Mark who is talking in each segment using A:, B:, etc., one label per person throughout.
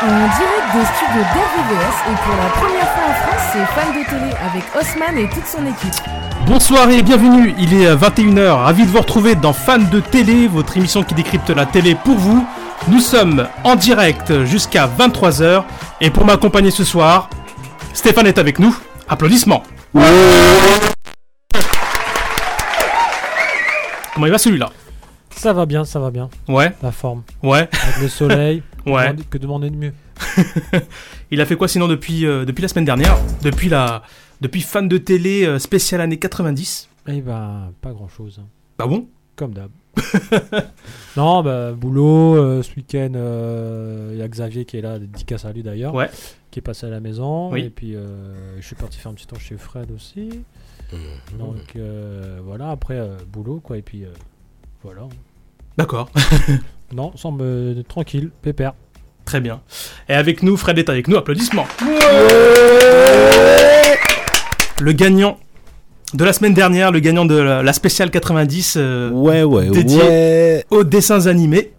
A: En direct des studios d'RVVS et pour la première fois en France, c'est Fan de télé avec Haussmann et toute son équipe.
B: Bonsoir et bienvenue, il est euh, 21h, ravi de vous retrouver dans Fan de télé, votre émission qui décrypte la télé pour vous. Nous sommes en direct jusqu'à 23h et pour m'accompagner ce soir, Stéphane est avec nous. Applaudissements. Comment il va celui-là
C: Ça va bien, ça va bien.
B: Ouais,
C: La forme.
B: ouais,
C: Avec le soleil.
B: ouais.
C: demande- Que demander de mieux
B: Il a fait quoi sinon depuis, euh, depuis la semaine dernière Depuis la depuis fan de télé euh, spéciale année 90
C: Eh ben, pas grand chose.
B: Bah bon
C: Comme d'hab. non, bah, boulot. euh, ce week-end, euh, il y a Xavier qui est là, dédicace à lui d'ailleurs.
B: Ouais.
C: Qui est passé à la maison.
B: Oui.
C: Et puis, euh, je suis parti faire un petit tour chez Fred aussi. Donc, euh, voilà. Après, euh, boulot, quoi. Et puis, euh, voilà.
B: D'accord,
C: Non, semble euh, tranquille, pépère.
B: très bien. Et avec nous, Fred est avec nous, applaudissements. Le gagnant de la semaine dernière, le gagnant de la, la spéciale 90 euh,
D: Ouais, ouais,
B: dédié.
D: ouais.
B: aux dessins animés,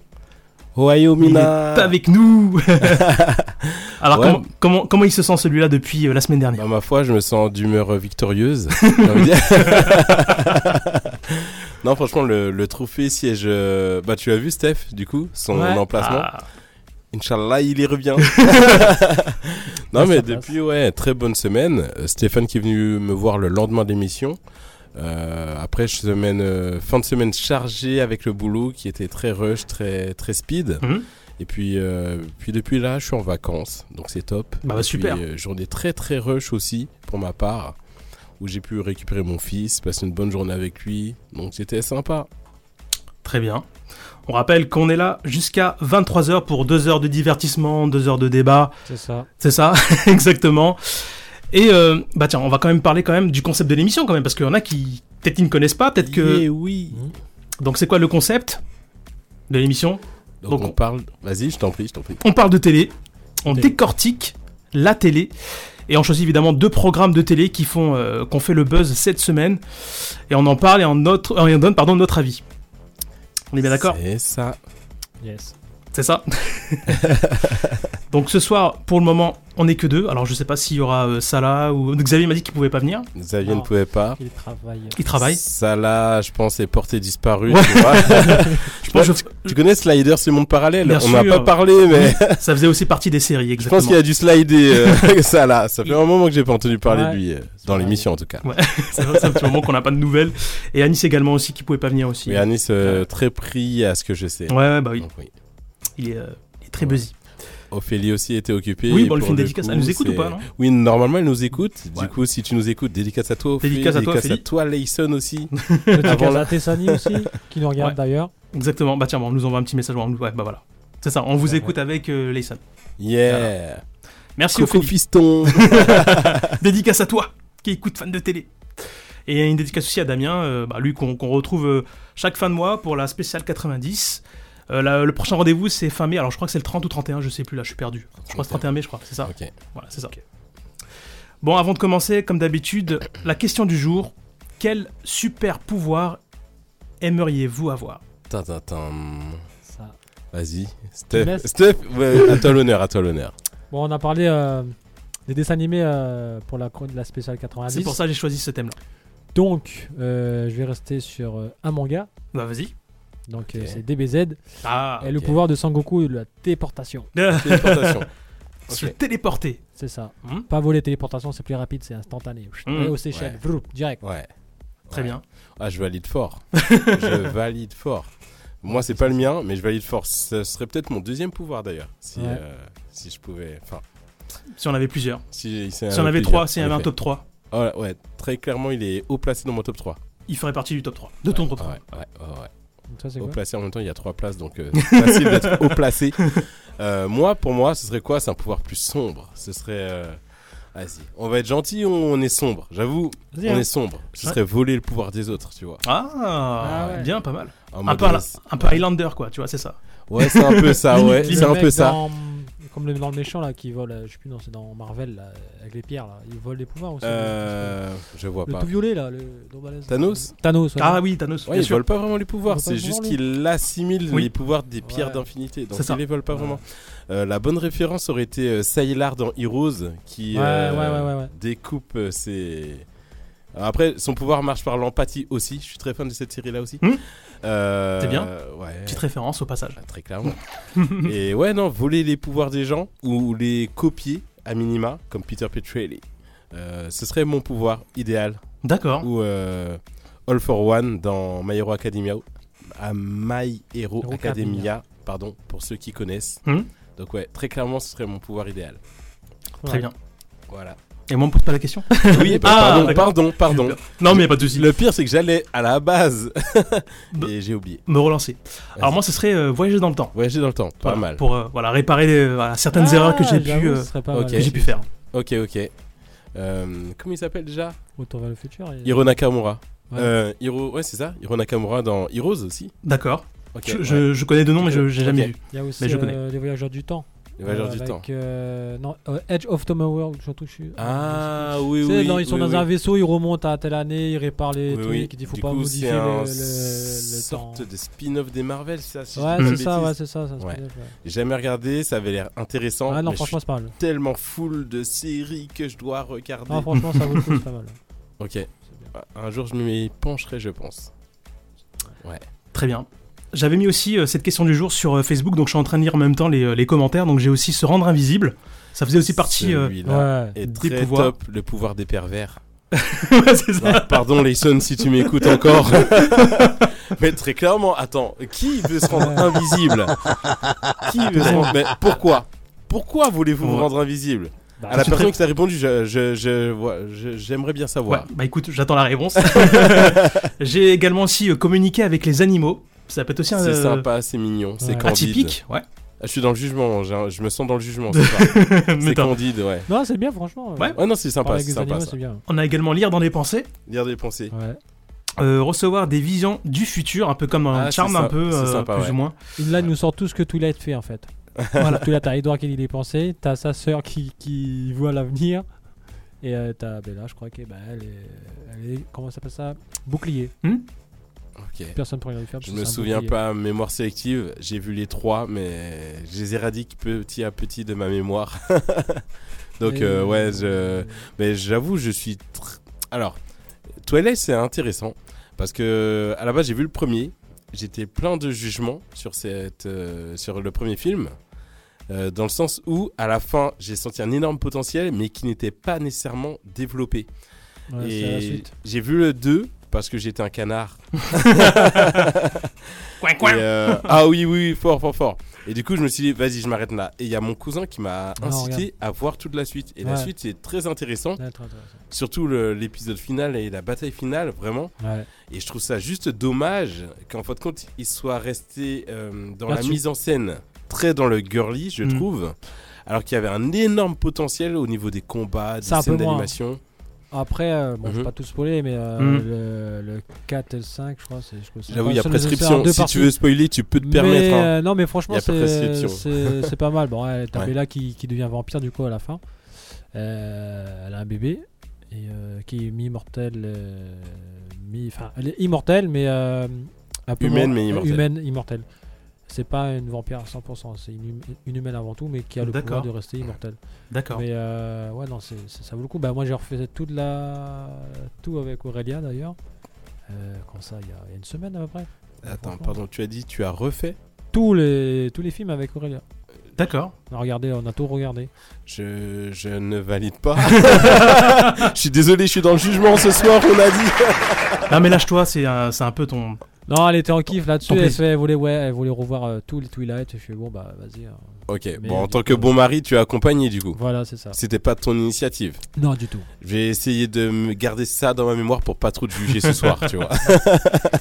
D: Ohio
B: il est
D: Mina.
B: avec nous. Alors
D: Ouais.
B: comment, comment, comment il se sent celui-là depuis euh, la semaine dernière
D: Bah, ma foi, je me sens d'humeur euh, victorieuse. j'ai envie de dire. non, franchement, le, le trophée siège. euh, Bah, tu as vu, Steph, du coup, son
B: Ouais.
D: emplacement.
B: Ah,
D: Inch'Allah, il y revient. non,
C: Ouais,
D: mais
C: ça passe.
D: depuis, ouais, très bonne semaine. Euh, Stéphane qui est venu me voir le lendemain de l'émission. Euh, après, semaine, euh, fin de semaine chargée avec le boulot qui était très rush, très, très speed.
B: Mhm.
D: Et puis, euh, puis depuis là, je suis en vacances, donc c'est top.
B: Bah, bah,
D: Et puis,
B: super.
D: euh, journée très très rush aussi pour ma part, où j'ai pu récupérer mon fils, passer une bonne journée avec lui, donc c'était sympa.
B: Très bien. On rappelle qu'on est là jusqu'à 23h pour 2 heures de divertissement, 2 heures de débat.
C: C'est ça.
B: C'est ça, exactement. Et euh, bah tiens, on va quand même parler quand même du concept de l'émission quand même, parce qu'il y en a qui peut-être ils ne connaissent pas, peut-être que...
D: Yeah, Eh oui.
B: Donc c'est quoi le concept de l'émission
D: Donc,
B: Donc,
D: on
B: on-
D: parle. Vas-y, je t'en prie, je t'en prie.
B: On parle de télé, on
C: Télé.
B: décortique la télé, et on choisit évidemment deux programmes de télé qui font euh, qu'on fait le buzz cette semaine, et on en parle et on, notre, euh, et on donne pardon, notre avis. On est bien d'accord
D: C'est ça.
C: Yes.
B: C'est ça. Donc ce soir, pour le moment, on n'est que deux. Alors je sais pas s'il y aura euh, Salah ou Xavier m'a dit qu'il pouvait pas venir.
D: Xavier
C: Non.
D: ne pouvait pas.
C: Il travaille.
B: Il travaille.
D: Ça là, je pense, est porté disparu.
B: Ah, Ouais.
D: Tu, vois.
B: Je pense que
D: Tu connais Slider, c'est monde parallèle.
B: Bien
D: on n'a
B: sûr.
D: pas parlé, mais
B: ça faisait aussi partie des séries,
D: je
B: exactement.
D: pense qu'il a dû slider. euh, ça là, ça fait
B: Il-
D: un moment que j'ai pas entendu parler
C: Ouais.
D: de lui euh, dans
C: Ouais.
D: l'émission en tout cas.
B: C'est vrai, c'est un petit moment qu'on n'a pas de nouvelles. Et Anis également aussi qui pouvait pas venir aussi.
D: Mais
B: ouais,
D: Anis euh, très pris à ce que je sais.
B: ouais, bah oui.
D: Donc, oui.
B: Il est, euh, il est très
D: Ouais.
B: busy.
D: Ophélie aussi était occupée.
B: oui,
D: et
B: bon, le
D: pour
B: film dédicace,
D: coup,
B: elle nous écoute ou
D: c'est-
B: pas non
D: Oui, normalement, elle nous écoute.
B: Ouais.
D: Du coup, si tu nous écoutes, dédicace à toi, Ophélie.
B: Dédicace à toi,
D: dédicace à
B: Ophélie.
D: toi, Layson aussi.
C: Avant
D: Avant
C: la Tessani aussi, qui nous regarde
B: Ouais.
C: d'ailleurs.
B: Exactement. Bah tiens, bon, on nous envoie un petit message. on nous- Ouais, bah voilà. C'est ça, on vous
C: Ouais,
B: écoute avec euh, Leyson.
D: Yeah.
B: Merci
D: Coco
B: Ophélie.
D: Fiston.
B: Dédicace à toi qui écoute fan de télé. Et une dédicace aussi à Damien, euh, bah, lui qu'on qu'on retrouve euh, chaque fin de mois pour la spéciale 90. Euh, la- le prochain rendez-vous c'est fin mai, alors je crois que c'est le 30 ou 31, je sais plus là, je suis perdu. Je crois que c'est 31 mai, je crois, c'est ça.
D: Ok.
B: Voilà, c'est ça. Bon, avant de commencer, comme d'habitude, la question du jour quel super pouvoir aimeriez-vous avoir
D: Tin, tin, tin.
C: Ça.
D: Vas-y,
C: Tu me
D: Steph.
C: laisses
D: Steph, ouais, à toi l'honneur, à toi l'honneur.
C: Bon, on a parlé euh, des dessins animés euh, pour la, chronique de la spéciale 90.
B: C'est pour ça que j'ai choisi ce thème-là.
C: Donc, euh, je vais rester sur euh, un manga.
B: Bah, vas-y.
C: Donc,
D: Ok.
C: euh, c'est DBZ.
B: Ah,
C: et le
D: ok.
C: pouvoir de Sangoku, la téléportation.
D: Téléportation.
B: se
D: Ok.
B: téléporter.
C: C'est ça.
B: Hmm.
C: Pas voler téléportation, c'est plus rapide, c'est instantané.
B: Hmm.
C: Et aux Seychelles,
D: Ouais.
C: vroom, direct.
D: Ouais.
B: Très
D: Ouais.
B: bien.
D: Ah, je valide fort. je valide fort. Moi, c'est pas le mien, mais je valide fort. Ce serait peut-être mon deuxième pouvoir d'ailleurs, si,
C: Ouais.
D: euh, si je pouvais. Enfin,
B: Si on avait plusieurs.
D: si,
B: Si on avait trois, s'il y avait un top 3,
D: 3. Oh ouais, très clairement, il est haut placé dans mon top 3.
B: il ferait partie du top 3. De ton top 3.
D: Ouais, ouais, ouais, ouais.
C: Donc Ça, c'est
D: Haut
C: quoi
D: placé en même temps, il y a trois places, donc euh, c'est facile d'être haut placé. Euh, moi, pour moi, ce serait quoi C'est un pouvoir plus sombre. Ce serait. euh, Vas-y, on va être gentil, on- on est sombre. J'avoue,
C: Vas-y,
D: on
C: hein.
D: est sombre. Ce
B: Ouais.
D: serait voler le pouvoir des autres, tu vois.
B: Ah,
C: Ah ouais.
B: bien, pas mal.
D: En
B: Un
D: mode,
B: peu, à la-
D: euh,
B: un peu Highlander, quoi, tu vois, c'est ça.
D: Ouais, c'est un peu ça,
C: Limite,
D: ouais.
C: le
D: C'est un
C: mec
D: peu ça.
C: dans- comme le, dans le méchant là qui vole, euh, je sais plus, non, c'est dans Marvel là, avec les pierres là, il vole des pouvoirs aussi. le-
D: Euh, je vois
C: le
D: pas.
C: tout violet là, le dans Balèze.
D: Thanos
C: Thanos, ouais.
B: Ah oui, Thanos,
D: Ouais,
B: bien
D: ils
B: sûr.
D: volent pas vraiment les pouvoirs,
C: Ils volent pas
D: c'est juste
C: vraiment
D: qu'il assimile
B: Oui.
D: les pouvoirs des pierres
C: Ouais.
D: d'infinité. Donc
B: C'est ça.
D: ils les volent pas
C: Ouais.
D: vraiment. Euh, la bonne référence aurait été euh, Saylar dans Heroes qui
C: Ouais,
D: euh,
C: ouais, ouais, ouais, ouais.
D: découpe euh, ses. Alors Après, son pouvoir marche par l'empathie aussi. Je suis très fan de cette série-là aussi.
B: Hmm.
D: Euh,
B: C'est bien.
D: Ouais.
B: Petite référence au passage.
D: Ah, Très clairement. Et ouais, non, voler les pouvoirs des gens ou les copier à minima, comme Peter Petrelli. Euh, ce serait mon pouvoir idéal
B: D'accord.
D: ou euh, All for One dans My Hero Academia. À My Hero
C: Hero
D: Academia, pardon, pour ceux qui connaissent.
B: Hmm.
D: Donc ouais, très clairement, ce serait mon pouvoir idéal.
C: Ouais.
B: Très bien.
D: Voilà.
B: Et moi, on me pose pas la question.
D: Oui, bah,
B: Ah,
D: pardon,
B: d'accord.
D: pardon, pardon.
B: Non, mais y a pas de souci.
D: Le pire, c'est que j'allais à la base
B: Bah.
D: et j'ai oublié.
B: Me relancer. Alors
D: Vas-y.
B: moi, ce serait euh, voyager dans le temps.
D: Voyager dans le temps, pas
B: Voilà,
D: mal.
B: Pour euh, voilà, réparer euh, voilà, certaines
C: Ah,
B: erreurs que j'ai pu,
C: j'avoue,
B: euh,
C: ce serait pas
D: ok.
B: que
C: mal.
B: j'ai pu faire.
D: Ok, ok. Euh, comment il s'appelle déjà
C: Retour vers le futur. et-
D: Hiro Nakamura.
C: Ouais.
D: Euh, Hiro, ouais, c'est ça. Hiro Nakamura dans Heroes aussi.
B: D'accord.
D: Ok.
B: Je-
D: ouais.
B: je, je connais de nom, mais je j'ai jamais
D: Ok.
B: vu.
C: Il y a aussi
B: Mais je
C: euh,
B: connais.
C: les voyageurs du temps.
D: Les voyageurs du
C: avec,
D: temps.
C: euh, non, euh, Edge of Tomorrow, surtout je suis.
D: Ah
C: Tu
D: oui,
C: sais,
D: oui.
C: non, ils sont
D: oui,
C: dans
D: oui.
C: un vaisseau, ils remontent à telle année, ils réparent les
D: Oui,
C: trucs,
D: oui.
C: ils disent faut
D: Du
C: pas
D: coup,
C: modifier
D: c'est
C: le,
D: un
C: le- le temps.
D: sorte de spin-off des Marvel, ça. si je dis
C: Ouais,
D: pas
C: c'est
D: de
C: ça, ouais,
D: bêtises.
C: c'est ça, c'est un
D: Ouais.
C: spin-off, ouais.
D: J'ai jamais regardé, ça avait l'air intéressant.
C: Ah non,
D: mais
C: franchement,
D: je
C: c'est pas mal.
D: suis tellement full de séries que je dois regarder.
C: Non, franchement, ça vaut le coup, c'est pas mal.
D: ok. Un jour, je m'y pencherai, je pense.
B: Très bien. J'avais mis aussi euh, cette question du jour sur euh, Facebook, donc je suis en train de lire en même temps les, euh, les commentaires. Donc j'ai aussi se rendre invisible. Ça faisait aussi partie. euh,
D: Celui-là
C: Ouais.
D: est
B: des
D: très
B: pouvoirs.
D: top, le pouvoir des pervers.
B: ouais, c'est ça.
D: Pardon, Layson, si tu m'écoutes encore. mais très clairement, attends, qui veut se rendre invisible Qui veut se rendre. Mais pourquoi Pourquoi voulez-vous vous
B: Ouais.
D: rendre invisible
C: Bah,
D: À la
B: tu
D: personne
B: pré-
D: qui t'a répondu, je- je- je- ouais, je- j'aimerais bien
B: Ouais,
D: savoir.
B: bah écoute, j'attends la réponse. j'ai également aussi euh, communiqué avec les animaux. Ça peut être aussi un
D: C'est
B: euh,
D: sympa, c'est mignon, c'est
C: ouais.
D: candide.
B: atypique. Ouais.
D: Ah, je suis dans le jugement, j'ai un- je me sens dans le jugement. c'est ça.
B: Mais
D: C'est
B: attends.
D: candide, ouais.
C: Non, c'est bien, franchement.
B: Ouais.
D: Ouais, non, c'est
C: Parler
D: sympa,
C: avec
D: c'est
C: des
D: sympa
C: animaux,
D: ça.
C: c'est bien.
B: On a également lire dans les pensées,
D: Lire des pensées.
C: Ouais.
B: euh, recevoir des visions du futur, un peu comme un
D: Ah,
B: charme,
D: c'est
B: un
D: ça-
B: peu
D: c'est
B: euh,
D: sympa,
B: plus
D: ouais.
B: ou moins.
C: Il là, il nous sort tout ce que Twilight fait en fait. voilà. Twilight, t'as Edward qui lit les pensées, t'as sa sœur qui, qui voit l'avenir, et euh, t'as Bella, je crois que bah, elle, est, elle est- comment ça s'appelle ça Bouclier.
D: Ok.
C: Personne pour rien lui faire.
D: Je
C: parce que
D: me
C: c'est un
D: souviens
C: bouclier.
D: pas, mémoire sélective, j'ai vu les trois, mais je les éradique petit à petit de ma mémoire. Donc,
C: Et-
D: euh, ouais, je... mais j'avoue, je suis. tr- Alors, Twilight, c'est intéressant, parce que à la base, j'ai vu le premier, j'étais plein de jugements sur, cette, euh, sur le premier film. euh, dans le sens où, à la fin, j'ai senti un énorme potentiel, mais qui n'était pas nécessairement développé.
C: Ouais, c'est la
D: Et
C: suite.
D: j'ai vu le 2 parce que j'étais un canard.
B: Coin,
D: Et,
B: coin.
D: euh, ah oui, oui, oui, fort, fort, fort. Et du coup, je me suis dit, vas-y, je m'arrête là. Et il y a mon cousin qui m'a
C: Non, Ah, regarde.
D: incité à voir toute la suite. Et la
C: Ouais.
D: suite est très intéressante,
C: Ouais, très intéressant.
D: surtout le- l'épisode final et la bataille finale, vraiment.
C: Ouais.
D: Et je trouve ça juste dommage qu'en fin de compte, il soit resté euh, dans la
C: Là-dessus.
D: mise en scène très dans le girly, je
B: Mm.
D: trouve. Alors qu'il y avait un énorme potentiel au niveau des combats, des
C: C'est un peu
D: scènes
C: moins. hein.
D: d'animation.
C: Après, euh, bon, je
D: Mhm.
C: vais pas tout spoiler, mais euh,
B: Mhm.
C: le, le 4 et le 5, je crois, c'est. je crois que c'est-
D: J'avoue,
C: enfin,
D: il y a
C: ça nous fait en
D: prescription.
C: deux
D: Si tu
C: parties.
D: veux spoiler, tu peux te
C: Mais,
D: permettre. hein.
C: euh, non, mais
D: Y
C: franchement,
D: a pas de
C: c'est
D: restriction.
C: c'est- c'est pas mal. Bon, ouais, t'as
D: Ouais.
C: Bella qui, qui devient vampire du coup à la fin. Euh, elle a un bébé et euh, qui est mi-mortel, euh, mi, enfin, elle est immortelle mais euh, un peu
D: Humaine,
C: moins-
D: mais immortelle.
C: Humaine immortelle. C'est pas une vampire à 100%, c'est une, hum- une humaine avant tout, mais qui a le pouvoir
B: D'accord.
C: de rester immortelle.
B: D'accord.
C: Mais euh, ouais, non, c'est c'est- ça vaut le coup. Bah, moi, j'ai refait toute la... tout avec Aurélia d'ailleurs. Euh, quand ça, il y, a- il y a une semaine à peu près.
D: Attends,
C: Franchement.
D: pardon, tu as dit, tu as refait
C: Tous les, tous les films avec Aurélia.
B: D'accord.
C: On a regardé, on a tout regardé.
D: Je, je ne valide pas. je suis désolé, je suis dans le jugement ce soir, on a dit.
B: Non, mais lâche-toi, c'est un, c'est un peu ton.
C: Non, elle était en kiff là-dessus.
B: Ton
C: Elle,
B: plaisir.
C: fait- elle voulait, ouais, elle voulait revoir euh, tous les Twilight. Et je fais bon, bah vas-y. hein.
D: Ok,
C: Mais
D: bon, en
C: du
D: tant que
C: coup-
D: bon mari, tu as accompagné du coup.
C: Voilà, c'est ça.
D: C'était pas de ton initiative.
C: Non, du tout.
D: Je vais essayer de me garder ça dans ma mémoire pour pas trop te juger ce soir, tu vois.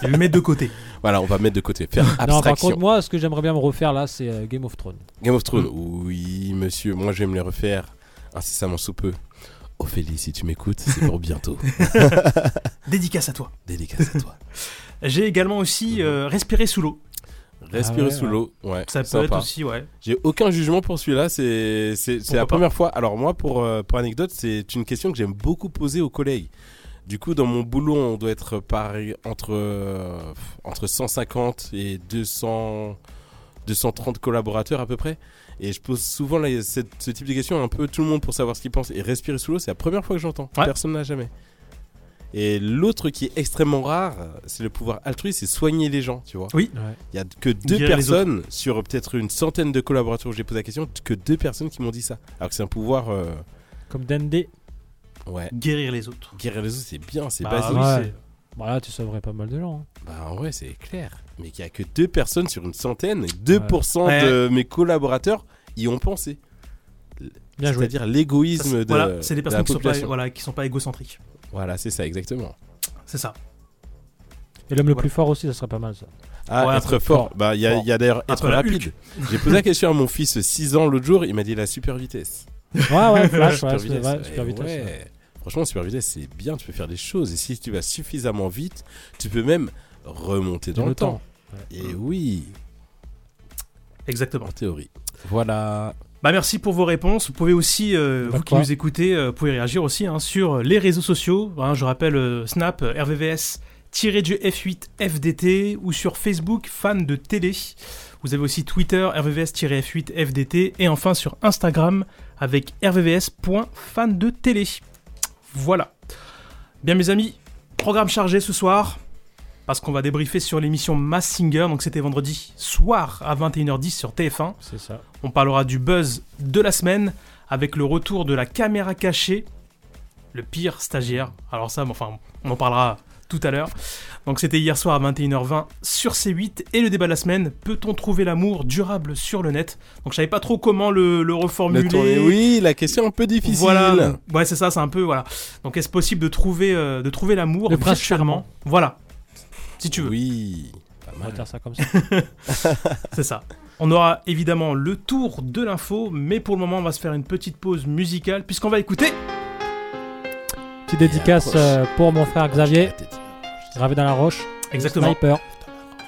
B: Le mettre de côté.
D: Voilà, on va mettre de côté, faire
C: Non, par
D: abstraction.
C: contre, moi, ce que j'aimerais bien me refaire là, c'est euh, Game of Thrones.
D: Game of Thrones, oui, monsieur, moi je vais me les refaire incessamment sous peu. Ophélie, si tu m'écoutes, c'est pour bientôt.
B: Dédicace à toi.
D: Dédicace à toi.
B: J'ai également aussi
D: Mhm.
B: euh, respiré sous l'eau.
D: Respirer
C: Ah ouais,
D: sous
C: ouais.
D: l'eau, ouais.
B: Ça peut
D: sympa.
B: être aussi, ouais.
D: J'ai aucun jugement pour celui-là, c'est c'est- c'est
B: Pourquoi
D: la
B: pas
D: première fois. Alors moi, pour, euh, pour anecdote, c'est une question que j'aime beaucoup poser aux collègues. Du coup, dans mon boulot, on doit être par, entre, euh, entre 150 et 200, 230 collaborateurs à peu près. Et je pose souvent la- cette- ce type de question à un peu tout le monde pour savoir ce qu'ils pensent. Et respirer sous l'eau, c'est la première fois que j'entends.
B: Ouais.
D: Personne n'a jamais. Et l'autre qui est extrêmement rare, c'est le pouvoir altruiste, c'est soigner les gens, tu vois.
C: Ouais.
D: Il y a que deux
B: Guérir les
D: personnes sur peut-être une centaine de collaborateurs où j'ai posé la question, que deux personnes qui m'ont dit ça. Alors que c'est un pouvoir, euh,
C: Comme Dende.
D: ouais,
B: Guérir les autres.
D: guérir les autres, c'est bien, c'est
B: Bah,
D: basique.
B: oui,
C: Ouais.
B: c'est-
C: Voilà, tu sauverais pas mal de gens. hein.
D: Bah ouais, c'est clair. Mais qu'il y a que deux personnes sur une centaine, et 2% de mes collaborateurs y ont pensé.
C: Bien joué.
D: C'est-à-dire
B: ça,
D: l'égoïsme
B: c'est-
D: de,
B: voilà, c'est des
D: de
B: personnes
D: la
B: qui sont, pas,
D: population. voilà,
B: voilà, qui sont pas égocentriques.
D: c'est ça exactement.
B: C'est ça.
C: Et l'homme le
B: Voilà.
C: plus fort aussi, ça serait pas mal ça.
D: Ah,
B: Ouais,
D: être fort. Bah, il y a,
B: Fort.
D: il y a d'ailleurs
B: Un
D: être
B: peu la
D: rapide. J'ai posé la question à mon fils 6 ans l'autre jour, il m'a dit la super vitesse.
C: Ouais, ouais, Flash, ouais,
D: super
C: c'est
D: vitesse.
C: vrai, super
D: Eh
C: vitesse.
D: ouais.
C: ouais.
D: Franchement, super vitesse, c'est bien, tu peux faire des choses. Et si tu vas suffisamment vite, tu peux même remonter dans, le temps. Et oui,
B: Exactement.
D: en théorie. Voilà.
B: Bah merci pour vos réponses. Vous pouvez aussi, euh,
C: Bah,
B: vous qui
C: quoi
B: nous écoutez, euh, vous pouvez réagir aussi hein, sur les réseaux sociaux. hein, je rappelle euh, Snap, euh, RVVS, tiré du F8 FDT ou sur Facebook, fan de télé. Vous avez aussi Twitter, RVVS-F8 FDT et enfin sur Instagram avec RVVS.fan de télé. Voilà. Bien mes amis, programme chargé ce soir. Parce qu'on va débriefer sur l'émission Mass Singer, donc c'était vendredi soir à 21h10 sur TF1.
C: C'est ça.
B: On parlera du buzz de la semaine avec le retour de la caméra cachée, le pire stagiaire. Alors ça, bon, enfin, on en parlera tout à l'heure. Donc c'était hier soir à 21h20 sur C8 et le débat de la semaine, peut-on trouver l'amour durable sur le net Donc je savais pas trop comment le, le reformuler.
D: Le tourner- oui, la question un peu difficile.
B: Voilà, donc- ouais c'est ça, c'est un peu voilà. Donc est-ce possible de trouver euh, de trouver l'amour
C: Le prince
B: virtuellement Voilà, si tu veux.
D: Oui, pas
C: On va
D: mal.
C: dire ça comme ça.
B: C'est ça. On aura évidemment le tour de l'info, mais pour le moment, on va se faire une petite pause musicale puisqu'on va écouter.
C: Petite dédicace
D: approche.
C: euh, pour mon frère Xavier,
D: Je t'ai dit.
C: gravé dans la roche.
B: Exactement.
C: Sniper.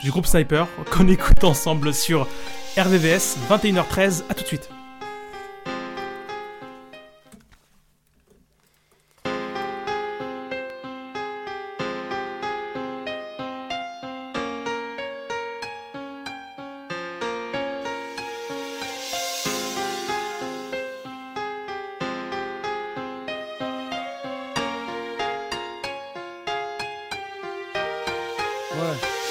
B: Du groupe Sniper qu'on écoute ensemble sur RVVS 21h13. À tout de suite.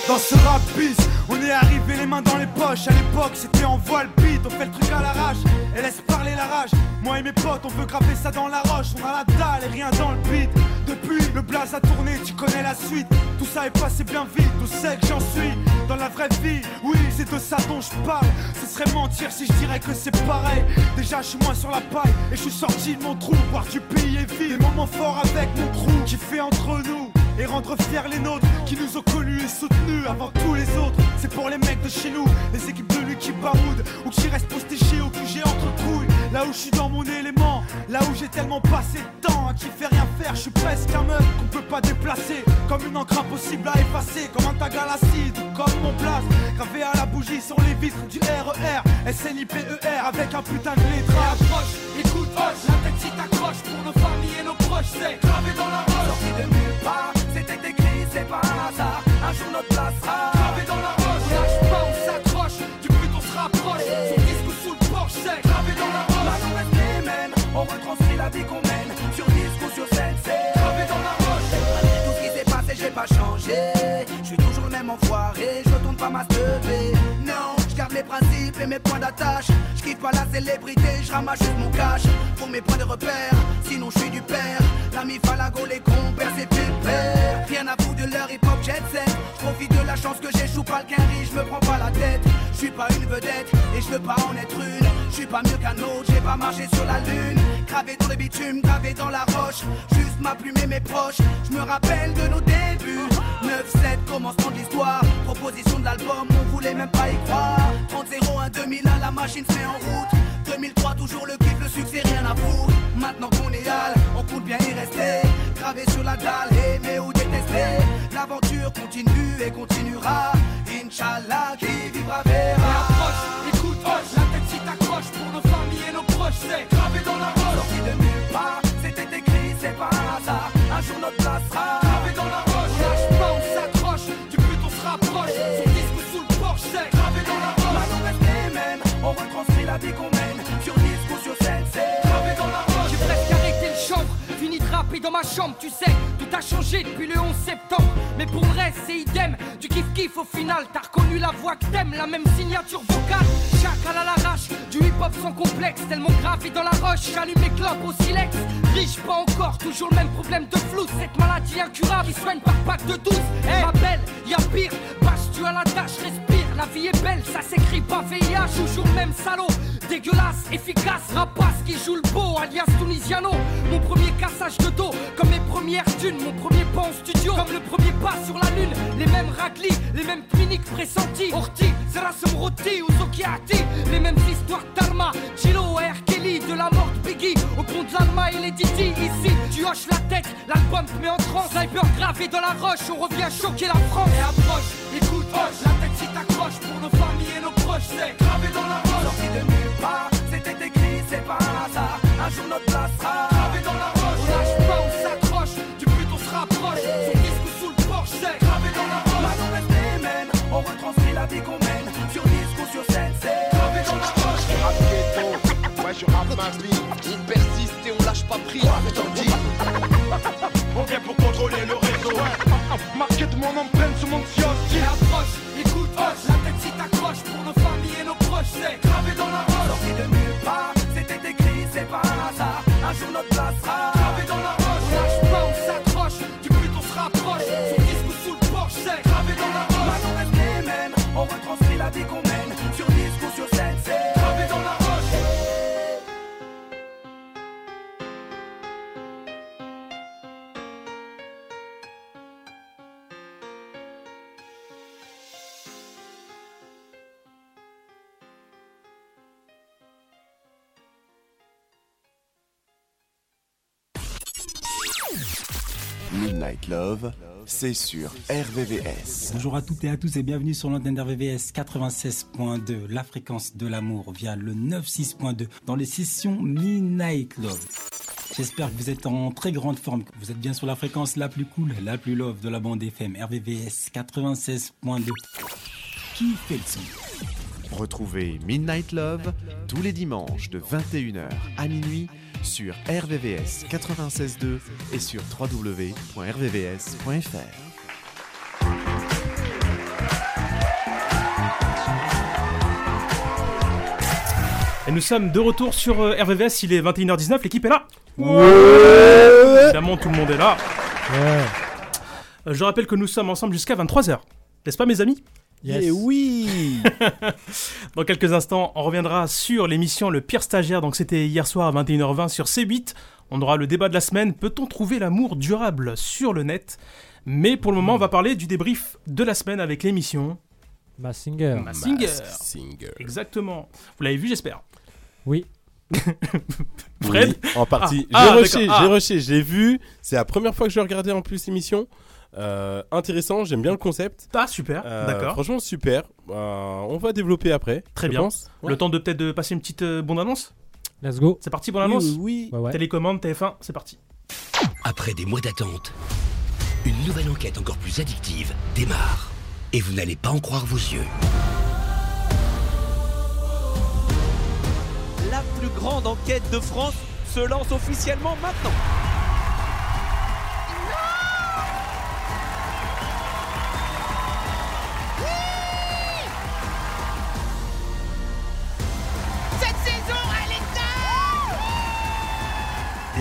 E: Dans ce rap bus, on est arrivé les mains dans les poches. À l'époque, c'était en voile bite, on fait le truc à l'arrache. Et laisse parler la rage. Moi et mes potes, on veut graver ça dans la roche. On a la dalle et rien dans le beat. Depuis, le blaze a tourné, tu connais la suite. Tout ça est passé bien vite, on sait que j'en suis. Dans la vraie vie, oui, c'est de ça dont je parle. Ce serait mentir si je dirais que c'est pareil. Déjà, je suis moins sur la paille et je suis sorti de mon trou. Voir du pays et vie, des moments forts avec mon crew qui fait entre nous et rendre fiers les nôtres qui nous ont connus et soutenus avant tous les autres. C'est pour les mecs de chez nous, les équipes de lutte qui baroudent ou qui restent postichés au QG entre couilles. Là où je suis dans mon élément, là où j'ai tellement passé de temps à qui fait rien faire, je suis presque un meuf qu'on peut pas déplacer. Comme une encre impossible à effacer, comme un tag à l'acide ou comme mon place. Gravé à la bougie sur les vitres du E RER, SNIPER E avec un putain de lettrage.
F: approche, écoute, hoche, la tête si t'accroche pour nos familles et nos proches, c'est gravé dans la roche. Sorti de nulle part, c'était écrit, c'est pas un hasard. Un jour notre place sera gravé dans la roche. On lâche pas, on s'accroche, du but on se rapproche. Son disque sous le porche, c'est gravé dans la roche. Là on reste les mêmes, on retranscrit la vie qu'on mène. Sur disque ou sur scène, c'est gravé dans la roche. Malgré tout ce qui s'est passé, j'ai pas changé. Je suis toujours le même enfoiré, je retourne pas ma teubée. Non, je garde mes principes et mes points d'attache. Je kiffe pas la célébrité, je ramasse juste mon cash pour mes points de repère. Sinon, je suis du père. L'ami Falago, les compères, c'est du père. Rien à bout de leur hip hop jet set. Je profite de la chance que j'échoue pas le quinri, je me prends pas la tête. Je suis pas une vedette et je veux pas en être une. Je suis pas mieux qu'un autre, j'ai pas marché sur la lune. Gravé dans le bitume, gravé dans la roche. Juste ma plume et mes proches. Je me rappelle de nos débuts. 9-7, commencement de l'histoire. Proposition de l'album, on voulait même pas y croire. 30-01, 2001, la machine se met en route. 2003, toujours le kiff, le succès, rien à foutre. Maintenant qu'on est hal, on compte bien y rester. Gravé sur la dalle, aimé ou détesté. L'aventure continue et continuera. In
A: Inch'Allah qui vivra verra Approche, écoute, hoche, la tête si t'accroches Pour nos familles et nos proches c'est gravé dans la roche Sorti de nulle part, c'était écrit, c'est pas un hasard Un jour notre place sera gravé dans la roche Lâche pas, on s'accroche, du but on se rapproche Son disque sous le porche c'est gravé dans la roche Maintenant reste les mêmes, on retranscrit la vie qu'on mène Sur disque ou sur scène c'est gravé dans la roche J'ai presque arrêté le chanvre, fini de rapper dans ma chambre Tu sais, tout a changé depuis le 11 septembre Mais pour le reste c'est idem, du kiff-kiff au final T'as reconnu la voix que t'aimes, la même signature vocale Chacal à l'arrache, du hip-hop sans complexe Tellement grave et dans la roche, j'allume mes clopes au silex Riche pas encore, toujours le même problème de flou Cette maladie incurable qui soigne par pack de 12 Eh, Ma belle, y'a pire, bâche tu à la tâche, respire la vie est belle, ça s'écrit pas VIH, toujours le même salaud. Dégueulasse, efficace, rapace qui joue le beau, alias Tunisiano. Mon premier cassage de dos, comme mes premières thunes, mon premier pas en studio, comme le premier pas sur la lune. Les mêmes raglis, les mêmes cliniques pressentis. Orti, Zerasum Roti, Uzokiati, les mêmes histoires d'Arma, Chilo, R. Kelly, de la mort de Biggie, au pont de l'Alma et les Didi. Ici, tu hoches la tête, l'album te met en transe. Sniper gravé dans la roche, on revient choquer la France. Et approche, écoute, hoche, la tête si t'accroche pour nos familles et nos proches, c'est gravé dans la roche. Sorti de nulle part, c'était écrit, c'est pas un hasard. Un jour notre place sera gravé dans la roche. On lâche pas, on s'accroche, du but on se rapproche. Son disque sous le porche, c'est gravé dans la roche. Maintenant reste les mêmes, on retranscrit la vie qu'on mène. Sur disque ou sur scène, c'est gravé dans la roche.
G: Je rappe ghetto, ouais je rappe ma vie On persiste et on lâche pas prise, je t'en dis
H: On vient pour contrôler le réseau, ouais. Marqué de mon empreinte sur mon kiosque.
A: Qui approche, écoute, hoche La tête si t'accroche pour nos familles et nos proches C'est gravé dans la roche Sorti de nulle part, c'était écrit, c'est pas un hasard Un jour notre place sera gravé dans la roche On lâche pas, on s'accroche, du but on se rapproche Son disque sous le porche, c'est gravé dans la roche Maintenant reste les mêmes, on retranscrit la vie qu'on mène Sur disque ou sur scène, c'est gravé dans la roche
I: Midnight Love, c'est sur RVVS.
E: Bonjour à toutes et à tous et bienvenue sur l'antenne d'RVVS 96.2, la fréquence de l'amour via le 96.2 dans les sessions Midnight Love. J'espère que vous êtes en très grande forme, que vous êtes bien sur la fréquence la plus cool, la plus love de la bande FM RVVS 96.2. Qui fait le son
I: Retrouvez Midnight Love tous les dimanches de 21h à minuit sur RVVS 96.2 et sur www.rvvs.fr.
B: Et nous sommes de retour sur euh, RVVS, il est 21h19, l'équipe est là Évidemment, tout le monde est là. Euh, Je rappelle que nous sommes ensemble jusqu'à 23h. N'est-ce pas, mes amis
C: Yes.
D: Et oui
B: Dans quelques instants, on reviendra sur l'émission Le pire stagiaire. Donc, c'était hier soir à 21h20 sur C8. On aura le débat de la semaine. Peut-on trouver l'amour durable sur le net Mais pour le moment, on va parler du débrief de la semaine avec l'émission
C: Massinger.
B: Massinger.
D: Mask Singer.
B: Exactement. Vous l'avez vu, j'espère.
C: Oui.
B: Fred
D: Oui, En partie.
B: Ah, ah,
D: j'ai rushé,
B: d'accord, ah.
D: j'ai rushé, j'ai vu. C'est la première fois que je regardais en plus l'émission. Euh, intéressant, j'aime bien le concept.
B: Ah, super.
D: Euh,
B: D'accord.
D: Franchement, super. Euh, on va développer après.
B: Très
D: je
B: bien.
D: pense. Ouais.
B: Le temps de peut-être de passer une petite euh, bande-annonce
C: Let's go.
B: C'est parti pour l'annonce
D: Oui, oui, oui.
C: Ouais, ouais.
B: Télécommande, TF1, c'est parti.
J: Après des mois d'attente, une nouvelle enquête encore plus addictive démarre. Et vous n'allez pas en croire vos yeux.
K: La plus grande enquête de France se lance officiellement maintenant.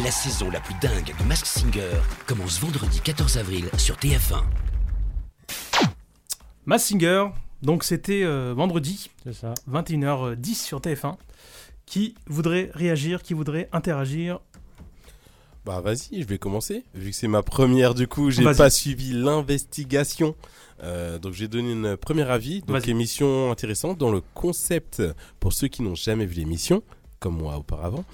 J: La saison la plus dingue de Mask Singer commence vendredi 14 avril sur TF1.
B: Mass Singer, donc c'était euh, vendredi,
C: C'est ça.
B: 21h10 sur TF1. Qui voudrait réagir, qui voudrait interagir
D: Bah vas-y, je vais commencer. Vu que c'est ma première, du coup, j'ai
B: Vas-y.
D: pas suivi l'investigation. Euh, donc j'ai donné une première avis. Donc
B: Vas-y.
D: émission intéressante dans le concept. Pour ceux qui n'ont jamais vu l'émission, comme moi auparavant,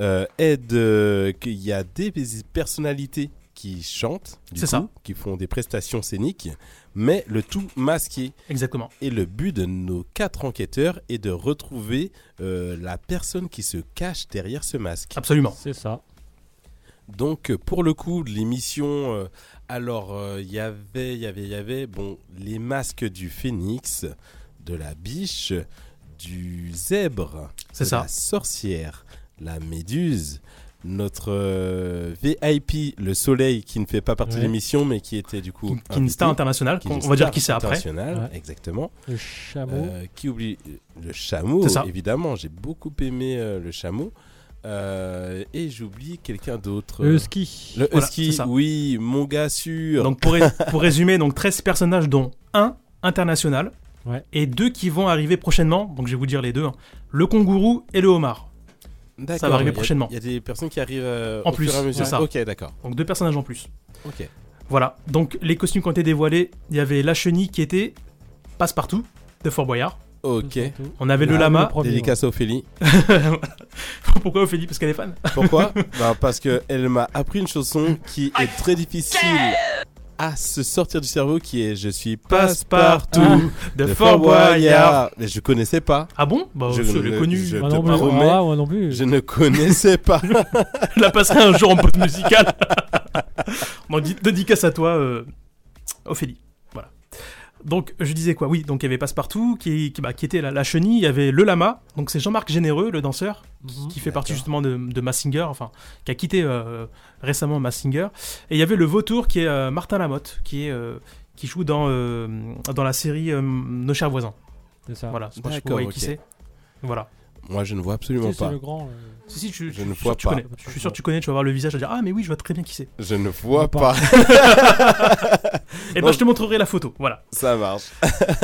D: euh, est de- qu'il y a des personnalités qui chantent, du
B: C'est
D: coup,
B: ça.
D: qui font des prestations scéniques, mais le tout masqué.
B: Exactement.
D: Et le but de nos quatre enquêteurs est de retrouver euh, la personne qui se cache derrière ce masque.
B: Absolument.
C: C'est ça.
D: Donc euh, pour le coup, l'émission, euh, alors euh, il y avait, il y avait, il y avait, bon, les masques du phénix, de la biche, du zèbre,
B: C'est
D: de
B: ça.
D: la sorcière, la méduse, notre euh, VIP, le soleil qui ne fait pas partie
B: Ouais.
D: de l'émission mais qui était du coup...
B: qui est une star internationale,
D: est
B: qu'on-
D: une
B: on va dire
D: star
B: qui c'est après.
D: internationale,
B: Ouais.
D: exactement.
C: Le chameau.
D: Euh, qui oublie le chameau,
B: C'est ça.
D: évidemment, j'ai beaucoup aimé euh, le chameau. Euh, et j'oublie quelqu'un d'autre.
B: Le
C: husky.
D: euh, Le
B: Voilà,
D: husky,
B: c'est ça.
D: oui, mon gars sûr.
B: Donc pour, ré- pour résumer, donc 13 personnages dont un international
C: Ouais.
B: et deux qui vont arriver prochainement. Donc je vais vous dire les deux. hein. Le kangourou et le homard. Ça
D: D'accord,
B: va arriver
D: il y a-
B: prochainement.
D: Il y a des personnes qui arrivent euh,
B: En
D: au
B: plus,
D: fur et à mesure.
B: c'est ça.
D: Ok, d'accord.
B: Donc deux personnages en plus.
D: Ok.
B: Voilà. Donc les costumes qui ont été dévoilés, il y avait la chenille qui était passe-partout de Fort Boyard.
D: Ok.
B: On avait le
D: Ah,
B: lama.
C: Bah, premier,
D: Dédicace à Ophélie.
B: Pourquoi Ophélie Parce qu'elle est fan.
D: Pourquoi Bah, Parce qu'elle m'a appris une chanson qui est très difficile à se sortir du cerveau qui est Je suis passe-partout
B: de Ah, Fort Boyard.
D: Mais je connaissais pas.
B: Ah bon Bah,
D: je
B: je
D: ne-
B: l'ai connu.
D: Je
C: Moi
D: te
C: non plus.
D: promets,
C: Ah, moi non plus.
D: je ne connaissais pas.
B: Je la passerai un jour en pote musicale. Bon, di- dédicace à toi, euh, Ophélie. Voilà. Donc, je disais quoi Oui, donc il y avait Passepartout, qui, qui, bah, qui était la, la chenille, il y avait le lama, donc c'est Jean-Marc Généreux, le danseur, qui, qui fait partie justement de, de Massinger, enfin, qui a quitté euh, récemment Massinger. Et il y avait le vautour, qui est euh, Martin Lamotte, qui, est, euh, qui joue dans, euh, dans la série euh, Nos chers voisins.
C: C'est ça.
B: Voilà, je sais pas si vous
D: D'accord,
B: voyez
D: ok.
B: qui c'est. Voilà.
D: Moi, je ne vois absolument
C: Tu sais,
D: pas.
C: c'est le grand. euh,
B: Si, si, tu-
D: Je
B: tu-
D: ne
B: tu-
D: vois
B: tu
D: pas.
B: connais. Je suis sûr que tu connais, tu vas voir le visage, tu vas dire Ah, mais oui, je vois très bien qui c'est.
D: Je ne vois pas.
C: pas.
B: Et
D: Non,
B: ben, je te montrerai la photo. Voilà.
D: Ça marche.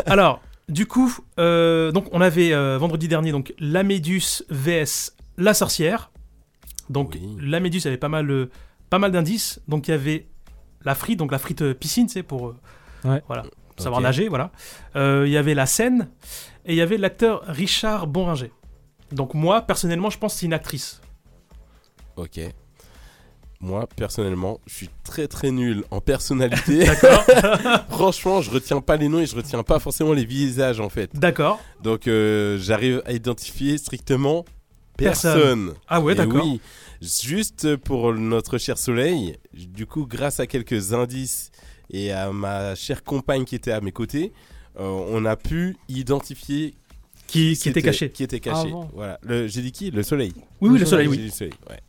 B: Alors, du coup, euh, donc on avait euh, vendredi dernier donc la Méduse vs la sorcière. Donc
D: Oui.
B: la Méduse avait pas mal, euh, pas mal d'indices. Donc il y avait la frite, donc la frite euh, piscine, c'est pour euh,
C: Ouais.
B: voilà savoir
D: Ok.
B: nager, voilà. Euh, Il y avait la scène et il y avait l'acteur Richard Bonringer. Donc moi personnellement, je pense que c'est une actrice.
D: Ok. Moi, personnellement, je suis très très nul en personnalité.
B: D'accord,
D: Franchement, je retiens pas les noms et je retiens pas forcément les visages en fait.
B: d'accord.
D: Donc, euh, j'arrive à identifier strictement
B: Personne.
D: personne.
B: Ah ouais,
D: Et
B: d'accord.
D: Eh oui, juste pour notre cher soleil, du coup, grâce à quelques indices et à ma chère compagne qui était à mes côtés, euh, on a pu identifier
B: Qui, qui était caché.
D: Qui était caché.
C: Avant.
D: Voilà. Le- J'ai dit qui Le soleil.
B: Oui, oui, le soleil,
D: J'ai
B: oui.
D: dit le soleil, ouais.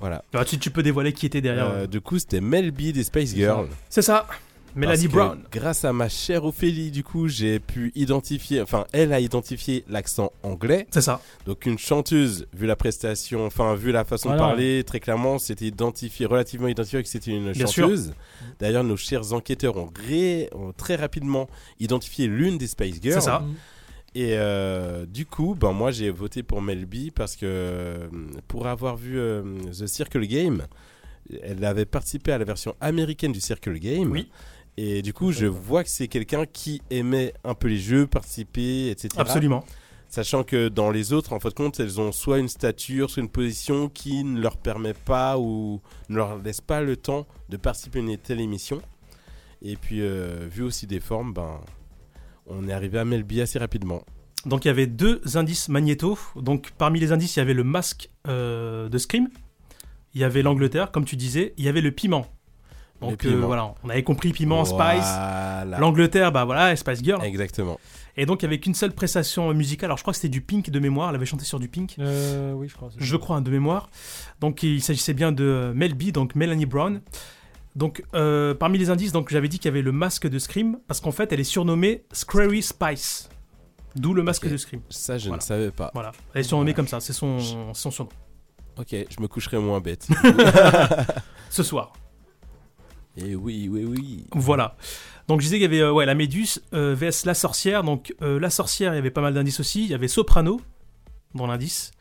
D: Voilà.
B: Ah, tu, tu peux dévoiler qui était derrière.
D: Euh,
B: euh.
D: du coup, c'était Mel B des Space Girls.
B: C'est ça,
D: Parce que
B: Mélanie Brown.
D: Grâce à ma chère Ophélie, du coup, j'ai pu identifier, enfin, elle a identifié l'accent anglais.
B: C'est ça.
D: Donc, une chanteuse, vu la prestation, enfin, vu la façon
C: Voilà.
D: de parler, très clairement, c'était identifié, relativement identifié que c'était une
B: Bien sûr.
D: chanteuse. D'ailleurs, nos chers enquêteurs ont, ré- ont très rapidement identifié l'une des Space Girls.
B: C'est ça.
D: Et euh, du coup, ben moi j'ai voté pour Mel B parce que euh, pour avoir vu euh, The Circle Game, elle avait participé à la version américaine du Circle Game.
B: Oui.
D: Et du coup, je vois que c'est quelqu'un qui aimait un peu les jeux, participer, etc.
B: Absolument.
D: Sachant que dans les autres, en fin de compte, elles ont soit une stature, soit une position qui ne leur permet pas ou ne leur laisse pas le temps de participer à une telle émission. Et puis, euh, vu aussi des formes, ben, on est arrivé à Melby assez rapidement.
B: Donc il y avait deux indices magnéto. Donc parmi les indices, il y avait le masque euh, de Scream, il y avait l'Angleterre, comme tu disais, il y avait le piment.
D: Le
B: Donc euh,
D: piment.
B: voilà, on avait compris piment, Spice.
D: Voilà.
B: L'Angleterre, bah voilà, Spice Girl.
D: Exactement.
B: Et donc il y avait qu'une seule prestation musicale. Alors je crois que c'était du Pink de mémoire. Elle avait chanté sur du Pink,
C: Euh, oui, je crois. c'est
B: je
C: ça.
B: crois, hein, de mémoire. Donc il s'agissait bien de euh, Mel B, donc Melanie Brown. Donc euh, parmi les indices, donc j'avais dit qu'il y avait le masque de Scream parce qu'en fait elle est surnommée Scary Spice, d'où le masque
D: Ok.
B: de Scream.
D: Ça, je
B: Voilà.
D: ne savais pas.
B: Voilà, elle est surnommée comme ça, c'est son, son surnom.
D: Ok, je me coucherai moins bête.
B: Ce soir,
D: Et Eh oui, oui, oui.
B: voilà. Donc je disais qu'il y avait euh, ouais, la Méduse euh, vs la sorcière. Donc euh, la sorcière, il y avait pas mal d'indices aussi. Il y avait Soprano dans l'indice.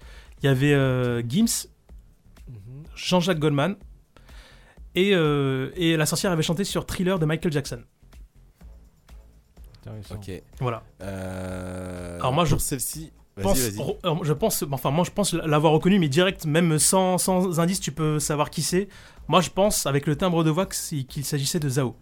B: Il y avait euh, Gims,
C: Mhm.
B: Jean-Jacques Goldman. Et, euh, et la sorcière avait chanté sur Thriller de Michael Jackson.
C: Intéressant.
D: Ok.
B: Voilà.
D: Euh,
B: Alors moi, je-
D: pour celle-ci, Vas-y,
B: pense,
D: vas-y.
B: re- euh, je pense, enfin moi je pense l'avoir reconnu, mais direct, même sans, sans indice, tu peux savoir qui c'est. Moi je pense, avec le timbre de voix, que c'est- qu'il s'agissait de Zao.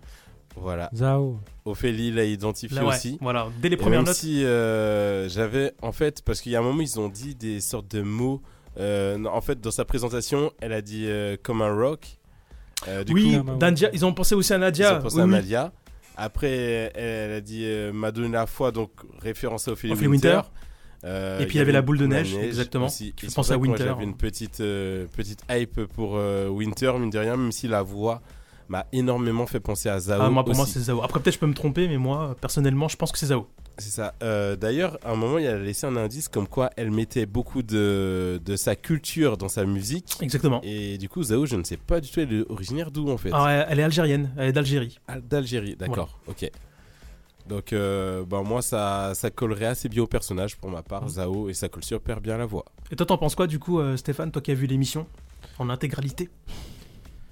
D: Voilà.
C: Zao.
D: Ophélie l'a identifié
B: Là, ouais,
D: aussi.
B: voilà, dès les
D: Et
B: premières
D: même
B: notes.
D: si euh, j'avais, en fait, parce qu'il y a un moment, ils ont dit des sortes de mots. Euh, non, en fait, dans sa présentation, elle a dit euh, comme un rock. Euh, du
B: oui,
D: coup,
B: Dandia, ils ont pensé aussi à Nadia.
D: Ils ont pensé
B: oui,
D: à
B: oui.
D: Nadia. Après, elle a dit euh, m'a donné la foi, donc référence à Ophélie
B: Ophélie
D: Winter.
B: Winter.
D: Euh,
B: Et puis, il y avait la boule de
D: beaucoup
B: neige, exactement,
D: aussi.
B: qui
D: Et
B: fait
D: c'est
B: penser
D: pour
B: à
D: ça que moi,
B: Winter.
D: J'avais une petite, euh, petite hype pour euh, Winter, mine de rien, même si la voix m'a énormément fait penser à Zao.
B: Ah, moi, pour moi
D: aussi.
B: c'est Zao. Après peut-être je peux me tromper, mais moi personnellement je pense que c'est Zao.
D: C'est ça. Euh, D'ailleurs, à un moment, il a laissé un indice comme quoi elle mettait beaucoup de, de sa culture dans sa musique.
B: Exactement.
D: Et du coup, Zao, je ne sais pas du tout, elle est originaire d'où en fait
B: Alors, elle- elle est algérienne, elle est d'Algérie.
D: Ah, D'Algérie, d'accord, ok. Donc, euh, ben, moi, ça, ça collerait assez bien au personnage pour ma part, Zao, et ça colle super bien à la voix.
B: Et toi t'en penses quoi du coup euh, Stéphane, toi qui as vu l'émission en intégralité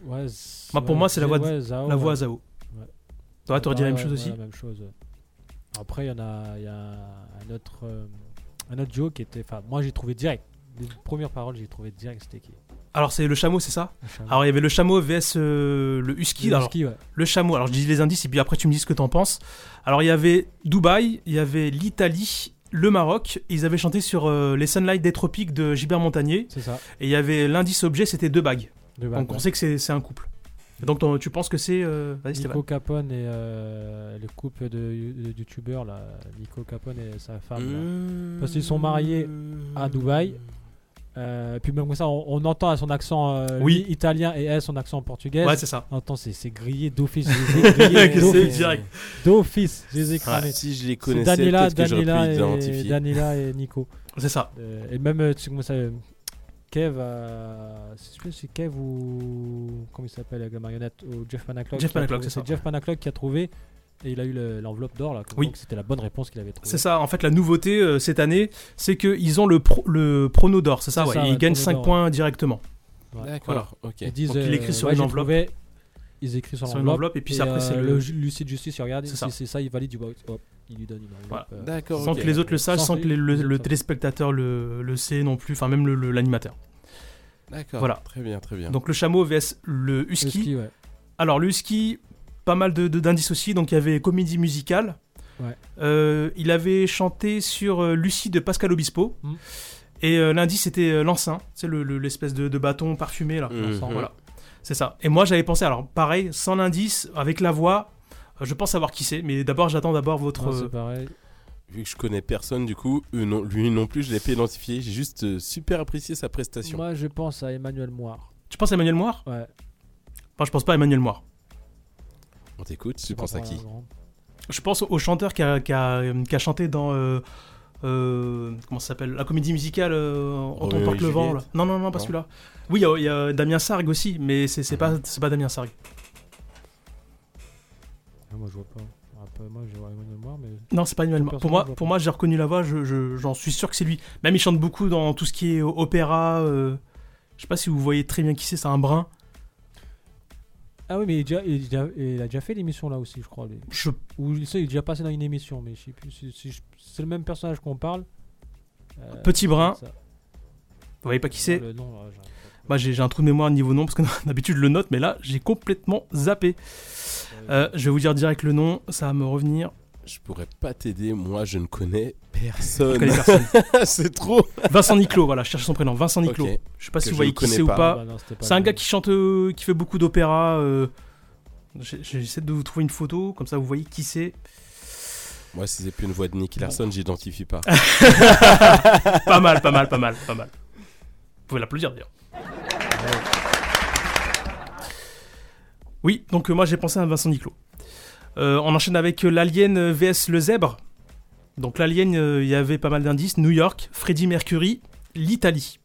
C: Ouais,
B: Moi, pour
C: ouais,
B: moi c'est la voix, de-
C: ouais, Zao,
B: la voix
C: Ah, ouais.
B: à Zao.
C: Ouais. Ah,
B: Toi t'aurais dit la
C: Ouais, ouais,
B: même chose
C: ouais,
B: aussi
C: La même chose. ouais. Après, il y en a, il y a un autre, euh, un autre duo qui était. Enfin, moi, j'ai trouvé direct. Les premières paroles, j'ai trouvé direct. C'était qui
B: Alors c'est le chameau, c'est ça
C: chameau.
B: Alors il y avait le chameau vs euh, le husky.
C: Le
B: Ah, alors,
C: husky, ouais.
B: le chameau. Alors je dis les indices et puis après tu me dis ce que t'en penses. Alors il y avait Dubaï, il y avait l'Italie, le Maroc. Ils avaient chanté sur euh, les Sunlight des Tropiques de Gilbert Montagnier.
C: C'est ça.
B: Et il y avait l'indice objet, c'était deux bagues.
C: Deux bagues,
B: Donc on
C: ouais.
B: sait que c'est c'est un couple. Et donc t'en- tu penses que c'est euh, vas-y, Stéphane.
C: Nico Capone et euh, le couple de, you- de youtubeurs là, Nico Capone et sa femme. là. Parce qu'ils sont mariés
B: Mmh.
C: à Dubaï. Euh, puis même comme ça, on, on entend à son accent euh,
B: Oui.
C: lui, italien et elle son accent portugais.
B: Ouais, c'est ça.
C: On entend, c'est c'est grillé d'office. je les ai grillés
B: Que c'est
C: d'office.
B: direct.
C: D'office, je les ai cramés.
D: Ouais, si je les
C: C'est
D: connaissais,
C: Daniela,
D: peut-être que j'aurais pu
C: Daniela et-
D: identifier.
C: Daniela et Nico.
B: C'est ça.
C: Euh, et même, euh, tu sais comment ça. euh, Kev, euh, je sais plus si c'est Kev ou. Comment il s'appelle avec la marionnette Ou Jeff Panaclock.
B: Jeff
C: qui a
B: Panaclock,
C: trouvé-
B: c'est ça.
C: Jeff Panaclock qui a trouvé et il a eu le- l'enveloppe d'or là.
B: Oui.
C: Donc c'était la bonne réponse qu'il avait trouvée.
B: C'est ça, en fait, la nouveauté euh, cette année, c'est qu'ils ont le, pro- le prono d'or, c'est ça,
C: C'est
B: ouais,
C: ça,
B: Ils
C: ouais,
B: gagnent
C: prono
B: 5
C: d'or.
B: points directement.
C: Ouais.
B: Voilà.
C: Ils disent,
B: Donc, il écrit
C: euh,
B: sur
C: ouais,
B: une
C: j'ai
B: enveloppe.
C: trouvé, ils écrivent sur,
B: Sur une
C: l'enveloppe. euh,
B: enveloppe, et puis après, c'est le-
C: le ju- l'huissier de justice, il regarde,
B: C'est
C: si
B: ça.
C: c'est ça, il valide, il voit, hop, il lui donne une enveloppe. euh,
B: Sans que les autres le sachent, sans que les- le, le téléspectateur le, le sait non plus, enfin même le- le- l'animateur.
D: D'accord.
B: Voilà.
D: Très bien, très bien.
B: Donc le chameau vs le husky.
C: Husky, ouais.
B: Alors le husky, pas mal de de- d'indices aussi. Donc il y avait comédie musicale.
C: Ouais.
B: Euh, il avait chanté sur euh, Lucie de Pascal Obispo.
C: Mm.
B: Et euh, l'indice c'était euh, l'enceint, c'est le- le- l'espèce de, de bâton parfumé là.
D: Mhm.
B: L'enceint, Voilà, c'est ça. Et moi j'avais pensé, alors pareil, sans l'indice, avec la voix, euh, je pense savoir qui c'est. Mais d'abord j'attends d'abord votre.
C: Ouais,
B: euh,
C: c'est pareil.
D: Vu que je connais personne, du coup, eux non- lui non plus, je l'ai pas identifié. J'ai juste euh, super apprécié sa prestation.
C: Moi, je pense à Emmanuel Moir.
B: Tu penses à Emmanuel Moir
C: Ouais.
B: Enfin je pense pas à Emmanuel Moir.
D: On t'écoute, tu penses à qui
B: Je pense au chanteur qui a, qui a- qui a chanté dans. euh, euh, comment ça s'appelle La comédie musicale euh, Quand
D: Roméo
B: on
D: et
B: porte le vent. Là.
D: Juliette.
B: Non, non, non, pas
D: Non.
B: celui-là. Oui, il y a- il y, a Damien Sargue aussi, mais c'est c'est pas, c'est pas Damien Sargue.
C: Ah, Moi, je vois pas. Après, moi, je vois Emmanuel Moir, mais.
B: Non, c'est pas Emmanuel Mar- Pour moi, pour moi j'ai reconnu la voix, j'en je, j'en suis sûr que c'est lui. Même il chante beaucoup dans tout ce qui est euh, opéra. euh, je sais pas si vous voyez très bien qui c'est, c'est un brun.
C: Ah oui, mais il, est déjà- il est déjà- il a déjà fait l'émission là aussi, je crois. lui.
B: Je-
C: Ou il, sait, il est déjà passé dans une émission, mais je sais plus. si- si je- c'est le même personnage qu'on parle. Euh,
B: Petit brun.
C: ça.
B: Vous voyez pas qui c'est
C: Le nom, là, j'arrive
B: Bah, j'ai j'ai un trou de mémoire niveau nom parce que d'habitude je le note, mais là j'ai complètement zappé. Euh, je vais vous dire direct le nom, ça va me revenir.
D: Je pourrais pas t'aider, moi, je ne connais personne.
B: Je connais personne.
D: c'est trop.
B: Vincent Niclot, voilà, je cherche son prénom. Vincent Niclot.
D: Ok.
B: Je sais pas
D: Que
B: si
D: je
B: vous voyez
D: ne
B: qui c'est
D: connais
B: ou
D: pas.
B: pas.
C: Bah non, c'était pas
B: Ah, c'est un
C: lui.
B: gars qui chante, euh, qui fait beaucoup d'opéra. euh, j'ai- J'essaie de vous trouver une photo, comme ça vous voyez qui c'est.
D: Moi, si c'est plus une voix de Nick Larson, j'identifie pas.
B: pas mal, pas mal, pas mal, pas mal. Vous pouvez l'applaudir d'ailleurs. Oui, donc euh, moi j'ai pensé à Vincent Niclot. Euh, on enchaîne avec euh, l'Alien euh, vs le Zèbre. Donc l'Alien, euh, il y avait pas mal d'indices. New York, Freddie Mercury, l'Italie.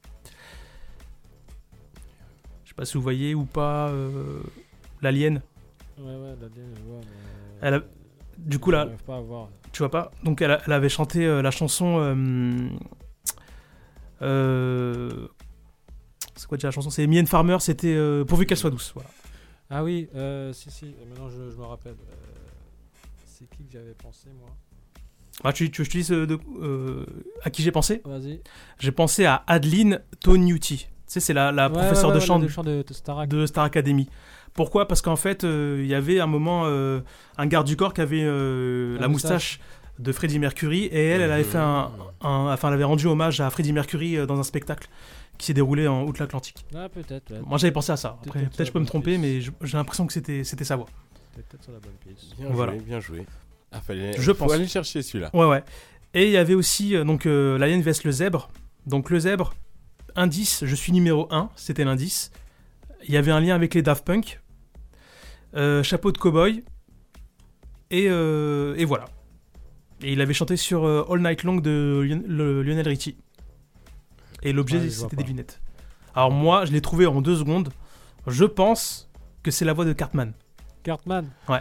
B: Je sais pas si vous voyez ou pas euh, l'Alien.
C: Ouais, ouais, la bien, je vois, mais. euh,
B: Elle a- Du coup, là,
C: J'arrive pas à voir.
B: tu vois pas Donc elle, a- elle avait chanté euh, la chanson. euh, euh, c'est quoi déjà la chanson C'est Mien Farmer, c'était euh, pourvu qu'elle soit douce. Voilà.
C: Ah oui, euh, si, si, et maintenant je, je me rappelle. Euh, c'est qui que j'avais pensé, moi
B: Ah, tu, tu, veux que je te dise, euh, de- euh, à qui j'ai pensé
C: Vas-y.
B: J'ai pensé à Adeline Tonyuti. Tu sais, c'est la, la
C: Ouais,
B: professeure
C: ouais,
B: de
C: ouais,
B: chant
C: de chant de- de Starac.
B: de Star Academy. Pourquoi Parce qu'en fait, euh, il y avait un moment euh, un garde du corps qui avait euh,
C: La
B: la moustache de Freddie Mercury et elle, elle avait fait un, un- enfin, elle avait rendu hommage à Freddie Mercury euh, dans un spectacle qui s'est déroulé en Outre-Atlantique.
C: Ah, peut-être, ouais.
B: Moi, j'avais pensé à ça. Après,
C: Peut-être
B: peut-être je peux me tromper, mais je- j'ai l'impression que c'était c'était sa voix.
C: T'es peut-être sur la bonne piste.
D: Bien
B: Voilà.
D: joué, bien joué. Ah, fallait,
B: Je
D: faut
B: pense.
D: aller chercher celui-là.
B: Ouais, ouais. Et il y avait aussi euh, donc euh, la hyène vs le zèbre. Donc le zèbre, indice, je suis numéro 1, c'était l'indice. Il y avait un lien avec les Daft Punk, Euh, chapeau de cowboy, et, euh, et voilà. Et il avait chanté sur euh, All Night Long de Lion- le- Lionel Richie. Et l'objet,
C: Ouais, je vois
B: c'était
C: pas.
B: des lunettes. Alors moi, je l'ai trouvé en deux secondes. Je pense que c'est la voix de Cartman.
C: Cartman.
B: Ouais.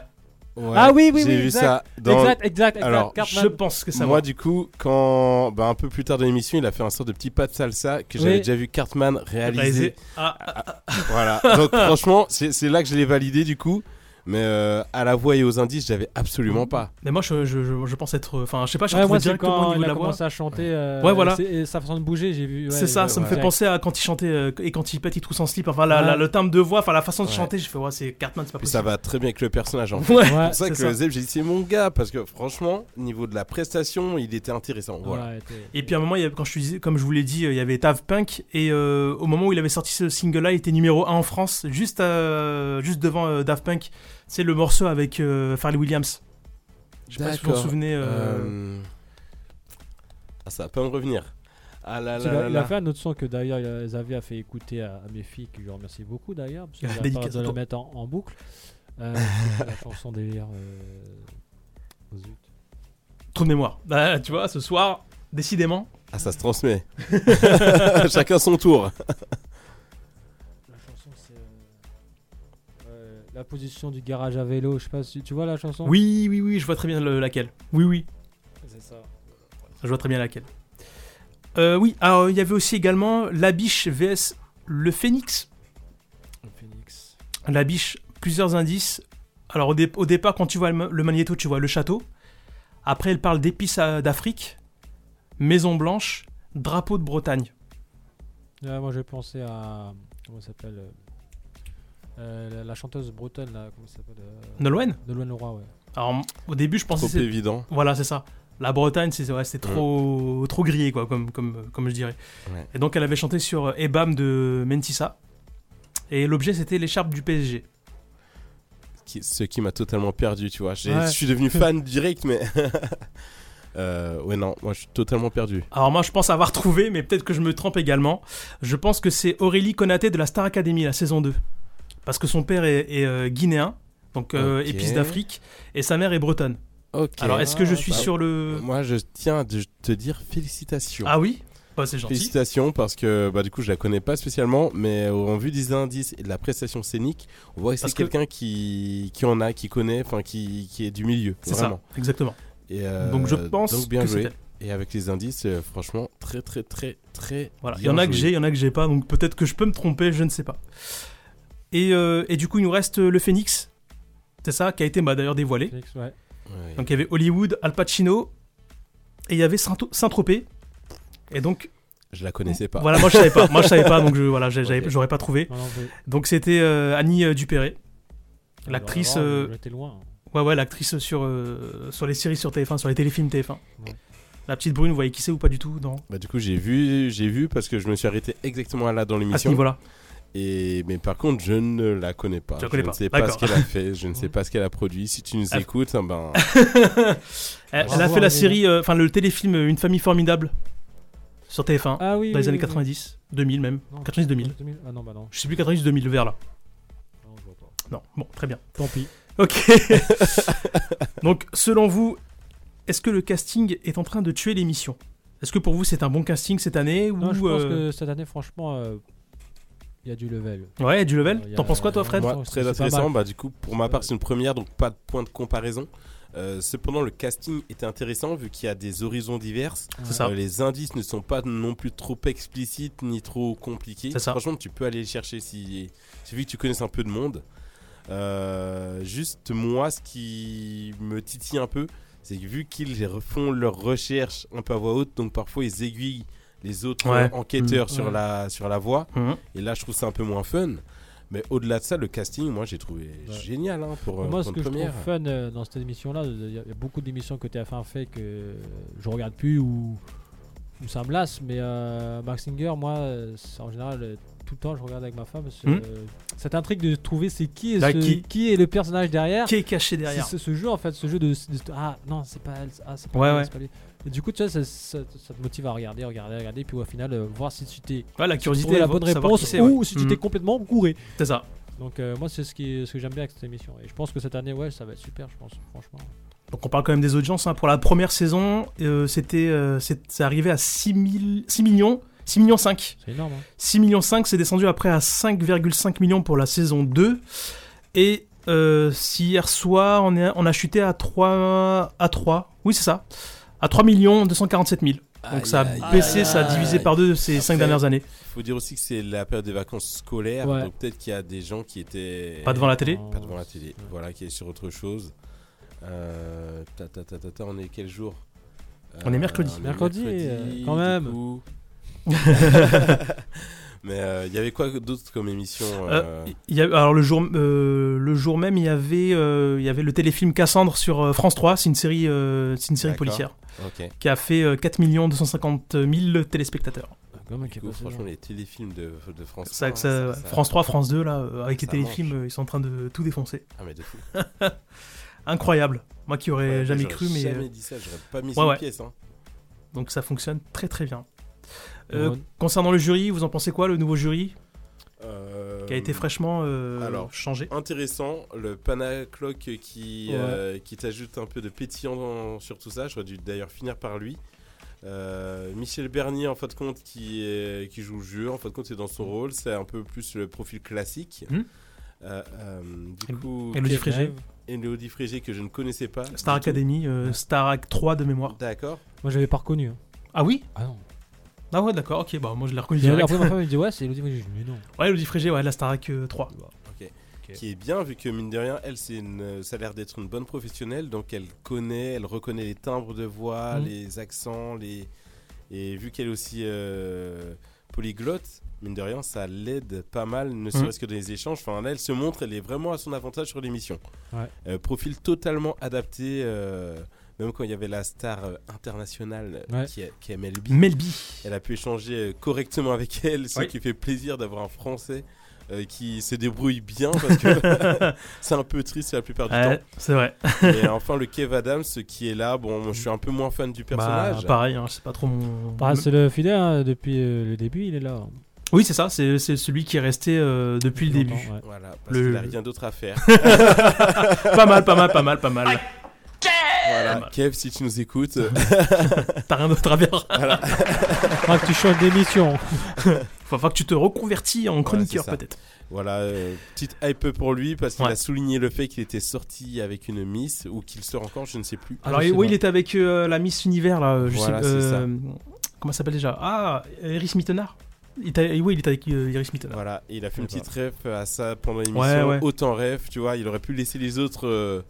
C: Ah oui, oui,
D: j'ai
C: oui,
D: vu
C: exact.
D: ça dans-
C: Exact, exact, exact,
D: Alors,
C: Cartman.
B: je pense que ça
D: Moi,
B: va.
D: du coup, quand bah, un peu plus tard dans l'émission, il a fait un sorte de petit pas de salsa que
B: Oui.
D: j'avais déjà vu Cartman réaliser.
B: Réaliser. Ah, ah, ah.
D: Voilà. Donc, franchement, c'est c'est là que je l'ai validé, du coup. Mais euh, à la voix et aux indices, j'avais absolument pas.
B: Mais moi, je, je- je- je pense être. euh, Enfin, je sais pas, je suis
C: Ouais, moi, c'est
B: directement au
C: quand
B: niveau
C: il
B: de
C: a
B: la voix.
C: commencé à chanter. euh,
B: Ouais, voilà.
C: c'est- Et sa façon de bouger, j'ai vu. ouais,
B: c'est ça,
C: ouais,
B: ça me
C: ouais.
B: fait penser à quand il chantait euh, et quand il pète, il trousse en slip. Enfin, la-
C: Ouais.
B: la- le timbre de voix, enfin, la façon de
D: Ouais.
B: chanter, je fais, ouais, c'est Cartman, c'est pas
D: Puis
B: possible.
D: ça va très bien avec le personnage en fait.
B: Ouais,
D: c'est pour ça
B: c'est
D: que
B: ça.
D: Zeb, j'ai dit c'est mon gars parce que franchement, niveau de la prestation, il était intéressant. Voilà. ah
B: Et puis à un moment, il y avait- quand je te disais- comme je vous l'ai dit, euh, il y avait Tav Punk et euh, au moment où il avait sorti ce single-là, il était numéro 1 en France, juste, euh, juste devant euh, Daft Punk. C'est le morceau avec euh, Pharrell Williams. Je sais pas si vous vous en
D: D'accord.
B: souvenez. euh,
D: Euh, ah, ça va pas me revenir. Ah là
C: Tu
D: là
C: l'as-
D: là
C: il a
D: là.
C: fait un autre son que d'ailleurs il avait a fait écouter à, à mes filles, que je remercie beaucoup d'ailleurs, parce que j'ai pas
B: Dédicace
C: de
B: à
C: le
B: toi.
C: mettre en, en boucle. Euh, la chanson délire. euh, oh zut.
B: Trou de mémoire. Bah, tu vois, ce soir, décidément.
D: Ah ça se transmet. Chacun son tour.
C: La chanson c'est. euh, euh, la position du garage à vélo, je sais pas si tu vois la chanson
B: Oui, oui, oui, je vois très bien le- laquelle. Oui, oui.
C: C'est ça.
B: Je vois très bien laquelle. Euh, oui, alors il y avait aussi également La Biche vs Le Phénix. La Biche, plusieurs indices. Alors au, dé- au départ, quand tu vois le, ma- le magnéto, tu vois le château. Après, elle parle d'épices à- d'Afrique, Maison Blanche, Drapeau de Bretagne.
C: Ouais, Ah, moi j'ai pensé à. Comment ça s'appelle euh, euh, la, la chanteuse bretonne là, comment ça s'appelle euh,
B: Nolwenn
C: Nolwenn Leroy, ouais.
B: Alors m- au début, je pensais.
D: Trop
B: Oh, c'est-
D: évident.
B: Voilà, c'est ça. La Bretagne, c'est ouais, c'est trop, trop grillé, quoi, comme, comme, comme je dirais.
D: Ouais.
B: Et donc, elle avait chanté sur euh, Ebam de Mentissa. Et l'objet, c'était l'écharpe du PSG.
D: Qui- ce qui m'a totalement perdu, tu vois. J'ai-
B: Ouais.
D: Je suis devenu fan direct, mais Euh, ouais non, moi je suis totalement perdu.
B: Alors moi je pense avoir trouvé, mais peut-être que je me trompe également. Je pense que c'est Aurélie Konaté de la Star Academy, la saison 2. Parce que son père est, est, euh, guinéen, donc euh,
D: Ok.
B: épice d'Afrique, et sa mère est bretonne.
D: Ok.
B: Alors est-ce que je suis
D: Bah,
B: sur le...
D: Moi je tiens à de- te dire félicitations.
B: Ah oui Bah, C'est gentil.
D: Félicitations parce que bah, du coup je la connais pas spécialement, mais euh, en vue des indices et de la prestation scénique, on voit que
B: Parce
D: c'est
B: que-
D: quelqu'un qui, qui en a, qui connaît, enfin qui, qui est du milieu.
B: C'est ça,
D: vraiment.
B: exactement.
D: Et, euh,
B: donc je pense
D: donc bien
B: que
D: joué.
B: c'était...
D: Et avec les indices, euh, franchement, très très très très.
B: Voilà, il y
D: bien
B: en a que
D: joué.
B: j'ai, il y en a que j'ai pas, donc peut-être que je peux me tromper, je ne sais pas. Et, euh, et du coup il nous reste euh, le Phoenix, c'est ça, qui a été bah, d'ailleurs dévoilé.
C: Phoenix, ouais.
D: Ouais.
B: Donc il y avait Hollywood, Al Pacino, et il y avait Saint- Saint-Tropez. Et donc
D: Je la connaissais pas.
B: Voilà, moi je savais pas, moi je savais pas, donc je, voilà, j'ai- j'avais-
D: Ok.
B: j'aurais pas trouvé.
C: Non, non, mais-
B: Donc c'était euh, Annie euh, Dupéré,
C: Ah,
B: l'actrice.
C: bah,
B: euh,
C: on était loin.
B: ouais, ouais, l'actrice sur euh, sur les séries sur TF1, sur les téléfilms TF1.
C: Ouais.
B: La petite brune, vous voyez qui c'est ou pas du tout Non.
D: Bah, du coup j'ai vu, j'ai vu parce que je me suis arrêté exactement là dans
B: À ce
D: l'émission.
B: niveau-là.
D: Et mais par contre je ne la connais pas.
B: Tu la connais
D: je
B: pas,
D: ne sais pas
B: d'accord.
D: ce qu'elle a fait, je ne sais pas ce qu'elle a produit. Si tu nous
B: Elle-
D: écoutes, hein, ben.
B: Elle,
C: Bravo,
B: elle a fait
C: Armina.
B: la série, euh, enfin le téléfilm euh, Une famille formidable sur TF1
C: Ah oui,
B: dans les
C: oui,
B: années
C: oui,
B: 90, 2000 même,
C: Non,
B: 90 2000.
C: 2000. Ah non, bah non.
B: Je sais plus 90 2000 vers là.
C: Non, je vois pas.
B: Non, bon, très bien.
C: Tant pis.
B: Ok. Donc, selon vous, est-ce que le casting est en train de tuer l'émission Est-ce que pour vous c'est un bon casting cette année ou
C: Non, je pense
B: euh,
C: que cette année, franchement, euh, il y a du level.
B: ouais du
C: Euh,
B: level
C: y a-
B: T'en penses quoi toi, Fred Oh,
C: Ouais.
D: Moi,
C: pense que
D: très
C: c'est pas
D: intéressant.
C: mal.
D: Bah, du coup, pour ma part, c'est une première, donc pas de point de comparaison. Euh, cependant, le casting était intéressant vu qu'il y a des horizons divers.
B: C'est ça.
D: Euh, les indices ne sont pas non plus trop explicites ni trop compliqués.
B: C'est ça.
D: Franchement, tu peux aller les chercher si j'ai vu que tu connaisses un peu de monde. Euh, juste moi, ce qui me titille un peu, c'est que vu qu'ils refont leurs recherches un peu à voix haute, donc parfois ils aiguillent les autres
B: Ouais.
D: euh, enquêteurs
B: Mmh.
D: sur,
B: Ouais.
D: la, sur la voie.
B: Mmh.
D: Et là, je trouve ça un peu moins fun. Mais au-delà de ça, le casting, moi, j'ai trouvé génial hein, pour, euh,
C: Moi, ce
D: pour
C: que
D: une première.
C: je trouve fun euh, dans cette émission-là, il y a il y a beaucoup d'émissions que TF1 fait que euh, je regarde plus ou, ou ça me lasse, mais euh, Max Singer, moi, euh, c'est en général, euh, tout le temps, je regarde avec ma femme. c'est,
B: Hmm.
C: euh, cette intrigue de trouver c'est qui est,
B: Bah,
C: ce-
B: qui-
C: qui est le personnage derrière.
B: Qui est caché derrière.
C: C'est ce, ce jeu, en fait, ce jeu de. de- ah non, c'est pas elle. Ah, c'est pas
B: Ouais,
C: elle,
B: ouais.
C: c'est pas lui. Et du coup, tu vois, ça, ça- ça te motive à regarder, regarder, regarder, puis au final, euh, voir si tu t'es.
B: Ouais, la
C: si tu
B: curiosité,
C: trouvais la
B: de
C: bonne
B: savoir qui
C: réponse
B: c'est,
C: ou
B: ouais.
C: si tu t'es
B: Hmm.
C: complètement gouré.
B: C'est ça.
C: Donc euh, moi c'est ce, qui, ce que j'aime bien avec cette émission et je pense que cette année ouais ça va être super je pense franchement.
B: Donc on parle quand même des audiences. hein. Pour la première saison, euh, c'était, euh, c'est, c'est arrivé à 6, 000 6 millions. 6 millions 5.
C: C'est énorme, hein.
B: 6 millions 5, c'est descendu après à 5,5 millions pour la saison 2. Et euh, si hier soir, on, est, on a chuté à 3, à 3. Oui, c'est ça. À 3 millions 247 000. Donc ça
D: Aïe,
B: a
D: aïe,
B: baissé, ça a
D: aïe.
B: divisé par deux ces 5
D: Après,
B: dernières années.
D: faut dire aussi que c'est la période des vacances scolaires,
B: Ouais.
D: donc peut-être qu'il y a des gens qui étaient.
B: Pas devant la télé
D: Pas devant la télé, voilà, qui est sur autre chose. Euh, ta, ta, ta, ta, ta, on est quel jour
B: On est mercredi.
D: on
C: Mercredi, euh, quand
D: du
C: même.
D: coup. Mais euh, il y avait quoi d'autre comme émission
B: Euh,
D: euh,
B: il y a, alors le jour, euh, le jour même, il y avait, euh, il y avait le téléfilm Cassandre sur euh, France 3. C'est une série, euh, c'est une série
D: D'accord.
B: policière
D: Ok.
B: qui a fait euh, 4 250 000 téléspectateurs.
D: du coup, franchement, les téléfilms de, de France
B: C'est vrai que
D: 3,
B: ça-
D: ça-
B: France 3, France 2, là, euh, avec les
D: ça
B: téléfilms, euh, ils sont en train de tout défoncer.
D: Ah, mais de fou.
B: Incroyable. Moi qui aurais
D: Ouais,
B: jamais
D: j'aurais
B: cru, mais.
D: jamais
B: euh,
D: dit ça, j'aurais pas mis
B: ouais,
D: ça une
B: ouais.
D: pièce, hein.
B: Donc ça fonctionne très très bien.
C: hein.
B: Euh,
D: Ouais.
B: Concernant le jury, vous en pensez quoi, le nouveau jury
D: Euh,
B: Qui a été fraîchement euh,
D: alors,
B: changé.
D: Intéressant, le Panacloc qui,
B: Ouais.
D: euh, qui t'ajoute un peu de pétillant dans- sur tout ça. J'aurais dû d'ailleurs finir par lui. Euh, Michel Bernier, en fin de compte, qui, est- qui joue le jeu, en fin de compte, c'est dans
B: Mm.
D: son rôle. C'est un peu plus le profil classique.
B: Mhm.
D: Euh, euh, du
B: Et-
D: coup,
B: Élodie
D: Kev-
B: Frégé.
D: Élodie Frégé, que je ne connaissais pas.
B: Star
D: du tout.
B: Academy, euh, Star Act 3 de mémoire.
D: D'accord.
C: Moi j'avais pas reconnu. hein.
B: Ah oui
C: Ah non.
B: Ah ouais, d'accord, ok, bah moi je l'ai reconnu
C: Et
B: direct.
C: Après ma femme elle me dit ouais c'est Elodie Frégé. Je dis, mais non.
B: Ouais, Elodie Frégé, ouais, de la Starac euh, 3.
D: Ok. Qui est bien, vu que mine de rien, elle, c'est une, ça a l'air d'être une bonne professionnelle, donc elle connaît, elle reconnaît les timbres de voix,
B: Mhm.
D: les accents, les... et vu qu'elle est aussi euh, polyglotte, mine de rien, ça l'aide pas mal, ne serait-ce que dans les échanges. Enfin, là, elle se montre, elle est vraiment à son avantage sur l'émission.
C: Ouais.
D: Euh, profil totalement adapté, euh, même quand il y avait la star euh, internationale euh,
C: Ouais.
D: qui, est, qui est Melby.
B: Melby.
D: Elle a pu échanger euh, correctement avec elle, ce
B: Oui.
D: qui fait plaisir d'avoir un Français euh, qui se débrouille bien parce que c'est un peu triste la plupart du
B: Ouais,
D: temps.
B: c'est vrai.
D: Et enfin, le Kev Adams qui est là, bon, moi, je suis un peu moins fan du personnage.
B: Bah, pareil, hein, c'est pas trop mon.
C: Bah, c'est le fidèle hein, depuis euh, le début il est là. hein.
B: Oui, c'est ça, c'est c'est celui qui est resté euh, depuis le
C: Depuis longtemps,
B: début.
C: ouais.
D: Voilà, parce qu'il a rien d'autre à faire.
B: pas mal, pas mal, pas mal, pas
D: Ah,
B: mal.
D: Voilà, Kev, si tu nous écoutes, euh,
B: T'as rien d'autre à faire.
D: Voilà.
C: Faudra que tu changes d'émission.
B: Faut faut que tu te reconvertis en chroniqueur,
D: Voilà, c'est ça.
B: peut-être.
D: Voilà, euh, petite hype pour lui parce qu'il
B: Ouais.
D: a souligné le fait qu'il était sorti avec une Miss ou qu'il sort encore, je ne sais plus.
B: Alors, il- oui, il était avec euh, la Miss Univers, là, euh, je
D: Voilà,
B: sais
D: c'est
B: euh, Comment ça s'appelle déjà Ah, Iris Mittenard Il était- Oui, il était avec euh, Iris Mittenard.
D: Voilà, et il a fait une
B: Je sais
D: petite ref à ça pendant l'émission.
B: Ouais, ouais.
D: Autant ref, tu vois, il aurait pu laisser les autres. euh,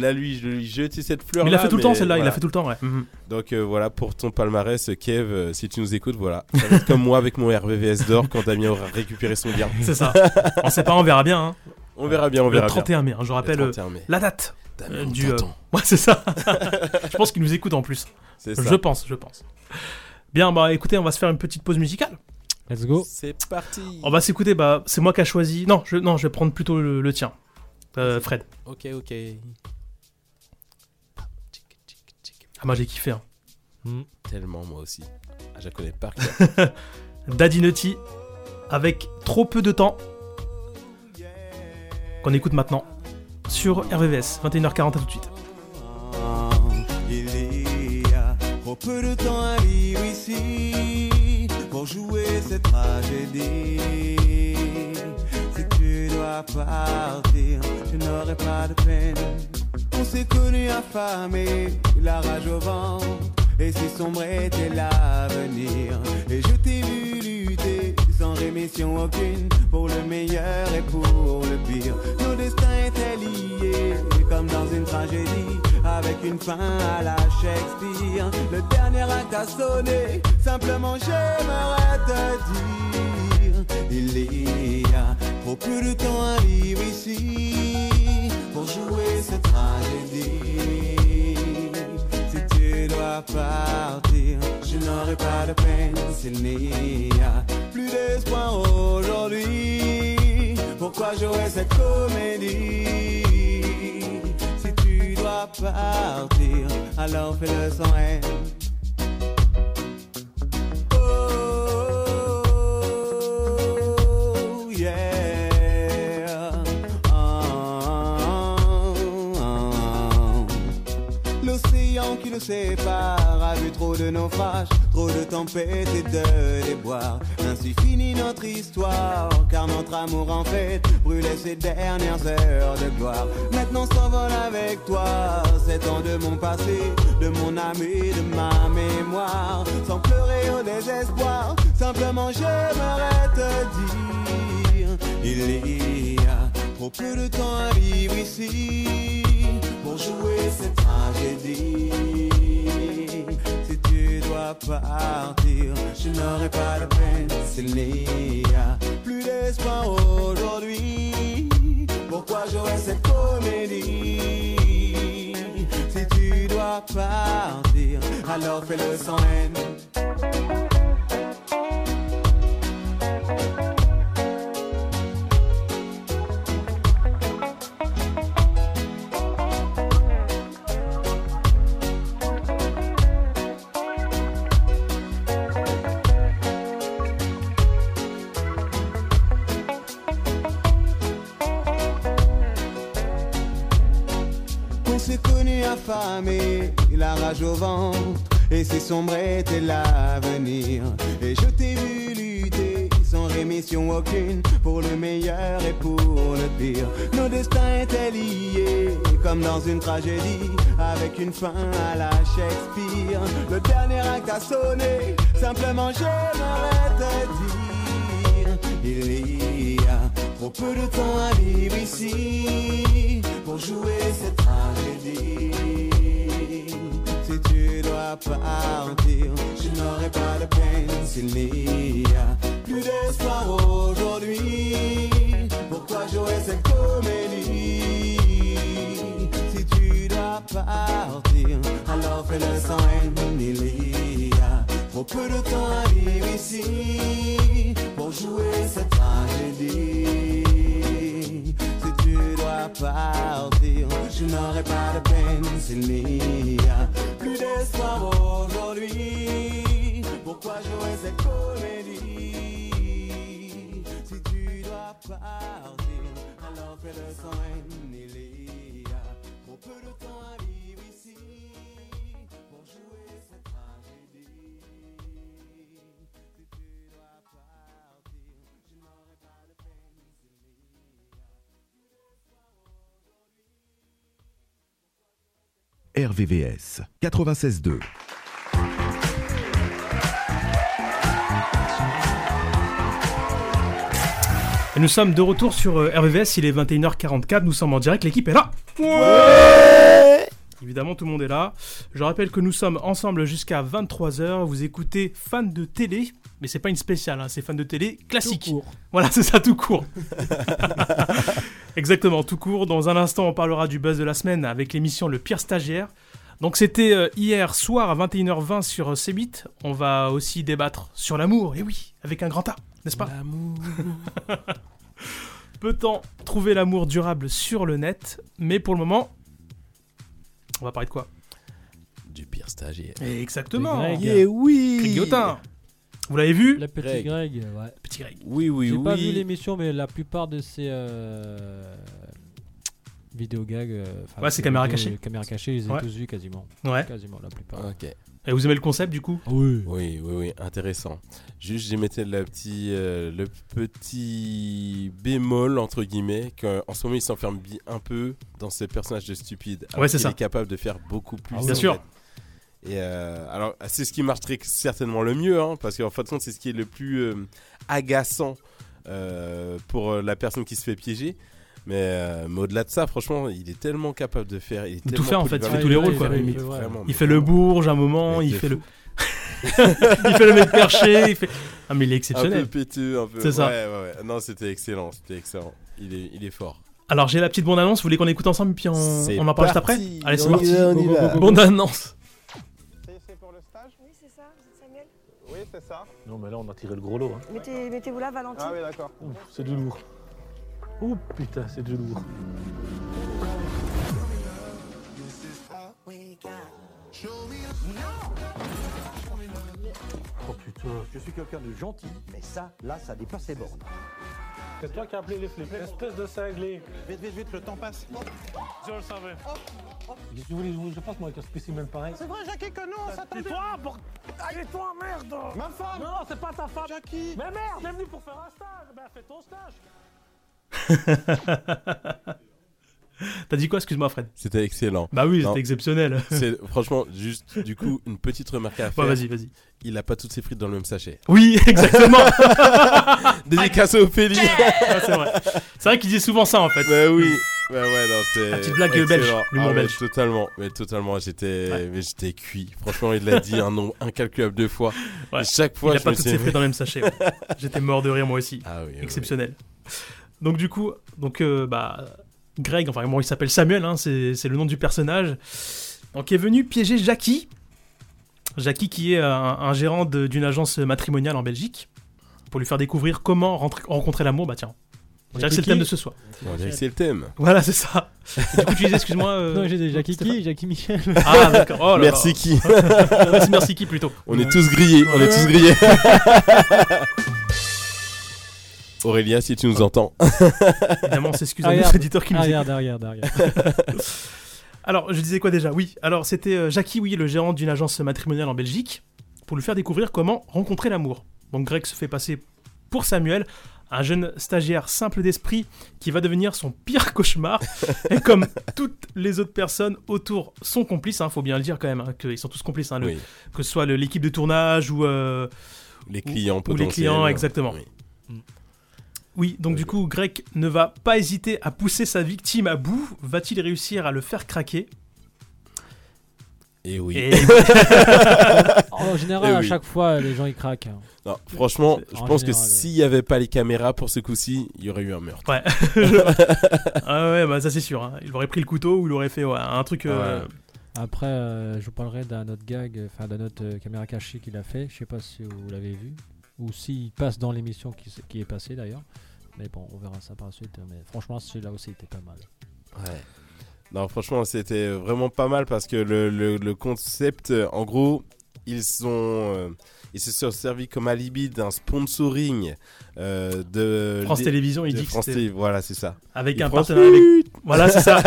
D: là, lui, je lui jeter cette fleur.
B: Mais il a fait tout le temps, celle-là, il l'a fait tout le temps, ouais. Mhm.
D: Donc euh, voilà, pour ton palmarès, euh, Kev, euh, si tu nous écoutes, voilà. Ça va être comme moi avec mon RVVS d'or quand Damien aura récupéré son bien.
B: C'est ça. on sait pas, on verra bien. hein.
D: On verra bien, on verra
B: Le
D: bien.
B: 31 mai, hein, je
D: Le
B: rappelle euh,
D: 31 mai.
B: la date
D: Damien,
B: euh,
D: on
B: du. euh,
D: t'attend.
B: Ouais, c'est ça. je pense qu'il nous écoute en plus.
D: C'est ça.
B: Je pense, je pense. Bien, bah écoutez, on va se faire une petite pause musicale.
C: Let's go.
D: C'est parti.
B: On va s'écouter, bah c'est moi qui a choisi. Non, je, non, je vais prendre plutôt le, le tien, Euh, Fred.
D: Ok, ok.
B: Ah, moi j'ai kiffé. Hein.
D: Tellement, moi aussi. Ah, je la connais par cœur.
B: Daddy Nutty avec trop peu de temps qu'on écoute maintenant sur RVVS 21h40 à tout de suite.
L: Ah, Il y a trop peu de temps à vivre ici pour jouer cette tragédie. Si tu dois partir, je n'aurai pas de peine. On s'est connus affamés, la rage au vent. Et si sombre était l'avenir, et je t'ai vu lutter sans rémission aucune, pour le meilleur et pour le pire. Nos destins étaient liés, comme dans une tragédie, avec qu'une fin à la Shakespeare. Le dernier acte a sonné, simplement j'aimerais te dire il y a trop peu de temps à vivre ici pour jouer cette tragédie. Si tu dois partir, je n'aurai pas de peine s'il n'y a plus d'espoir aujourd'hui. Pourquoi jouer cette comédie Si tu dois partir, alors fais-le sans haine. Oh yeah. Ah, ah, ah. L'océan qui nous sépare a vu trop de naufrages, trop de tempêtes et de déboires. Ainsi finit notre histoire, car notre amour en fait brûlait ses dernières heures de gloire. Maintenant s'envole avec toi, ces temps de mon passé, de mon âme et de ma mémoire. Sans pleurer au désespoir, simplement j'aimerais te dire. Il y a trop peu de temps à vivre ici pour jouer cette tragédie. Si tu dois partir, je n'aurai pas de peine s'il n'y a plus d'espoir aujourd'hui. Pourquoi jouer cette comédie Si tu dois partir, alors fais-le sans haine. On s'est connu affamé, la rage au ventre, et c'est sombre était l'avenir. Et je t'ai vu lutter sans rémission aucune, pour le meilleur et pour le pire. Nos destins étaient liés, comme dans une tragédie, avec une fin à la Shakespeare. Le dernier acte a sonné, simplement j'aimerais te dire, il y a trop peu de temps à vivre ici pour jouer cette tragédie. Si tu dois partir, je n'aurai pas de peine s'il n'y a plus d'espoir aujourd'hui. Pourquoi jouer cette comédie Si tu dois partir, alors fais-le sans haine, il y a Trop peu de temps à vivre ici pour jouer cette tragédie. Si tu dois partir, je n'aurai pas de peine s'il n'y a plus d'espoir aujourd'hui. Pourquoi jouer cette comédie Si tu dois partir, alors fais-le sans haine, il y a trop peu de temps à vivre ici pour jouer cette tragédie. Si tu dois partir, je n'aurai pas de peine s'il n'y a
I: RVVS 96.2.
B: Et nous sommes de retour sur euh, RVVS, il est 21h44, nous sommes en direct, l'équipe est là Évidemment, tout le monde est là. Je rappelle que nous sommes ensemble jusqu'à 23h. Vous écoutez fan de télé, mais c'est pas une spéciale, hein, c'est fan de télé classique. Voilà, c'est ça, tout court. Exactement, tout court. Dans un instant, on parlera du buzz de la semaine avec l'émission Le pire stagiaire. Donc, c'était euh, hier soir à 21h20 sur euh, C8. On va aussi débattre sur l'amour, et oui, avec un grand A, n'est-ce pas
C: L'amour.
B: Peut-on trouver l'amour durable sur le net Mais pour le moment, on va parler de quoi
D: Du pire stagiaire.
B: Et Exactement.
D: Greg.
B: Yeah,
D: oui.
B: Grignotin. Vous l'avez vu
C: Le petit Greg, ouais.
B: Petit Greg.
D: Oui, oui,
C: J'ai
D: oui.
C: pas vu l'émission, mais la plupart de ces euh, vidéo gags. euh, enfin,
B: Ouais, c'est
C: ces
B: caméra
C: vidéos-
B: cachée.
C: Caméra cachée, ils les
B: Ouais.
C: ont tous vus quasiment.
B: Ouais.
C: Quasiment la plupart. Ah
D: Ok.
B: Et vous aimez le concept du coup
C: Oui.
D: Oui, oui, oui, intéressant. Juste, j'ai mettais le petit, euh, le petit bémol, entre guillemets, qu'en ce moment, il s'enferme bi- un peu dans ses personnages de stupide. alors
B: Ouais, c'est
D: qu'il
B: ça.
D: est capable de faire beaucoup plus.
B: Ah oui.
D: en
B: Bien sûr.
D: fait. Et euh, alors, c'est ce qui marche très certainement le mieux, hein, parce qu'en fin de compte, c'est ce euh, qui est le plus euh, agaçant euh, pour la personne qui se fait piéger. Mais, euh, mais au-delà de ça, franchement, il est tellement capable de faire. Il est
B: tout
D: tellement
B: faire en fait, il fait
D: polyvalent.
B: tous les rôles quoi.
D: Vraiment, vraiment,
B: Il
D: Ah, mais
B: fait le
D: vraiment.
B: bourge à un moment,
D: Mec
B: il
D: de
B: fait le. il
D: fou.
B: fait le mec perché, il fait. Ah mais il est exceptionnel.
D: Un peu pétu, un peu.
B: C'est ça.
D: Ouais, ouais, ouais. Non, c'était excellent, c'était excellent. Il est, il est fort.
B: Alors j'ai la petite bande annonce, vous voulez qu'on écoute ensemble puis on,
D: C'est
B: on en parle juste après
D: parti,
B: Allez c'est
D: on y
B: parti.
D: va, on y va.
B: Bande annonce.
M: Oui, c'est ça, vous êtes Samuel
N: Oui, c'est ça.
O: Non, mais là, on a tiré le gros lot. hein.
M: Mettez- Mettez-vous là, Valentin.
N: Ah oui, d'accord.
O: Ouf, c'est du lourd. Ouh, putain, c'est du lourd. Oh putain, je suis quelqu'un de gentil, mais ça, là, ça dépasse ses bornes. C'est toi qui as appelé les flics, espèce de cinglé. Vite, vite, vite, le temps passe. Je le savais. Si vous voulez, je vous- je passe moi avec un spécimen pareil.
N: C'est vrai, Jackie, que non, ça
O: Tais-toi, bord- Allez, toi, merde
N: Ma femme
O: Non, c'est pas ta femme
N: Jackie
O: Mais
M: hein.
O: merde, t'es venu pour faire un stage Ben, fais ton stage
B: T'as dit quoi Excuse-moi Fred.
D: C'était excellent.
B: Bah oui,
D: Non.
B: c'était exceptionnel.
D: C'est franchement juste du coup une petite remarque à faire.
B: Bah, vas-y, vas-y.
D: Il a pas toutes ses frites dans le même sachet.
B: Oui, exactement.
D: Dédicace au Ophélie.
B: Ah, c'est vrai. C'est vrai qu'il dit souvent ça en fait.
D: Bah oui. Bah ouais, non, c'est
B: La petite blague
D: excellent.
B: belge, l'humour
D: Ah, mais
B: belge.
D: Totalement, mais totalement, j'étais mais j'étais cuit. Franchement, il l'a dit un nombre incalculable de fois.
B: Ouais.
D: Et chaque fois,
B: il a
D: je
B: pas
D: me
B: toutes
D: suis
B: ses
D: dit, Ah
B: frites dans le même sachet. ouais. J'étais mort de rire moi aussi. Exceptionnel. Donc du coup, donc euh, bah Greg, enfin bon, il s'appelle Samuel, hein, c'est c'est le nom du personnage. Donc il est venu piéger Jackie. Jackie qui est un, un gérant de- d'une agence matrimoniale en Belgique pour lui faire découvrir comment rentrer- rencontrer l'amour. Bah tiens,
D: On
B: on dirait que c'est le
D: était
B: thème
D: qui
B: de ce soir.
D: On dirait que c'est le thème.
B: Voilà, c'est ça. Et du coup, tu disais, excuse-moi. euh,
C: Non, j'ai des Jackie qui, Jackie Michel.
B: Ah d'accord. Oh là là.
D: Merci qui
B: Merci, merci qui plutôt.
D: On est tous grillés, on est tous grillés. Aurélia, si tu nous entends.
B: Évidemment, on s'excuse à nos
C: Arrière,
B: auditeurs qui nous
C: arrière,
B: écoutent.
C: arrière, arrière.
B: Alors, je disais quoi déjà Oui, alors c'était euh, Jackie, oui, le gérant d'une agence matrimoniale en Belgique, pour lui faire découvrir comment rencontrer l'amour. Donc Greg se fait passer pour Samuel, un jeune stagiaire simple d'esprit qui va devenir son pire cauchemar. et comme toutes les autres personnes autour sont complices, hein, faut bien le dire quand même, hein, qu'ils sont tous complices, hein, le-
D: Oui.
B: que ce soit le- l'équipe de tournage ou... euh,
D: Les clients
B: ou, Ou
D: potentiels,
B: les clients,
D: hein.
B: exactement.
D: Oui.
B: Oui, donc du coup, Greg ne va pas hésiter à pousser sa victime à bout. Va-t-il réussir à le faire craquer
D: Et Eh oui.
B: Et-
C: En général,
D: Eh
C: à
D: oui.
C: chaque fois, les gens ils craquent. hein.
D: Non, franchement, je
C: En
D: pense que
C: général,
D: s'il n'y avait pas les caméras pour ce coup-ci, il y aurait eu un meurtre.
B: Ouais. ah ouais, bah ça c'est sûr. hein. Il aurait pris le couteau ou il aurait fait ouais, un truc. euh,
C: Après, euh, je vous parlerai d'un autre gag, euh, enfin d'un autre euh, caméra cachée qu'il a fait. Je sais pas si vous l'avez vu ou s'il passe dans l'émission qui, s- qui est passée d'ailleurs. Mais bon, on verra ça par la suite. hein. Mais franchement, celui-là aussi était pas mal.
D: Ouais. Non, franchement, c'était vraiment pas mal parce que le, le- le concept, euh, en gros, ils, sont, euh, ils se sont servis comme alibi d'un sponsoring euh, de
B: France Télévisions, il
D: de
B: dit que
D: France
B: c'était-
D: Télé- voilà, c'est ça.
B: Avec
D: Et
B: un
D: France-
B: partenariat. avec- Voilà, c'est ça.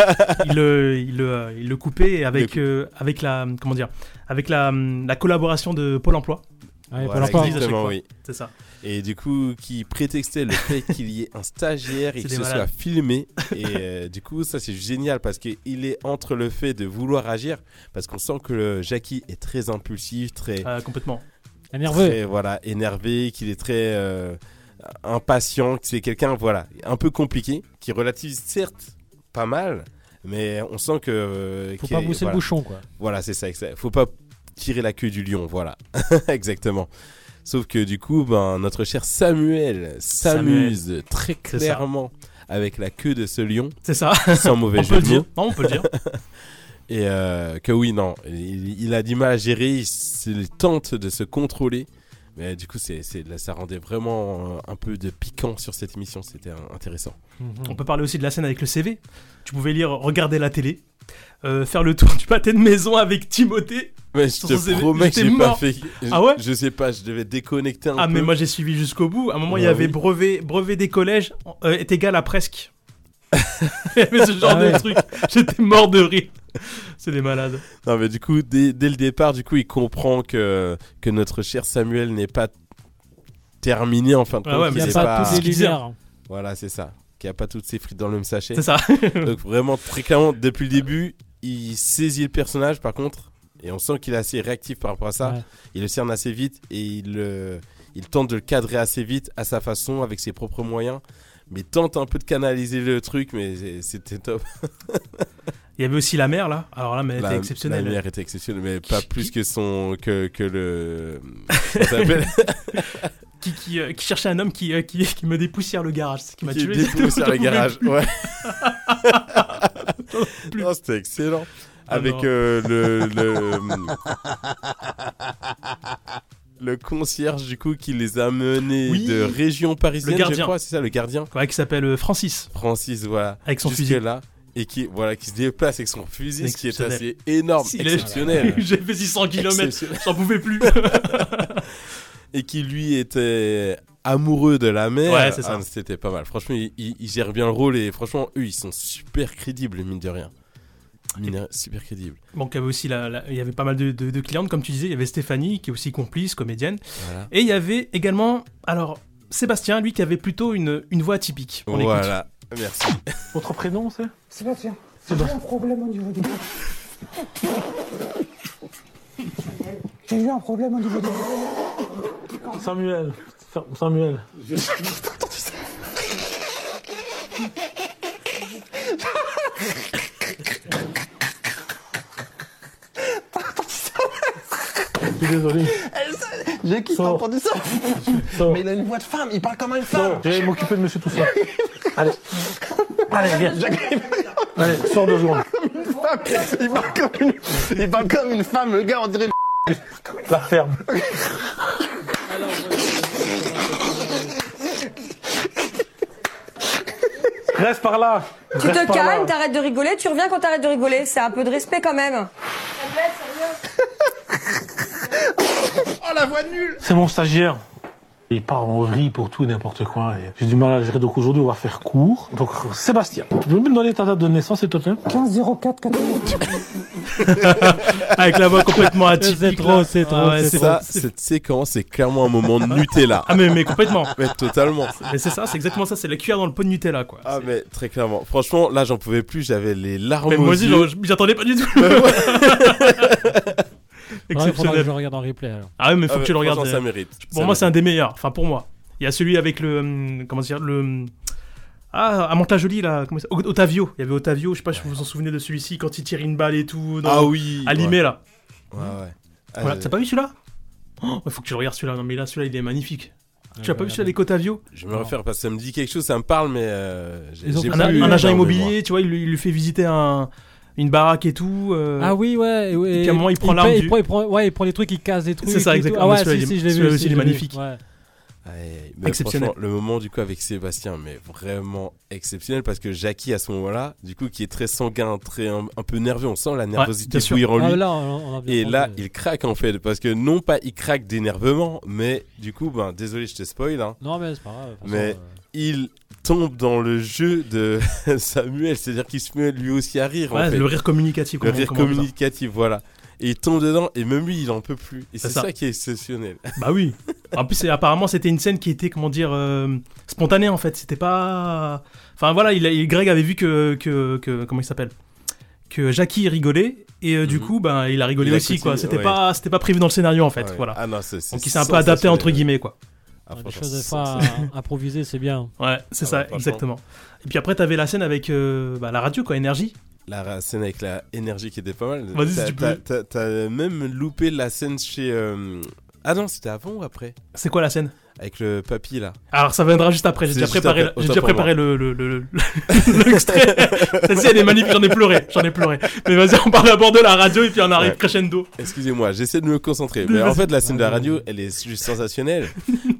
B: Il le, il le, il le coupait et avec, euh, avec la. Comment dire Avec la, hum, la collaboration de Pôle emploi.
D: Voilà,
B: Parce qu'ils disent à chaque
D: exactement,
B: fois.
D: oui.
B: C'est ça.
D: Et du coup, qui prétextait le fait qu'il y ait un stagiaire et
B: C'est
D: qu'il
B: des
D: se soit
B: malades.
D: filmé. Et euh, du coup, ça c'est génial parce qu'il est entre le fait de vouloir agir, parce qu'on sent que euh, Jackie est très impulsif, très.
B: Ah, complètement.
C: Et nerveux.
D: très, voilà, énervé, qu'il est très euh, impatient, que c'est quelqu'un, voilà, un peu compliqué, qui relativise certes pas mal, mais on sent que. euh,
C: Faut
D: qu'il
C: pas
D: est-
C: pousser le
D: voilà.
C: bouchon, quoi.
D: Voilà, c'est ça, exact. Faut pas tirer la queue du lion, voilà. Exactement. Sauf que du coup, ben, notre cher Samuel s'amuse
B: Samuel.
D: très
B: C'est ça.
D: clairement avec la queue de ce lion.
B: C'est ça.
D: Sans mauvais
B: On
D: jeu
B: peut le
D: de
B: dire.
D: mots.
B: Non, on peut le dire.
D: Et euh, que oui, non, il, il a du mal à gérer, il, s- il tente de se contrôler. Mais du coup, c'est, c'est- là, ça rendait vraiment euh, un peu de piquant sur cette émission, c'était euh, intéressant.
B: On peut parler aussi de la scène avec le CV. Tu pouvais lire Regarder la télé, euh, faire le tour du pâté de maison avec Timothée.
D: Mais je
B: Sur
D: te
B: son CV.
D: promets que
B: J'étais
D: j'ai pas
B: mort.
D: fait. je-
B: Ah ouais
D: Je sais pas, je devais déconnecter un
B: Ah
D: peu.
B: mais moi j'ai suivi jusqu'au bout. À un moment il y
D: Ah
B: avait
D: oui.
B: brevet, brevet des collèges euh, est égal à presque. mais ce genre
D: Ah ouais.
B: de truc, j'étais mort de rire. C'est des malades.
D: Non, mais du coup, dès, dès le départ, du coup, il comprend que, que notre cher Samuel n'est pas terminé en fin de compte.
B: Ah ouais, mais
D: qu'il
B: c'est
D: n'est
B: pas toutes les
D: qu'il-
B: lumières.
D: Voilà, c'est ça. Qui a pas toutes ses frites dans le même sachet.
B: C'est ça.
D: Donc vraiment, très clairement, depuis le début, il saisit le personnage, par contre, et on sent qu'il est assez réactif par rapport à ça.
C: Ouais.
D: Il le cerne assez vite et il, euh, il tente de le cadrer assez vite à sa façon, avec ses propres moyens. mais tente un peu de canaliser le truc, mais c'est- c'était top.
B: Il y avait aussi la mer là. Alors là, mais elle
D: La-
B: était exceptionnelle.
D: La mère était exceptionnelle, mais pas plus que son que, que le. comment ça s'appelle
B: qui, qui, euh, qui cherchait un homme qui, euh, qui, qui me dépoussière le garage, c'est ce qui m'a
D: Qui
B: tué.
D: dépoussière
B: J'en
D: le
B: pouvais
D: garage,
B: plus.
D: ouais.
B: J'en pouvais plus.
D: Non, c'était excellent.
B: Ah
D: Avec
B: non.
D: euh, le, le, le concierge, du coup, qui les a menés
B: Oui.
D: de région parisienne,
B: Le
D: je
B: gardien.
D: crois, c'est ça, le gardien.
B: Ouais, qui s'appelle euh, Francis.
D: Francis, voilà.
B: Avec son
D: Jusque
B: fusil.
D: là. Et qui, voilà, qui se déplace avec son fusil, ce qui est assez
B: Exceptionnel.
D: énorme,
B: S'il est-
D: Oh, exceptionnel.
B: J'ai fait 600 kilomètres,
D: Exceptionnel.
B: j'en pouvais plus.
D: et qui lui était amoureux de la mer.
B: Ouais, c'est ça.
D: Ah, C'était pas mal. Franchement, il, il- il gère bien le rôle et franchement, eux, ils sont super crédibles, mine de rien. Mine- super crédibles.
B: Donc il y avait aussi la- la- il y avait pas mal de, de- de clientes comme tu disais, il y avait Stéphanie qui est aussi complice, comédienne,
D: Voilà.
B: et il y avait également alors Sébastien lui qui avait plutôt une, une voix atypique. On l'écoute.
D: voilà, merci.
O: Votre prénom, c'est
P: Sébastien,
O: C'est
P: j'ai
O: bon.
P: un problème au niveau des J'ai eu un problème au niveau des
O: Samuel. Sa- Samuel. Je suis désolé.
P: J'ai qui
O: Sors.
P: entendu ça Mais il a une voix de femme, il parle comme une
O: Non,
P: femme
O: je vais m'occuper de monsieur tout ça. Allez. Allez, viens. Allez, sors deux secondes.
P: Une femme, Il parle comme une... Il parle comme une femme, le gars on dirait
O: La ferme. Reste par là.
Q: Tu
O: Reste
Q: te
O: par là.
Q: calmes, t'arrêtes de rigoler, tu reviens quand t'arrêtes de rigoler. C'est un peu de respect quand même.
P: Oh la voix nulle
O: C'est mon stagiaire. Il part en vrille pour tout et n'importe quoi. et J'ai du mal à gérer. Donc aujourd'hui, on va faire court. Donc Sébastien, tu peux me donner ta date de naissance, s'il te plaît
P: 15 04
B: Avec la voix complètement atypique.
C: C'est trop,
B: là.
C: c'est trop,
B: Ah ouais,
C: c'est
B: c'est
C: trop.
D: Ça, cette séquence est clairement un moment de Nutella.
B: Ah mais, mais complètement.
D: Mais totalement.
B: Mais c'est ça, c'est exactement ça, c'est la cuillère dans le pot de Nutella quoi.
D: Ah mais très clairement. Franchement, là, j'en pouvais plus. J'avais les larmes
B: Mais
D: aux
B: moi aussi,
D: yeux.
B: j'en- j'y attendais pas du tout.
C: Ouais, faudra que
B: Exceptionnel.
C: je le regarde en replay, alors.
B: Ah ouais, mais
D: Ah
B: faut
D: ouais,
B: que tu le regardes.
D: franchement, ça
B: euh,
D: mérite.
B: Pour
D: Ça
B: moi, c'est un des meilleurs. Enfin, pour moi. Il y a celui avec le. hum, Comment dire Le. hum, Ah, à Montajolie, là. comment ça- O- Ottavio. Il y avait Ottavio. Je sais pas si vous vous en souvenez de celui-ci quand il tire une balle et tout. dans-
D: Ah oui,
B: À Limay,
D: ouais.
B: là.
D: Ouais, ouais. Ah,
B: Voilà,
D: j'ai-
B: T'as pas vu celui-là Oh, faut que tu le regardes celui-là. Non, mais là, celui-là, il est magnifique.
D: Ah,
B: Tu as
D: je
B: pas
D: vais
B: vu celui-là
D: regarder.
B: avec Ottavio
D: Je vais me refaire parce que ça me dit quelque chose, ça me parle, mais euh, j'ai
C: Ils ont
D: j'ai
C: fait
B: un,
D: plus
B: un
D: le
B: agent
D: temps de
B: immobilier, tu vois, il lui, il lui fait visiter un- une baraque et tout. euh,
C: Ah oui, ouais. ouais,
B: Et puis à un moment, il prend l'arme
C: paye-
B: du-
C: Il prend, il prend- ouais, il prend les trucs, il casse des trucs.
B: C'est ça,
C: et tout.
B: exactement.
C: Ah
B: Mais
C: ouais,
B: celui-là,
C: si,
B: il est-
C: si, je l'ai vu.
B: celui-là aussi,
C: si,
B: il est
C: je l'ai vu.
B: magnifique.
C: Ouais.
D: voir. Ouais, mais
B: Exceptionnel.
D: franchement, Le moment du coup avec Sébastien, mais vraiment exceptionnel parce que Jackie à ce moment-là, du coup, qui est très sanguin, très un, un peu nerveux, on sent la nervosité
C: bien sûr.
D: bouillir en lui.
C: Ah, là, on- on a bien
D: et
C: compris,
D: là,
C: ouais.
B: euh,
D: il craque en fait parce que non pas il craque d'énervement, mais du coup, ben désolé, je te spoil. hein.
C: Non, mais c'est pas grave. de toute façon, euh,
D: Mais ah, il tombe dans le jeu de Samuel, c'est-à-dire qu'il se met lui aussi à rire.
B: Ouais,
D: en fait.
B: le rire communicatif,
D: Le
B: comment-
D: rire
B: comment on dit ça.
D: communicatif, voilà. Et il tombe dedans et même lui, il en peut plus. Et
B: C'est
D: c'est
B: ça.
D: ça. qui est exceptionnel.
B: Bah oui. En plus, c'est- apparemment, c'était une scène qui était, comment dire, euh, spontanée en fait. C'était pas. Enfin voilà, il, a- il- Greg avait vu que, que, que- comment il s'appelle, que Jackie rigolait et euh, du coup, ben, il a rigolé
D: Mhm. Il a
B: aussi
D: continué,
B: quoi. C'était
D: ouais.
B: pas, c'était pas prévu dans le scénario en fait.
D: Ouais.
B: Voilà.
D: Ah non, c'est- c'est
B: Donc il s'est un peu adapté
D: sensationnel.
B: entre guillemets quoi.
D: Ah,
C: Les
D: franchement,
C: choses des
D: c'est
C: fois
D: sensationnel.
C: à- improvisées, c'est bien.
B: Ouais, c'est
D: Ah
B: ça,
D: ouais, franchement.
B: exactement. Et puis après, t'avais la scène avec euh, bah, la radio quoi, énergie.
D: La ra- scène avec la énergie qui était pas mal.
B: Vas-y, si
D: T'as-
B: tu peux.
D: t'as- t'as- T'as même loupé la scène chez. euh, Ah non, c'était avant ou après
B: C'est quoi la scène
D: Avec le papy là.
B: Alors ça viendra juste après, j'ai
D: C'est
B: déjà
D: juste
B: préparé,
D: après,
B: j'ai
D: autant
B: déjà
D: pour
B: préparé
D: moi.
B: le, le, le, le- le- l'extrait. Celle-ci elle est magnifique, j'en ai pleuré, j'en ai pleuré. Mais vas-y, on parle d'abord de la radio et puis on arrive
D: Ouais.
B: crescendo.
D: Excusez-moi, j'essaie de me concentrer.
B: Vas-y.
D: Mais en fait, la scène de la radio, elle est juste sensationnelle.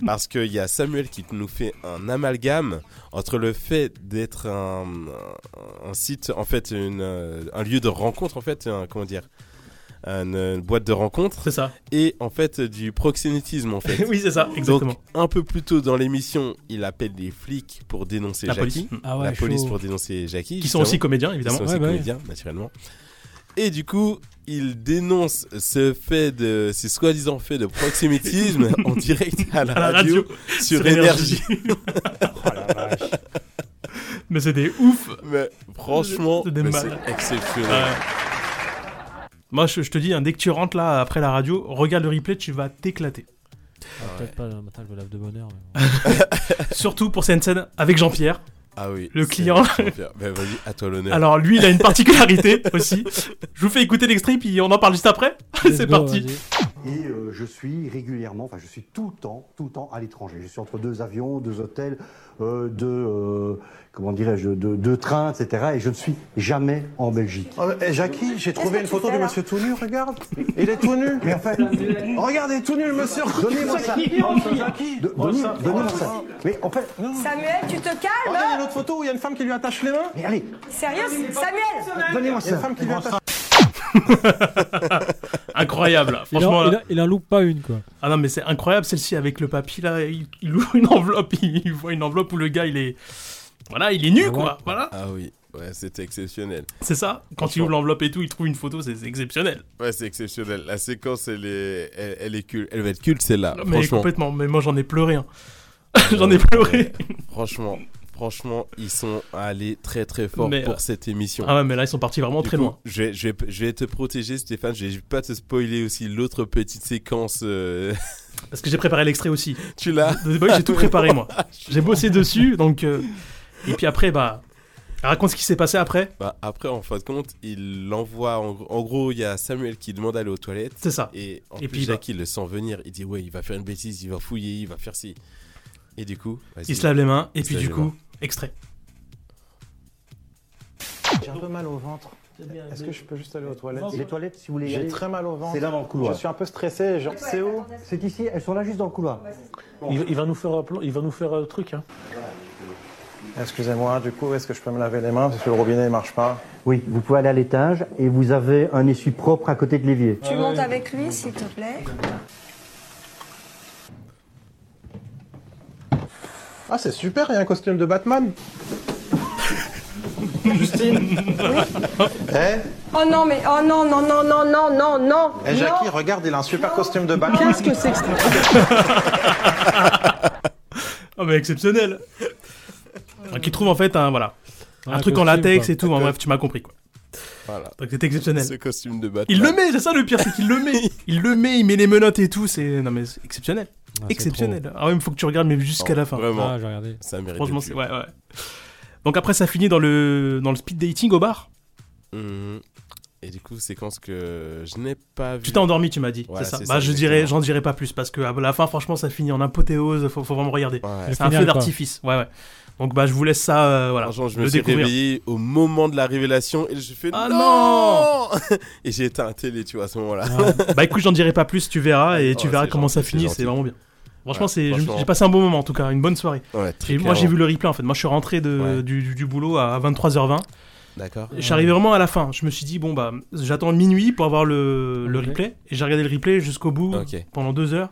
D: parce qu'il y a Samuel qui nous fait un amalgame entre le fait d'être un, un site, en fait, une, euh, un lieu de rencontre, en fait, un- comment dire une, euh, boîte de rencontre.
B: C'est ça.
D: Et en fait, du proxénétisme, en fait.
B: Oui, c'est ça, exactement.
D: Donc, un peu plus tôt dans l'émission, il appelle les flics pour dénoncer
B: La
D: Jackie.
B: police.
C: Ah ouais,
D: la police
C: chaud.
D: pour dénoncer Jackie.
B: Qui sont
D: justement.
B: aussi comédiens, évidemment.
D: Qui sont aussi
B: Ouais, bah oui.
D: comédiens, naturellement. Et du coup, il dénonce ce fait de, ces soi-disant fait de proxémitisme en direct à la, radio, sur énergie. Oh
B: Mais c'était ouf.
D: Mais franchement,
B: C'était
D: mais
B: mal.
D: c'est exceptionnel.
B: Ouais. Moi, je, je te dis, hein, dès que tu rentres là après la radio, regarde le replay, tu vas t'éclater.
C: Ah, Peut-être pas, le matin je me lave de bonne heure.
B: Surtout pour cette scène avec Jean-Pierre.
D: Ah oui.
B: Le
D: c'est
B: client.
D: Jean-Pierre. Ben, vas-y, à toi l'honneur.
B: Alors lui, il a une particularité aussi. Je vous fais écouter l'extrait, puis on en parle juste après. C'est parti.
R: Et euh, je suis régulièrement, enfin je suis tout le temps, tout le temps à l'étranger. Je suis entre deux avions, deux hôtels, euh, deux, euh, comment dirais-je, deux, deux trains, etc. Et je ne suis jamais en Belgique.
P: Ah, eh, Jackie, j'ai trouvé une photo de monsieur tout nu, regarde. Il est tout nu. Oh,
R: Mais enfin-
P: Regardez, tout nu le monsieur.
R: Donnez-moi ça.
P: Jackie.
R: De- donnez- Donnez-moi ça. Mais en fait,
Q: Samuel, tu te
P: Oh, il
Q: calmes hein
P: y a une autre photo où il y a une femme qui lui attache les mains.
R: Mais allez.
Q: Sérieux, Samuel
P: Donnez-moi ça. Il y a une femme qui lui attache.
B: Incroyable,
C: Il en-
B: franchement.
C: il
B: là.
C: en- il en loupe pas une quoi.
B: Ah non, mais c'est incroyable celle-ci avec le papy là. Il, il ouvre une enveloppe, il, voit une enveloppe où le gars il est. Voilà, il est nu quoi. Voilà.
D: Ah oui. Ouais, c'était exceptionnel.
B: C'est ça Quand il
D: Franchement.
B: ouvre l'enveloppe et tout, il trouve une photo, c'est c'est exceptionnel.
D: Ouais, c'est exceptionnel. La séquence, elle est, elle, elle est culte. Elle va être culte, celle-là.
B: Mais
D: Ah, franchement. Ah,
B: complètement, mais moi j'en ai pleuré. hein. j'en ai pleuré.
D: Franchement, franchement, ils sont allés très très fort
B: Mais,
D: pour
B: euh,
D: cette émission.
B: ah ouais, mais là, ils sont partis vraiment
D: Du
B: très
D: coup,
B: loin.
D: Je vais, je vais- je vais te protéger, Stéphane. Je vais pas te spoiler aussi l'autre petite séquence. euh,
B: Parce que j'ai préparé l'extrait aussi.
D: Tu l'as
B: De- de- bah oui, J'ai tout préparé moi. J'ai bossé dessus, donc. euh, Et puis après, bah. Raconte ce qui s'est passé après.
D: Bah, après, en fin de compte, il l'envoie. En, en gros, il y a Samuel qui demande d'aller aux toilettes.
B: C'est ça.
D: Et, en plus,
B: Et puis, bah-
D: Jackie le sent venir. Il dit Ouais, il va faire une bêtise, il va fouiller, il va faire ci. Et du coup, vas-y.
B: Il se lave les mains, et
D: Il se
B: puis
D: lave
B: du
D: les
B: coup,
D: mains.
B: extrait.
P: J'ai un peu mal au ventre. Est-ce que je peux juste aller aux toilettes
R: Les toilettes, si vous voulez y
P: J'ai
R: aller,
P: très mal au ventre.
R: c'est là dans le couloir.
P: Je suis un peu stressé. Genre, c'est où
R: c'est ici, elles sont là juste dans le couloir.
O: Il, il va nous faire un plan- il va nous faire un truc. Hein.
P: Excusez-moi, du coup, est-ce que je peux me laver les mains Parce que le robinet ne marche pas.
R: Oui, vous pouvez aller à l'étage et vous avez un essuie propre à côté de l'évier.
Q: Tu montes avec lui, s'il te plaît.
P: Ah, c'est super, il y a un costume de Batman.
Q: Justine
P: Eh
Q: Oh non, mais oh non, non, non, non, non, non, non
P: Eh, Jackie,
Q: non.
P: regarde, il a un super costume de Batman. Qu'est-ce que c'est
B: Oh, mais exceptionnel Donc, il trouve en fait un. Voilà. Un,
D: Un
B: truc en
D: costume,
B: latex
D: quoi.
B: et tout. En bref, tu m'as compris quoi.
D: Voilà.
B: Donc c'était exceptionnel.
D: Ce costume de Batman.
B: Il le met, c'est ça le pire, c'est qu'il le met. Il le met, il met les menottes et tout, c'est non mais c'est exceptionnel.
D: Ah, c'est
B: exceptionnel.
D: trop.
B: Ah ouais, il faut que tu regardes mais jusqu'à
D: Oh,
B: la fin.
D: vraiment. Ah, j'ai regardé. Ça mérite
B: Franchement,
D: d'être
B: c'est
D: vu.
B: ouais ouais. Donc après ça finit dans le dans le speed dating au bar.
D: Mhm. Et du coup, séquence que je n'ai pas vue.
B: Tu t'es endormi, tu m'as dit,
D: Voilà,
B: c'est ça. Bah je dirais, j'en dirais pas plus parce que à la fin franchement ça finit en apothéose, faut, faut vraiment regarder.
D: Le
B: C'est un
D: final,
B: feu
D: quoi.
B: d'artifice. Ouais ouais. Donc bah je vous laisse ça euh, voilà.
D: Franchement, je me
B: le
D: suis
B: découvrir.
D: réveillé au moment de la révélation et je fais
B: Ah
D: non, Et j'ai éteint la télé, tu vois, à ce moment-là.
C: Ah,
B: bah écoute, j'en dirai pas plus, tu verras et tu
D: Oh,
B: verras
D: c'est
B: comment ça
D: gentil,
B: finit,
D: c'est
B: c'est
D: gentil.
B: vraiment bien. Franchement,
D: Ouais,
B: c'est
D: franchement.
B: j'ai passé un bon moment en tout cas, une bonne soirée.
D: Ouais, euh, très
B: Et moi j'ai
D: clairement.
B: vu le replay en fait. Moi je suis rentré de, du, du- du boulot à 23h20.
D: D'accord.
B: Et Je suis arrivé vraiment à la fin. Je me suis dit bon bah j'attends minuit pour avoir le, le
D: Ok.
B: replay et j'ai regardé le replay jusqu'au bout
D: Ok.
B: pendant deux heures.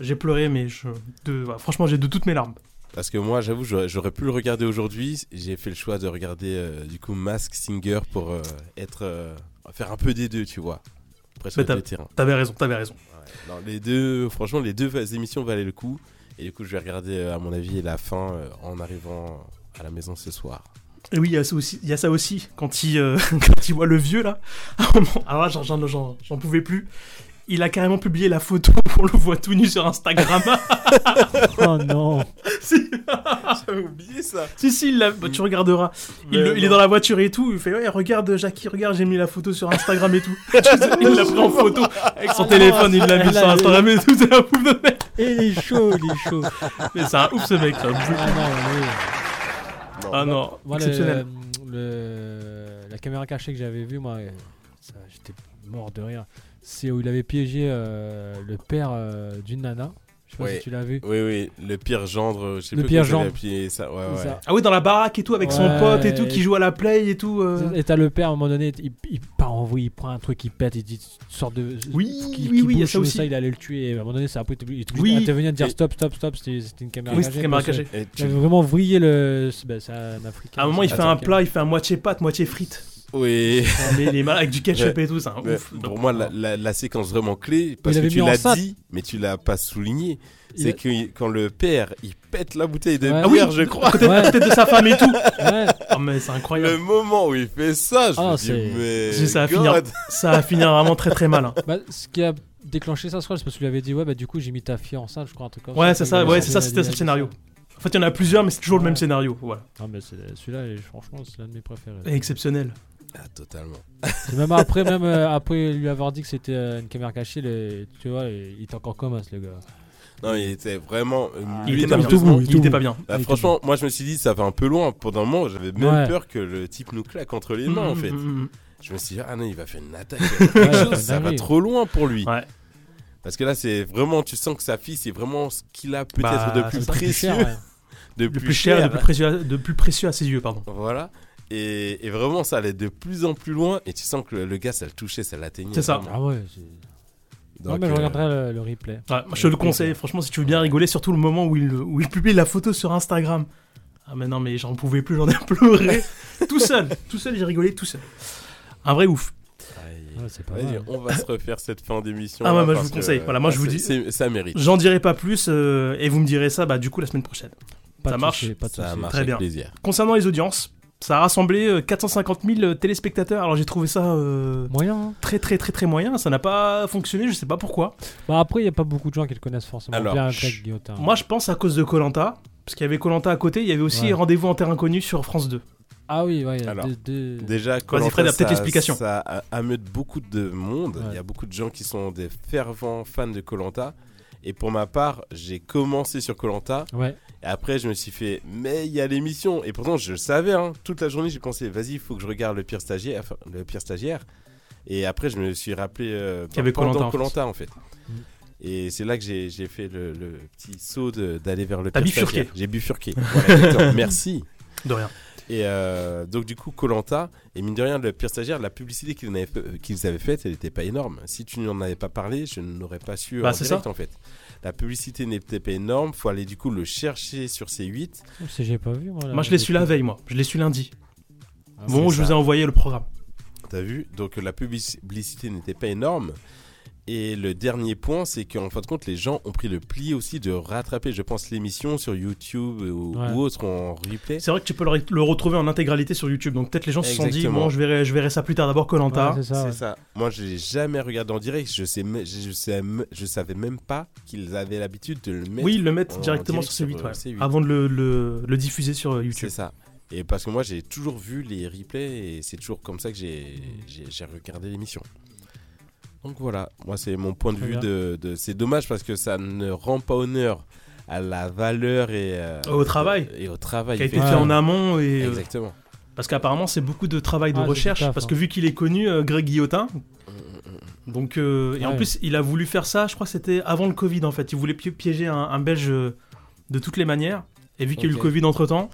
B: J'ai pleuré mais je, de- voilà, franchement j'ai de toutes mes larmes.
D: Parce que moi, j'avoue, j'aurais j'aurais pu le regarder aujourd'hui. J'ai fait le choix de regarder euh, du coup Mask Singer pour euh, être euh, faire un peu des deux, tu vois. Presque
B: Mais
D: les
B: t'as-
D: deux terrains.
B: t'avais raison, t'avais raison.
D: Ouais. Non, les deux, franchement, les deux émissions valaient le coup. Et du coup, je vais regarder euh, à mon avis la fin euh, en arrivant à la maison ce soir.
B: Et oui, il y, a ça aussi- il y a ça aussi, quand il, euh, quand il voit le vieux là, à un moment- alors là, j'en- j'en- j'en j'en pouvais plus, il a carrément publié la photo où on le voit tout nu sur Instagram.
C: oh non
B: si.
D: J'avais oublié ça
B: Si, si, il l'a- bah, tu regarderas. Il,
D: Mais
B: le- il est
D: non.
B: dans la voiture et tout, il fait Ouais, regarde Jackie, regarde, j'ai mis la photo sur Instagram et tout. il l'a pris en photo avec son
C: Ah
B: téléphone,
C: non,
B: il l'a mis
C: elle
B: sur
C: a-
B: Instagram et tout, c'est un ouf de mec.
C: Et il est chaud, il est chaud.
B: Mais c'est un ouf ce mec, c'est un ouf.
C: Ah non, oui.
B: Ah non,
C: Moi, le-
B: exceptionnel.
C: le- la caméra cachée que j'avais vue, moi, euh, ça, j'étais mort de rire. C'est où il avait piégé euh, le père euh, d'une nana. Je sais pas
D: Ouais.
C: si tu l'as vu.
D: Oui, oui, le pire gendre. Je sais
C: Le
D: plus
C: pire
D: comment ça
C: gendre.
D: l'appelait, ça, ouais,
C: C'est
D: ouais.
C: ça.
B: Ah oui, dans la baraque et tout, avec son
C: Ouais.
B: pote et tout, qui joue à la play et tout. euh.
C: Et t'as le père à un moment donné, il, il part en vrille, il prend un truc, il pète, il dit une sorte de.
B: Oui,
C: qui,
B: oui,
C: qui
B: oui, il y
C: bouge,
B: a ça
C: mais
B: aussi.
C: il allait le tuer. Et à un moment donné, c'est après, il est obligé
B: Oui.
C: d'intervenir, de dire
B: Et-
C: stop, stop, stop, c'était c'était une caméra
B: Oui,
C: cachée.
B: c'était une caméra
C: parce que-
B: cachée. Et tu-
C: Il avait vraiment vrillé le. c'est- ben, c'est un Africain.
B: À un moment, il
C: c'est
B: fait un
C: Africain.
B: plat, il fait un moitié pâte, moitié frite.
D: Oui.
B: Mais il est mal avec du ketchup
D: Ouais.
B: et tout, c'est un
D: Mais
B: ouf.
D: Pour moi, la, la- la séquence vraiment clé, parce
C: Il
D: que
C: avait
D: tu
C: mis en
D: l'as
C: salle.
D: dit, mais tu l'as pas souligné,
C: Il
D: c'est
C: a-
D: que il- quand le père, il pète la bouteille de
C: Ouais.
B: Ah oui,
D: bière, je crois.
B: à côté, à côté de sa femme et tout.
C: Ouais.
B: Ah, mais c'est incroyable.
D: Le moment où il fait ça, je
C: Ah,
D: me
C: c'est-
D: dis, mais
B: Si, ça, va finir,
D: God.
B: ça va finir vraiment très très mal. hein.
C: Bah, ce qui a déclenché ça, je crois, c'est parce que tu lui avais dit, ouais, bah du coup, j'ai mis ta fille enceinte, je crois, un truc comme ça.
B: Ouais, c'est ça,
C: Il
B: ouais,
C: a
B: c'est
C: dit-
B: ça,
C: il a
B: c'était
C: dit-
B: ça le scénario. En fait, il y en a plusieurs, mais c'est toujours le
C: Ouais.
B: même scénario. Voilà.
C: Non, mais c'est- celui-là, il est- franchement, c'est l'un de mes préférés.
B: Et Exceptionnel.
D: Ah, totalement.
C: Et même après, même euh, après lui avoir dit que c'était euh, une caméra cachée, le- tu vois, il était encore comme as, le gars.
D: Non, il était vraiment. euh,
C: Ah, il
D: lui,
C: était pas bien.
D: franchement,
C: Il était Il était pas bien.
D: Bah,
C: Il était
D: franchement, moi je me suis dit, ça va un peu loin. Pendant un moment, j'avais même
C: Ouais. Mmh,
D: peur que le type nous claque entre les mains, en
B: Mhm,
D: fait.
B: mhm, mhm.
D: Je me suis dit, ah non, il va faire une attaque. il va faire quelque
B: Ouais,
D: chose, ça va
B: dinguerie.
D: trop loin pour lui.
B: Ouais.
D: Parce que là, c'est vraiment, tu sens que sa fille, c'est vraiment ce qu'il a peut-être
B: Bah,
D: de plus
B: c'est ça, le
D: précieux.
B: cher, ouais.
D: de
B: Le plus cher, de plus précieux, à- de plus précieux à ses yeux, pardon.
D: Voilà. Et, et vraiment, ça allait de plus en plus loin. Et tu sens que le, le gars, ça le touchait, ça l'atteignait.
B: C'est ça.
D: vraiment.
C: Ah ouais. non,
D: Donc,
C: mais je
D: euh,
C: regarderai le, le replay.
B: Ouais, moi, je te le conseille, franchement, si tu veux bien rigoler, surtout le moment où il, où il publie la photo sur Instagram. Ah, mais non, mais j'en pouvais plus, j'en ai pleuré. tout seul, tout seul, j'ai rigolé tout seul. Un vrai ouf.
D: Vas-y, on va se refaire cette fin d'émission.
B: Ah,
D: là,
B: ouais, moi, je
D: parce
B: vous conseille.
D: que,
B: Voilà, moi,
D: ah,
B: je vous
D: c'est-
B: dis.
D: c'est- Ça mérite.
B: J'en dirai pas plus euh, et vous me direz ça, bah, du coup, la semaine prochaine.
D: Pas
B: ça
D: de
B: marche
D: souci, pas de Ça souci. marche
B: Très
D: avec
B: bien.
D: plaisir.
B: Concernant les audiences, ça a rassemblé euh, 450 000 euh, téléspectateurs. Alors, j'ai trouvé ça. euh,
C: hein.
B: Très, très, très, très moyen. Ça n'a pas fonctionné, je sais pas pourquoi.
C: Bah après, il n'y a pas beaucoup de gens qui le connaissent forcément
B: Alors,
C: bien,
B: chut.
C: Greg Guillotin.
D: Ah.
B: Moi, je pense à cause de Colanta, parce qu'il y avait Colanta à côté. Il y avait aussi
C: Ouais.
B: Rendez-vous en terrain connu sur France 2.
C: Ah oui, ouais, il y a
D: Alors,
C: deux- deux-
D: Déjà,
B: Vas-y, Fred,
D: Koh-Lanta,
B: a peut-être
D: ça-
B: l'explication.
D: Ça a- amène beaucoup de monde. Il y
B: Ouais.
D: a beaucoup de gens qui sont des fervents fans de Colanta. Et pour ma part, j'ai commencé sur Colanta.
C: Ouais.
D: Et après, je me suis fait, mais il y a l'émission. Et pourtant, je le savais, hein, toute la journée, j'ai pensé, vas-y, il faut que je regarde le pire stagiaire. enfin, le pire stagiaire. Et après, je me suis rappelé euh,
B: Qu'il y avait
D: pendant
B: Koh-Lanta, en fait. Mm.
D: Koh-Lanta, en fait. Et c'est là que j'ai j'ai fait le, le petit saut de- d'aller vers le
B: T'as
D: pire
B: bifurqué.
D: stagiaire. J'ai bifurqué. Voilà, exactement. Merci.
B: De rien.
D: Et euh, donc, du coup, Colanta, et mine de rien, le pire stagiaire, la publicité qu'ils en avaient, fait- euh, qu'ils avaient faite, elle n'était pas énorme. Si tu n'en avais pas parlé, je n'aurais pas su
B: Bah,
D: en
B: c'est
D: direct,
B: ça.
D: en fait. La publicité n'était pas énorme, faut aller du coup le chercher sur C8.
C: Oh, c'est- J'ai pas vu, moi. là.
B: Moi, je l'ai su la veille, moi. Je l'ai su lundi.
D: Ah,
B: bon,
D: c'est
B: je vous
D: ça.
B: ai envoyé le programme.
D: T'as vu Donc la publicité n'était pas énorme. Et le dernier point, c'est qu'en fin de compte, les gens ont pris le pli aussi de rattraper, je pense, l'émission sur YouTube ou,
B: Ouais.
D: ou autre en replay.
B: C'est vrai que tu peux le, le retrouver en intégralité sur YouTube. Donc peut-être les gens se sont dit
D: Exactement.
B: bon, je verrai, je verrai ça plus tard. D'abord Colanta.
D: C'est ça. Moi, je l'ai jamais regardé en direct. Je sais, me- je, je sais me- je savais même pas qu'ils avaient l'habitude de le mettre.
B: Oui, ils le mettent
D: en
B: directement
D: direct
B: sur C8, ouais,
D: euh, C8.
B: avant de le, le- le diffuser sur euh, YouTube.
D: C'est ça. Et parce que moi, j'ai toujours vu les replays et c'est toujours comme ça que j'ai j'ai- j'ai regardé l'émission. Donc voilà, moi, c'est mon point de
B: Très
D: vue
B: bien.
D: de. de- c'est dommage parce que ça ne rend pas honneur à la valeur et euh,
B: Au travail.
D: Et au travail.
B: Qui a été fait en amont et euh,
D: Exactement.
B: Parce qu'apparemment, c'est beaucoup de travail de
D: Ah, c'est du
B: recherche.
D: taf,
B: parce
D: hein.
B: que vu qu'il est connu, euh, Greg Guillotin.
D: Mm,
B: Donc euh, et en
D: Ouais.
B: plus, il a voulu faire ça. Je crois que c'était avant le Covid en fait. Il voulait pi- piéger un, un Belge euh, de toutes les manières. Et vu qu'il y a eu le
D: Ok.
B: Covid entre temps,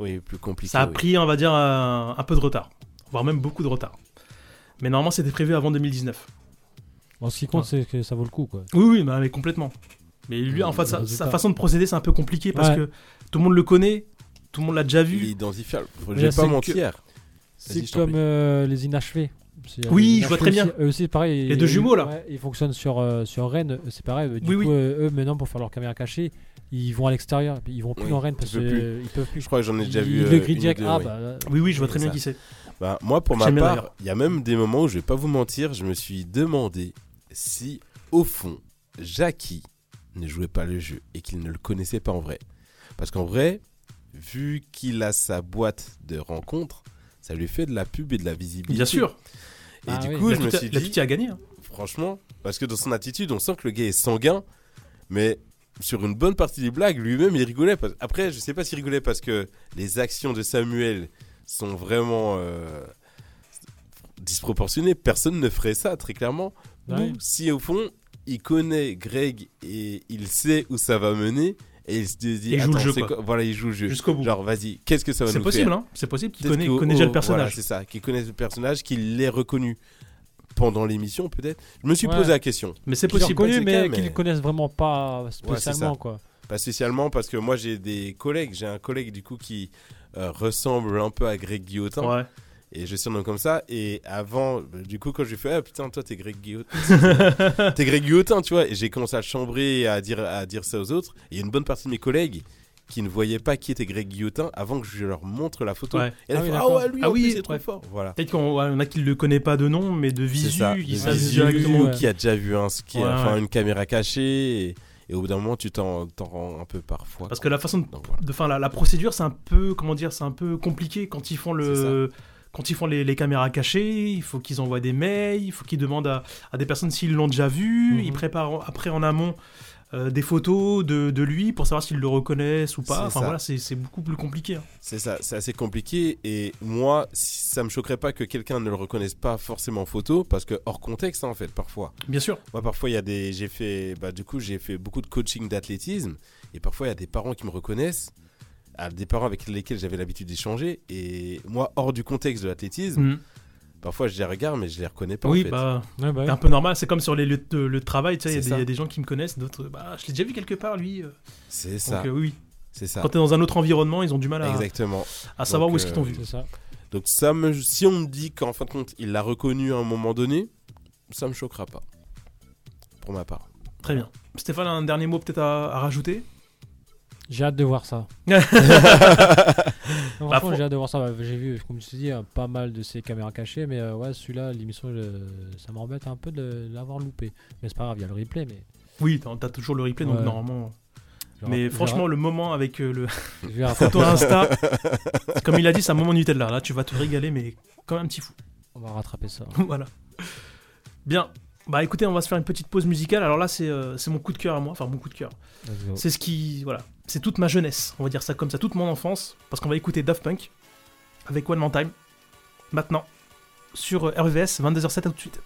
D: Oui, plus compliqué.
B: Ça a
D: oui.
B: pris, on va dire, un, un peu de retard, voire même beaucoup de retard. Mais normalement, c'était prévu avant 2019.
C: Bon, ce qui compte, c'est que ça vaut le coup, quoi.
B: Oui, oui, bah, mais complètement. Mais lui,
D: bah,
B: en fait,
C: Le
B: sa,
C: résultat.
B: sa façon de procéder, c'est un peu compliqué parce
C: Ouais.
B: que tout le monde le connaît, tout le monde l'a déjà vu.
D: Il est identifiable. Faut-
C: Mais
D: Je vais
C: là,
D: pas
C: c'est
D: mentir.
C: que-
D: Vas-y,
C: C'est
D: je t'en
C: comme euh, les inachevés. C'est-
B: Oui,
C: les
B: je
C: Inachevés
B: vois très bien.
C: aussi, Eux aussi, pareil.
B: Les
C: ils-
B: deux jumeaux, là.
C: ouais, ils fonctionnent sur, euh, sur Rennes, eux, c'est pareil. Du
B: Oui,
C: coup,
B: oui.
C: euh, eux, maintenant, pour faire leur caméra cachée, ils vont à l'extérieur. Ils vont plus
D: Oui,
C: en Rennes
D: tu
C: parce
D: peux
C: qu'ils
D: plus.
C: peuvent plus.
D: Je crois que j'en ai déjà
C: Ils-
D: vu.
C: Ils
D: euh,
C: le
D: une
C: grillent
D: ou
C: direct.
D: deux,
C: Ah, bah. là,
B: Oui, oui, je vois très
D: C'est
B: bien
D: ça.
B: qui c'est.
D: Bah, moi, pour ma
B: J'aime bien
D: part,
B: d'ailleurs.
D: il y a même des moments où je vais pas vous mentir, je me suis demandé si, au fond, Jackie ne jouait pas le jeu et qu'il ne le connaissait pas en vrai. Parce qu'en vrai, vu qu'il a sa boîte de rencontres, ça lui fait de la pub et de la visibilité.
B: Bien sûr.
D: Et
B: Ah
D: du
B: oui.
D: coup,
B: La
D: je me
B: petite-
D: suis dit.
B: la petite a gagné, hein.
D: Franchement, parce que dans son attitude, on sent que le gars est sanguin, mais sur une bonne partie des blagues, lui-même, il rigolait. parce- Après, je sais pas s'il rigolait parce que les actions de Samuel sont vraiment euh, disproportionnées. Personne ne ferait ça, très clairement. Ou
C: Ouais.
D: si au fond, il connaît Greg et il sait où ça va mener. Et il se dit,
B: Il joue le
D: attends,
B: jeu,
D: c'est
B: quoi.
D: quoi- Voilà, il joue le jeu.
B: Jusqu'au bout.
D: Genre, vas-y, qu'est-ce que ça va nous
B: C'est
D: faire
B: possible, hein. C'est possible qu'il
D: Peut-être
B: connaît-
D: qu'au-
B: connaît déjà le
D: au-
B: personnage.
D: voilà, c'est ça, qu'il connaît le personnage, qu'il l'ait reconnu pendant l'émission, peut-être. Je me suis
C: Ouais.
D: posé la question.
C: Qu'ils sont connus, mais qu'ils ne connaissent vraiment pas
D: Ouais, c'est ça.
C: spécialement, quoi.
D: Pas spécialement parce que moi j'ai des collègues, j'ai un collègue du coup qui euh, ressemble un peu à Greg Guillotin.
B: Ouais.
D: Et je surnomme comme ça. Et avant, bah, du coup, quand je lui fais Ah putain, toi t'es Greg Guillotin. t'es Greg Guillotin, tu vois. Et j'ai commencé à le chambrer et à dire, à dire ça aux autres. Et une bonne partie de mes collègues qui ne voyaient pas qui était Greg Guillotin avant que je leur montre la photo.
B: Ouais.
D: Et là,
B: Ah oui,
D: ah
B: d'accord.
D: ouais, lui,
B: Ah
D: en
B: oui,
D: plus, il est trop
B: ouais.
D: fort. Voilà.
B: Peut-être qu'on ouais, on a qui ne le connaît pas de nom, mais de
D: C'est
B: visu,
D: ça,
B: ils
D: le
B: savent
D: visu
B: directement
D: qui a déjà vu un ski,
B: Ouais,
D: enfin
B: ouais.
D: une caméra cachée, et, et au bout d'un moment, tu t'en t'en rends un peu parfois.
B: Parce que la façon de,
D: Donc,
B: de- enfin, la, la procédure, c'est un peu, comment dire, c'est un peu compliqué quand ils font le, quand ils font les, les caméras cachées, il faut qu'ils envoient des mails, il faut qu'ils demandent à, à des personnes s'ils l'ont déjà
D: Mhm.
B: vu, ils préparent en- après en amont. euh, des photos de, de lui pour savoir s'ils le reconnaissent ou
D: C'est
B: pas. Enfin
D: ça.
B: voilà, c'est c'est beaucoup plus compliqué. hein.
D: C'est ça, c'est assez compliqué et moi, si- ça me choquerait pas que quelqu'un ne le reconnaisse pas forcément en photo parce que hors contexte hein, en fait parfois.
B: Bien sûr.
D: Moi parfois il y a des j'ai fait bah du coup, j'ai fait beaucoup de coaching d'athlétisme et parfois il y a des parents qui me reconnaissent ah, des parents avec lesquels j'avais l'habitude d'échanger et moi hors du contexte de l'athlétisme
B: Mhm.
D: Parfois, je les regarde, mais je les reconnais pas. en
B: Oui,
D: fait.
B: bah, c'est un peu normal. C'est comme sur les lieux de, le travail, tu sais, il y a
D: C'est
B: des-
D: ça.
B: il y, a des gens qui me connaissent, d'autres, bah, je l'ai déjà vu quelque part, lui. euh.
D: C'est
B: Donc,
D: ça.
B: euh, oui, oui.
D: C'est ça.
B: Quand t'es dans un autre environnement, ils ont du mal à,
D: Exactement.
B: à savoir
D: Donc,
B: où est-ce qu'ils t'ont
D: euh,
B: vu.
D: Donc ça me, si on me dit qu'en fin de compte, il l'a reconnu à un moment donné, ça me choquera pas. Pour ma part.
B: Très bien. Stéphane, un dernier mot peut-être à, à rajouter
C: J'ai hâte de voir ça.
B: Bah,
C: Non,
B: Bah,
C: franchement,
B: fran-
C: j'ai hâte de voir ça. Bah, J'ai vu, comme je te dis, euh, pas mal de ces caméras cachées, mais euh, ouais, celui-là, l'émission, je- ça m'embête un peu de l'avoir loupé. Mais c'est pas grave, il y a le replay. Mais...
B: Oui, t'as t'as toujours le replay, donc
C: Ouais.
B: normalement.
C: Je
B: Mais
C: vais rapp-
B: franchement,
C: je
B: le moment avec euh, le
C: Je vais
B: photo
C: rattraper.
B: Insta, c'est comme il a dit, c'est un moment Nutella. Là, tu vas te régaler, mais comme un petit fou.
C: On va rattraper ça.
B: voilà. Bien. Bah écoutez, on va se faire une petite pause musicale. Alors là, c'est euh, c'est mon coup de cœur à moi, enfin mon coup de cœur.
C: Let's go.
B: C'est ce qui, voilà, c'est toute ma jeunesse. On va dire ça comme ça, toute mon enfance, parce qu'on va écouter Daft Punk avec One More Time maintenant sur euh, RVVS 22h07 à tout de suite.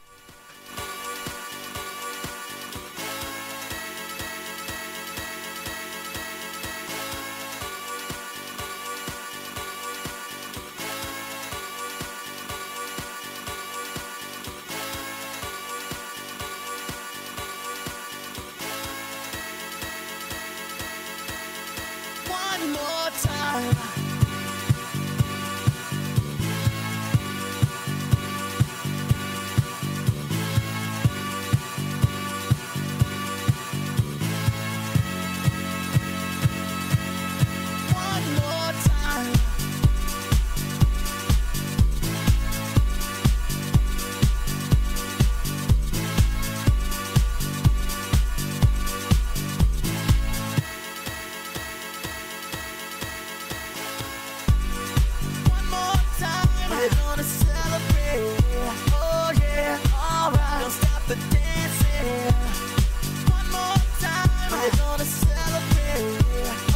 S: One more time. One more time. One more time, we're gonna celebrate. Oh yeah, alright, don't stop the dancing. One more time, we're gonna celebrate.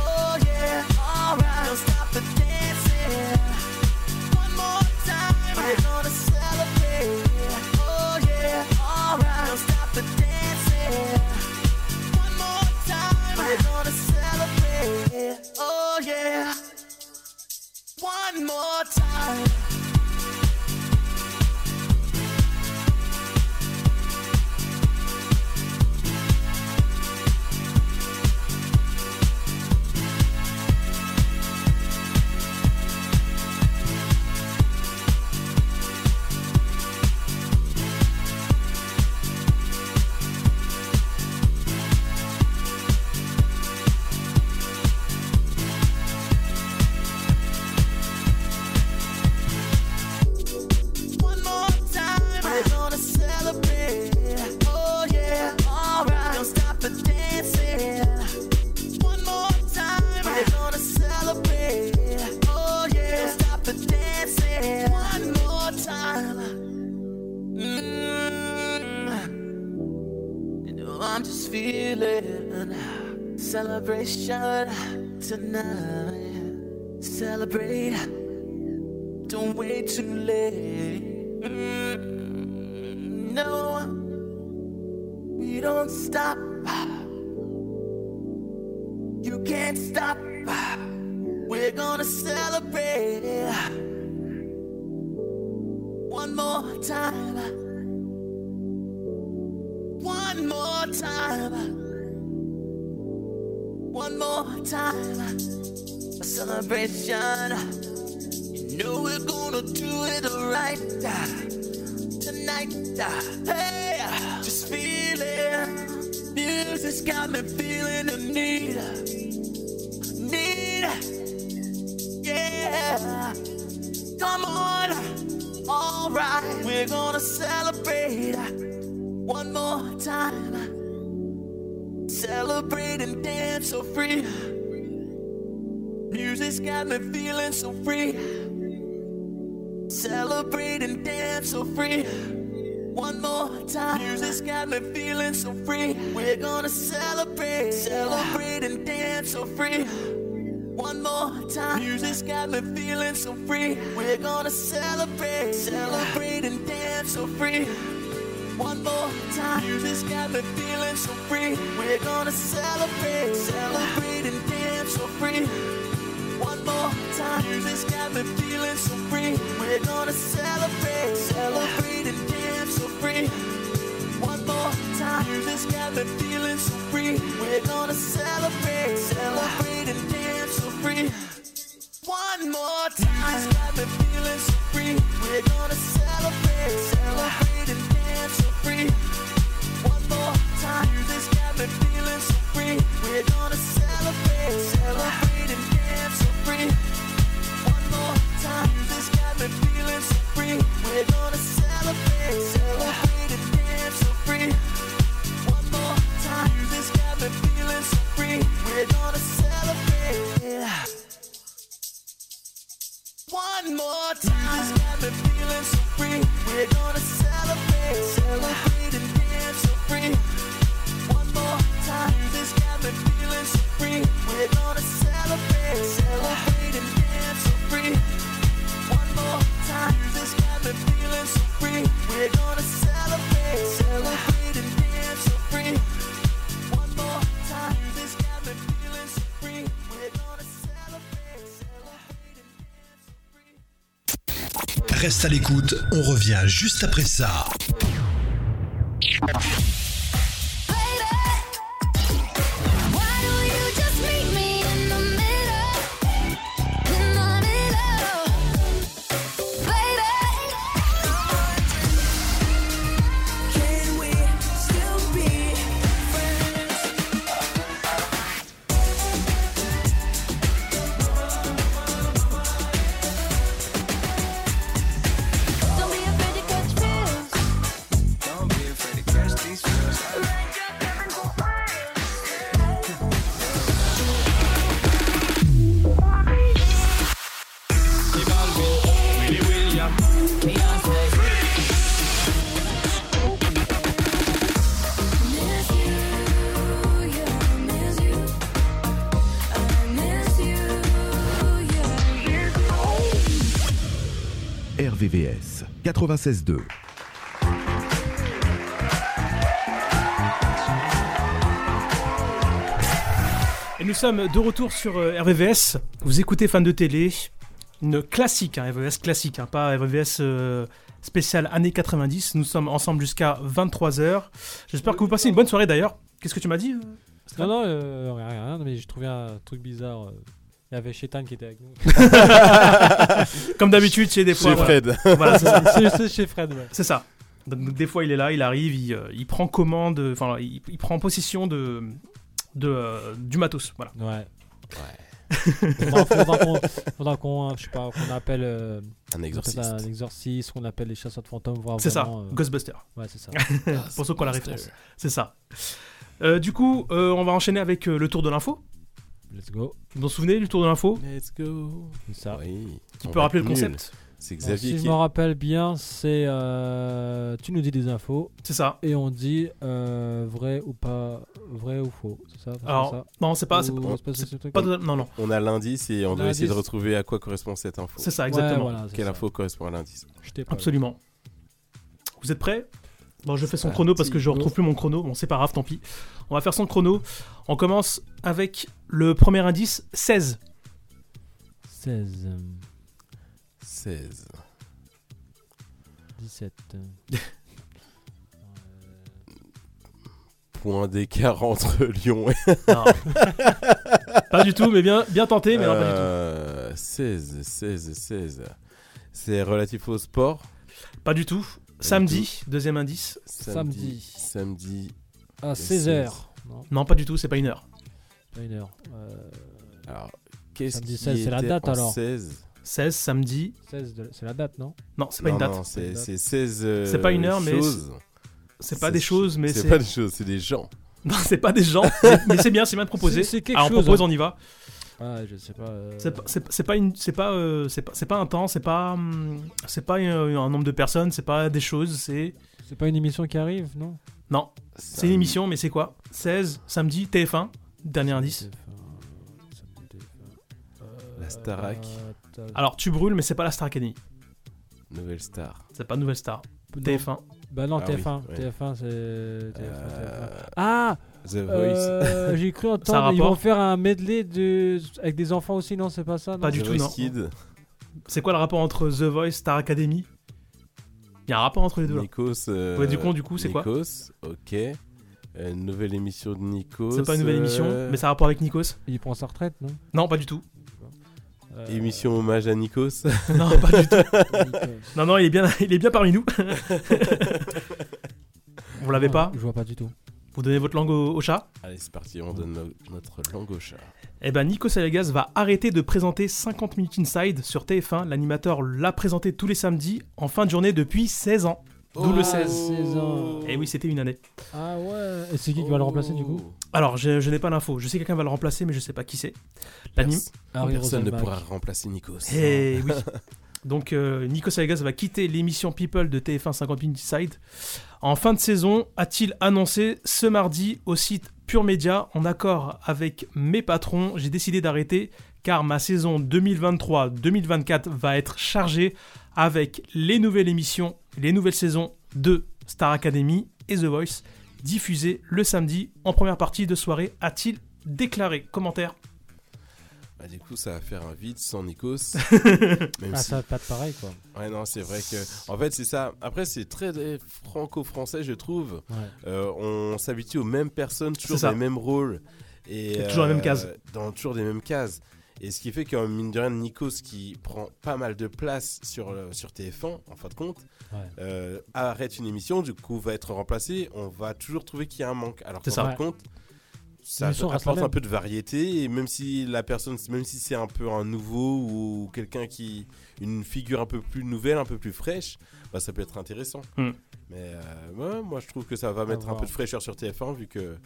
S: Oh yeah, alright, don't stop the dancing. One more time, we're gonna celebrate. Oh yeah, alright, don't stop the dancing. One more time, we're gonna celebrate. Oh yeah. One more time. One more time, we're gonna celebrate. Oh yeah, alright, don't stop the dancing. One more time, we're gonna celebrate. Oh yeah, don't stop the dancing. One more time. Mm. You know I'm just feeling celebration tonight. Celebrate. Don't wait too late. Mm, No, we don't stop. You can't stop. We're gonna celebrate one more time. One more time. One more time. A celebration. Know we're gonna do it right tonight. Hey, just feeling. Music's got me feeling the need, need Come on, alright, we're gonna celebrate one more time. Celebrate and dance so free. Music's got me feeling so free. Celebrate and dance so free. One more time. Music's got me feeling so free. We're gonna celebrate, celebrate and dance so free. One more time. Music's got me feeling so free. We're gonna celebrate, celebrate and dance so free. One more time. Music's got me feeling so free. We're gonna celebrate, celebrate and dance so free. One more time. Music's got me feeling so free. We're gonna celebrate, celebrate and dance so free. One more time. Music's got me feeling so free. We're gonna celebrate, celebrate and dance so free. One more time. Music's got me feeling so free. We're gonna celebrate, celebrate and dance so free. One more time. Music's got me feeling so free. We're gonna celebrate, celebrate and dance so free. One more time. Music's got me feeling so free. We're gonna celebrate, celebrate and dance so free. One more time. Music's got me feeling so free. We're gonna celebrate. One more time. It's got me feeling so free. We're gonna celebrate, celebrate and dance so free. One more time. This got me feeling so free. We're gonna celebrate, celebrate and dance so free. One more time. This got me feeling so free. We're gonna celebrate, celebrate and dance so free. One more time. This got me feeling so free. We're gonna celebrate, celebrate.
E: Reste à l'écoute, on revient juste après ça.
I: RVVS 96.2.
B: Et nous sommes de retour sur euh, RVVS. Vous écoutez fan de télé, une classique, hein, RVVS classique, hein, pas RVVS euh, spécial années 90. Nous sommes ensemble jusqu'à 23h. J'espère que vous passez une bonne soirée d'ailleurs. Qu'est-ce que tu m'as dit euh,
C: Non, non, euh, rien, rien, mais j'ai trouvé un truc bizarre. euh, Il y avait Shetan qui était avec nous.
B: Comme d'habitude, chez des fois. voilà. Voilà, c'est ça.
C: C'est- c'est chez Fred, ouais.
B: C'est ça. Donc, des fois, il est là, il arrive, il, euh, il prend commande, euh, enfin, il, il prend possession de, de, euh, du matos. Voilà.
C: Ouais. faudra, faudra qu'on- faudra qu'on, euh, je sais pas, qu'on appelle euh,
D: Un exorciste.
C: peut-être un exorciste, qu'on appelle les chasseurs de fantômes, voir
B: C'est ça,
C: vraiment, euh,
B: Ghostbuster.
C: Ouais, c'est ça.
B: Pour ceux qui ont la référence. C'est ça. Euh, du coup, euh, on va enchaîner avec euh, le tour de l'info.
C: Let's go.
B: Vous vous en souvenez du tour de l'info
D: Let's go.
C: Ça.
D: Oui.
B: Tu
D: On
B: peux
D: va
B: rappeler le
D: être nul.
B: concept
D: C'est
C: Alors,
D: Xavier
C: si
D: qui.
C: je me rappelle bien, c'est euh, tu nous dis des infos.
B: C'est ça.
C: Et on dit euh, vrai ou pas, vrai ou faux. C'est ça.
B: Alors, non, c'est pas- c'est
C: Ou
B: pas-
C: on se passe
B: c'est
C: ce truc
B: pas de- non, non.
D: On a l'indice et on doit essayer de
B: L'indice.
D: retrouver à quoi correspond cette info.
B: C'est ça, exactement.
C: Ouais, voilà, c'est
D: Quelle
C: ça.
D: info correspond à l'indice
B: Absolument. Vous êtes prêts Bon, je fais son
D: C'est
B: chrono
D: parti.
B: parce que je retrouve plus mon chrono. Bon, c'est pas grave, tant pis. On va faire son chrono. On commence avec le premier indice 16.
C: 16, euh,
D: 16.
C: 17.
D: Point d'écart entre Lyon et.
B: Non. pas du tout, mais bien, bien tenté, mais non, pas du tout.
D: Euh, 16, 16, 16. C'est relatif au sport
B: Pas du tout. Samedi, deuxième indice.
C: Samedi.
D: Samedi.
C: À
D: Et
C: 16 heures. Non.
B: Non, pas du tout, c'est pas une heure.
C: Pas une heure. Euh,
D: Alors, qu'est-ce
C: samedi
D: qui
C: 16, c'est la
D: était
C: date
D: en
C: alors.
D: 16
B: 16 samedi.
C: 16 de- C'est la date, non
B: Non, c'est pas une
D: Non,
B: date.
D: non, c'est c'est 16. euh,
B: C'est pas une heure, mais
D: choses.
B: c'est- c'est pas des choses, mais c'est-
D: C'est pas des choses, c'est des gens.
B: Non, c'est pas des gens, mais- mais c'est bien, c'est bien de proposer.
C: C'est- c'est quelque
B: Alors, on
C: chose,
B: propose,
C: hein.
B: on y va.
C: Ah, je sais pas. euh,
B: C'est pas, c'est- c'est pas une, c'est pas, euh, c'est pas, c'est pas un temps, c'est pas, hum, c'est pas euh, un nombre de personnes, c'est pas des choses, c'est.
C: C'est pas une émission qui arrive, non
B: Non, c'est
D: Euh,
B: une émission, mais c'est quoi 16 samedi TF1, dernier indice.
D: La Starac,
C: Euh,
B: Alors tu brûles, mais c'est pas la Star Academy,
D: nouvelle star.
B: c'est pas Nouvelle Star,
C: Non.
B: TF1.
C: Bah non,
D: Ah oui,
C: TF1.
D: ouais.
C: TF1, c'est. TF1,
D: Euh,
C: TF1. Ah
D: The
C: euh,
D: Voice.
C: J'ai cru
B: Ça a
C: entendre. Ils vont
B: rapport
C: faire un medley de... avec des enfants aussi, non C'est pas ça non
B: Pas du
D: The
B: tout, non.
D: Voice Kid,
B: C'est quoi le rapport entre The Voice, Star Academy Il y a un rapport entre les deux. là.
D: Nikos. euh,
B: Ouais, du coup, du coup, c'est quoi
D: Nikos, ok. Euh, nouvelle émission de Nikos.
B: C'est pas une nouvelle émission,
D: euh,
B: mais ça a rapport avec Nikos.
C: Il prend sa retraite, non Euh,
B: Non, pas du tout.
D: Émission hommage à Nikos.
B: Non, pas du tout.
C: euh,
B: non, non, il est bien, il est bien parmi nous. Vous l'avez
C: Ah,
B: pas
C: Je vois pas du tout.
B: Vous donnez votre langue au, au chat
D: Allez, c'est parti, on donne no- notre langue au chat.
B: Eh ben, Nico Salagas va arrêter de présenter 50 minutes inside sur TF1. L'animateur l'a présenté tous les samedis en fin de journée depuis 16 ans. D'où le 16. Eh oui, c'était une année.
C: Ah ouais Et c'est qui qui va le remplacer du coup
B: Alors, je, je n'ai pas l'info. Je sais que quelqu'un va le remplacer, mais je sais pas qui c'est. L'anime.
D: Pers-
C: Harry
D: Personne ne
C: Rosenbach.
D: pourra remplacer Nikos.
B: Eh oui. Donc euh, Nico Salagas va quitter l'émission People de TF1 50 Minutes Inside. En fin de saison, a-t-il annoncé ce mardi au site Pure Media, en accord avec mes patrons, j'ai décidé d'arrêter car ma saison 2023-2024 va être chargée avec les nouvelles émissions, les nouvelles saisons de Star Academy et The Voice diffusées le samedi en première partie de soirée, a-t-il déclaré Commentaire
D: Bah, du coup, ça va faire un vide sans Nikos. Même
C: Ah,
D: si-
C: ça va pas être pareil quoi.
D: Ouais, non, c'est vrai que. En fait, c'est ça. Après, c'est très euh, franco-français, je trouve.
C: Ouais.
D: Euh, on s'habitue aux mêmes personnes, toujours
B: C'est ça.
D: dans les mêmes rôles. Et, euh,
B: Et toujours la même case.
D: Dans toujours les mêmes cases. Et ce qui fait qu'en mine de rien, Nikos, qui prend pas mal de place sur, le- sur TF1, en fin de compte,
C: Ouais.
D: euh, arrête une émission, du coup, va être remplacé. On va toujours trouver qu'il y a un manque. Alors qu'en
B: C'est ça.
D: fin de
B: Ouais.
D: compte. Ça
C: L'émission reste la
D: apporte un
C: même.
D: peu de variété et même si la personne, même si c'est un peu un nouveau ou quelqu'un qui une figure un peu plus nouvelle, un peu plus fraîche, bah, ça peut être intéressant.
B: Hmm.
D: Mais euh, ouais, moi je trouve que ça va mettre un
C: voir.
D: peu de fraîcheur sur TF1 vu que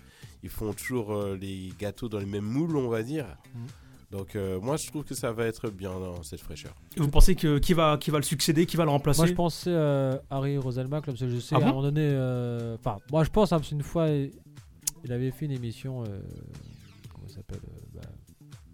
D: ils font toujours euh, les gâteaux dans les mêmes moules, on va dire.
C: Hmm.
D: Donc euh, moi je trouve que ça va être bien dans cette fraîcheur.
B: Et Vous pensez que qui va qui va le succéder, qui va le remplacer
C: Moi je pensais euh, Harry Roselmack, là, parce que je sais
B: Ah
C: à
B: bon
C: un moment donné. euh, Enfin, moi je pense, hein, parce qu'une fois il il avait fait une émission. euh, comment ça s'appelle euh, bah,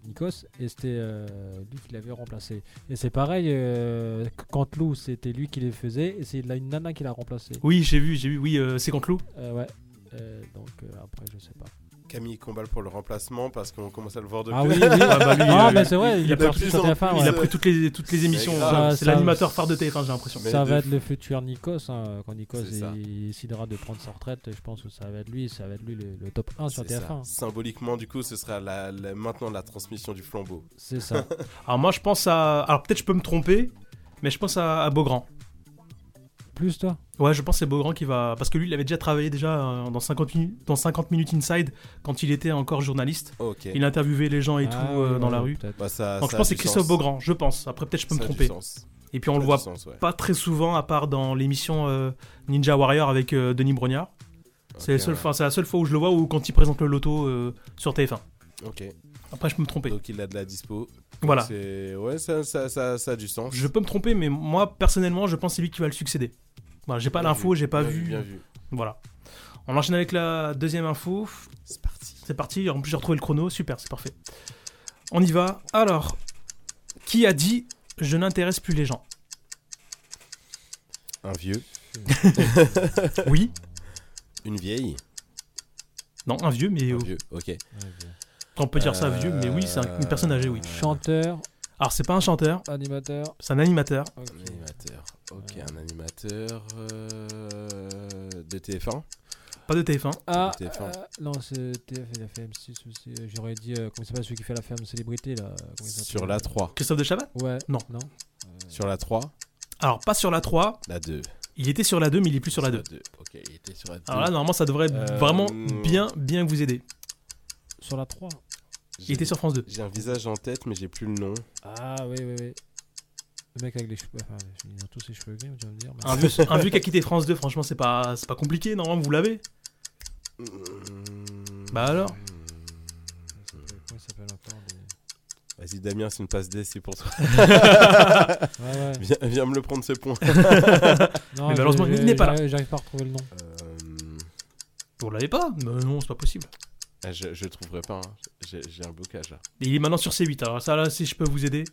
C: Nikos, et c'était euh, lui qui l'avait remplacé. Et c'est pareil, euh, Cantelou, c'était lui qui les faisait, et c'est la- une nana qui l'a remplacé.
B: Oui, j'ai vu, j'ai vu. Oui, euh, c'est contre loup.
C: Euh, ouais. Euh, donc euh, après, je sais pas.
D: Camille combat pour le remplacement parce qu'on commence à le voir de
C: Ah
D: plus.
C: oui, oui.
B: Ah, bah, lui,
C: Ah,
B: il-
C: bah, c'est vrai,
B: il,
C: il
B: a
C: est parti
B: pris,
C: sur TF1,
B: il a
C: Ah ouais.
B: pris toutes les toutes les émissions.
D: grave.
B: euh,
C: Ça-
B: C'est
C: ça-
B: l'animateur phare de TF1, j'ai l'impression.
D: Mais
C: ça
D: de
C: va
D: fou.
C: être le futur Nikos. hein. Quand Nikos
D: C'est ça.
C: il, il décidera de prendre sa retraite, je pense que ça va être lui, ça va être lui le, le top 1 sur
D: C'est ça.
C: TF1.
D: Symboliquement, du coup, ce sera la- la- maintenant la transmission du flambeau.
C: C'est ça.
B: Alors moi, je pense à. Alors peut-être je peux me tromper, mais je pense à, à Beaugrand.
C: Plus toi
B: Ouais, je pense que c'est Beaugrand qui va parce que lui, il avait déjà travaillé déjà euh, dans 50 minutes dans 50 minutes inside quand il était encore journaliste.
D: Ok.
B: Il interviewait les gens et
C: Ah,
B: tout euh,
C: ouais,
B: dans la
C: ouais,
B: rue.
C: peut-être.
D: Bah, ça-
B: Donc
D: ça a
B: je pense que c'est
D: du
B: Christophe
D: sens.
B: Beaugrand. Je pense. Après peut-être je peux
D: Ça
B: me
D: a du
B: tromper.
D: sens.
B: Et puis on
D: Ça
B: le
D: a
B: voit
D: du sens, ouais.
B: pas très souvent à part dans l'émission euh, Ninja Warrior avec euh, Denis Brognard. C'est
D: Ok,
B: la seule
D: ouais.
B: fois- c'est la seule fois où je le vois ou quand il présente le loto euh, sur TF1.
D: Ok.
B: Après, je peux me tromper.
D: Donc il a de la dispo.
B: Voilà.
D: C'est- Ouais, ça, ça, ça, ça a du sens.
B: Je peux me tromper, mais moi, personnellement, je pense que c'est lui qui va le succéder. Voilà, j'ai pas
D: Bien
B: l'info,
D: vu,
B: j'ai pas
D: bien
B: vu.
D: vu, bien vu.
B: Voilà. On enchaîne avec la deuxième info.
D: C'est parti.
B: C'est parti. En plus, j'ai retrouvé le chrono. Super, c'est parfait. On y va. Alors, qui a dit Je n'intéresse plus les gens
D: Un vieux.
B: Oui.
D: Une vieille.
B: Non, un vieux, mais.
D: Un
B: euh,
D: vieux, ok.
B: On peut dire ça vieux, mais oui, c'est un- une personne âgée,
D: Euh,
B: oui.
C: Chanteur,
B: Alors, c'est pas un chanteur,
C: animateur.
B: c'est un animateur.
D: Un animateur. Ok, un animateur euh, de TF1.
B: Pas de TF1.
C: Ah,
D: De TF1.
C: euh, non, c'est TF, il a fait M6 aussi. euh, J'aurais dit, euh, comment il s'appelle celui qui fait la ferme célébrité là comment il s'appelle euh,
D: Sur la 3.
B: Christophe de Chabat
C: Ouais.
B: Non.
C: Non.
D: Sur la 3.
B: Alors, pas sur la 3.
D: La 2.
B: Il était sur la 2, mais il est plus sur la 2.
D: Ok, il était sur la 2.
B: Alors là, normalement, ça devrait
D: Euh,
B: vraiment
D: hmm.
B: bien, bien vous aider.
C: Sur la 3.
B: Il était sur France 2.
D: J'ai un visage en tête, mais j'ai plus le nom.
C: Ah, oui, oui, oui. Le mec avec les cheveux. Enfin, ils ont tous ses cheveux gris, tu vas me dire. mais-
B: Un vieux, un vieux qui a quitté France 2, franchement, c'est pas, c'est pas compliqué, normalement, vous l'avez. Bah alors
D: Hmm. Vas-y Damien, c'est une passe D, c'est pour toi.
C: ouais.
D: Viens, viens me le prendre ce point.
C: Non,
B: mais malheureusement,
C: je-
B: il n'est pas là.
C: j'arrive- J'arrive pas à retrouver le nom.
B: Vous l'avez pas Mais Non, c'est pas possible.
D: Euh, Ah, je, je le trouverai pas, hein. j'ai j'ai un blocage là.
B: Et il est maintenant sur C8, alors ça, là, si je peux vous aider.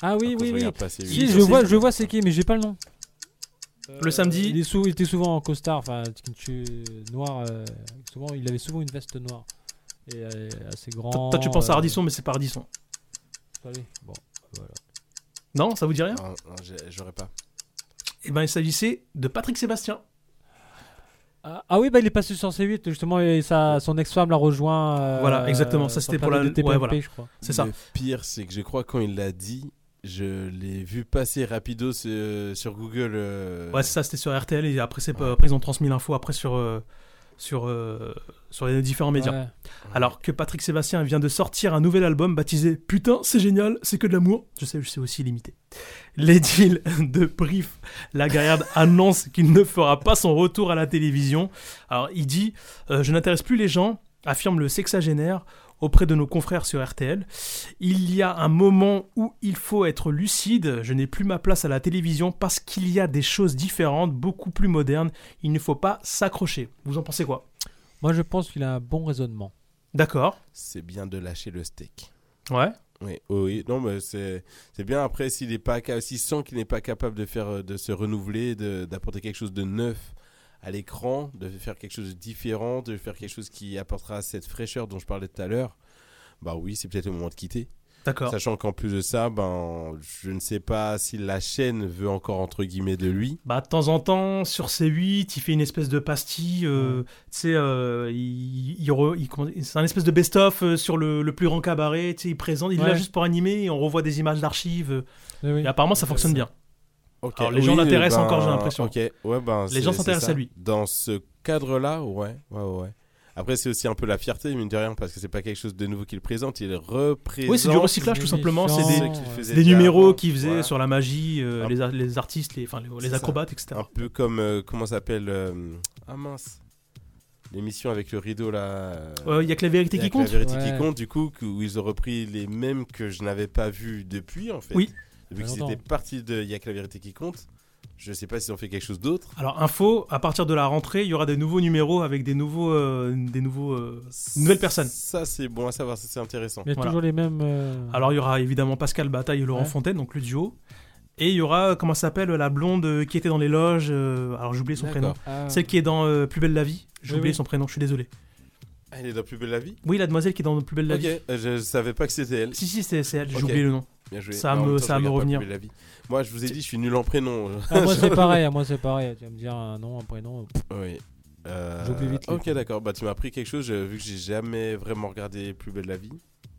C: Ah oui,
D: Attends,
C: oui,
D: je
C: oui.
D: regarde pas, c'est
C: Si,
D: lui.
C: je vois, je vois c'est qui, mais j'ai pas le nom. Euh,
B: Le samedi.
C: Il, est sou- il était souvent en costard, enfin, tu- tu- noir. euh, souvent, il avait souvent une veste noire. Et euh, assez grand.
B: Toi, toi, tu penses à Ardisson, mais c'est pas Ardisson.
C: Allez, bon, voilà.
B: Non, ça vous dit rien
D: Non, non, Ah, j'ai- j'aurais pas.
B: Eh ben, il s'agissait de Patrick Sébastien.
C: Ah, ah oui, bah, il est passé sur C8, justement, et sa, son ex-femme l'a rejoint. euh,
B: Voilà, exactement, ça,
C: sur
B: c'était
C: le
B: pour
C: plateau
B: la-
C: de TPMP,
B: ouais, voilà.
C: je crois.
B: C'est ça.
D: Le pire, c'est que je crois quand il l'a dit, je l'ai vu passer rapido ce- sur Google. euh,
B: Ouais, c'est ça, c'était sur RTL et après, c'est pas- après ils ont transmis l'info après sur, euh, sur, euh, sur les différents médias.
C: Ouais.
B: Alors que Patrick Sébastien vient de sortir un nouvel album baptisé Putain, c'est génial, c'est que de l'amour. Je sais, je sais aussi limité. Les deals de Brief Lagarde annonce qu'il ne fera pas son retour à la télévision. Alors il dit euh, Je n'intéresse plus les gens, affirme le sexagénaire auprès de nos confrères sur RTL. Il y a un moment où il faut être lucide. Je n'ai plus ma place à la télévision parce qu'il y a des choses différentes, beaucoup plus modernes. Il ne faut pas s'accrocher. Vous en pensez quoi
C: Moi, je pense qu'il a un bon raisonnement.
B: D'accord.
D: C'est bien de lâcher le steak.
B: Ouais.
D: Oui, oui, oui. non, mais c'est c'est bien. Après, s'il est pas, ca- s'il sent qu'il n'est pas capable de faire, euh, de se renouveler, de- d'apporter quelque chose de neuf à l'écran, de faire quelque chose de différent, de faire quelque chose qui apportera cette fraîcheur dont je parlais tout à l'heure, bah oui, c'est peut-être le moment de quitter.
B: D'accord.
D: Sachant qu'en plus de ça, ben, je ne sais pas si la chaîne veut encore entre guillemets de lui.
B: Bah, de temps en temps, sur C8, il fait une espèce de pastille. euh, Tu sais, euh, il, il re- il- comment- c'est un espèce de best-of euh, sur le, le plus grand cabaret. Tu sais, il présente, il est là
C: Ouais.
B: juste pour animer et on revoit des images d'archives. euh,
C: Oui, oui.
B: Et apparemment, ça fonctionne bien.
D: Ok.
B: Alors, les
D: Oui,
B: gens l'intéressent
D: ben,
B: encore, j'ai l'impression.
D: ok. Ouais, ben,
B: les
D: c'est-
B: gens
D: c'est
B: s'intéressent
D: ça.
B: à lui.
D: Dans ce cadre-là, ouais, ouais, ouais. Après, c'est aussi un peu la fierté, mine de rien, parce que c'est pas quelque chose de nouveau qu'il présente, il représente.
B: Oui, c'est du recyclage tout simplement. C'est
D: ce qu'il
B: des,
D: faisait
B: c'est des
D: déjà
B: numéros
D: avant.
B: qu'il faisait
D: Voilà. Ah.
B: sur la magie, euh, les, a- les artistes, les, enfin, les- les
D: C'est ça.
B: acrobates, etc.
D: Un peu comme, euh, comment ça s'appelle euh, Ah mince L'émission avec le rideau là. euh,
B: Euh, y a que la vérité
D: y a
B: qui
D: que
B: compte.
D: La vérité
B: Ouais.
D: qui compte, du coup, que- où ils ont repris les mêmes que je n'avais pas vu depuis, en fait.
B: Oui.
D: Depuis
B: Ça fait
D: qu'ils
B: longtemps.
D: étaient partis de Y a que la vérité qui compte. Je sais pas s'ils ont fait quelque chose d'autre.
B: Alors info, à partir de la rentrée, il y aura des nouveaux numéros avec des nouveaux, euh, des nouveaux, euh, nouvelles personnes.
D: Ça, c'est bon à savoir, ça, c'est intéressant.
C: Mais toujours les mêmes. euh,
B: Ah. Alors il y aura évidemment Pascal Bataille et Laurent
C: Ouais.
B: Fontaine, donc le duo. Et il y aura, euh, comment ça s'appelle, la blonde euh, qui était dans les loges, euh, alors j'ai oublié son prénom,
D: D'accord. Ah.
B: celle qui est dans euh, Plus belle la vie, j'ai
D: Oui,
B: oublié
D: oui.
B: son prénom, je suis désolé.
D: Ah, elle est dans Plus belle la vie
B: Oui, la demoiselle qui est dans Plus belle la
D: Ok,
B: vie.
D: euh, je savais pas que c'était elle.
B: Si, si, c'est c'est elle, j'ai
D: Ok. Bah,
B: oublié le nom.
D: Bien joué. Mais
B: Ça
D: en
B: va me,
D: même temps,
B: ça va
D: je
B: me
D: regarde pas
B: revenir.
D: Plus belle la vie. Moi, je vous ai dit, je suis nul en prénom.
C: Ah, moi, c'est pareil, à moi, c'est pareil. Tu vas me dire un nom, un prénom.
D: Oui. Euh,
C: J'oublie vite les
D: Ok, d'accord. Bah, tu m'as appris quelque chose, euh, vu que j'ai jamais vraiment regardé Plus belle la vie.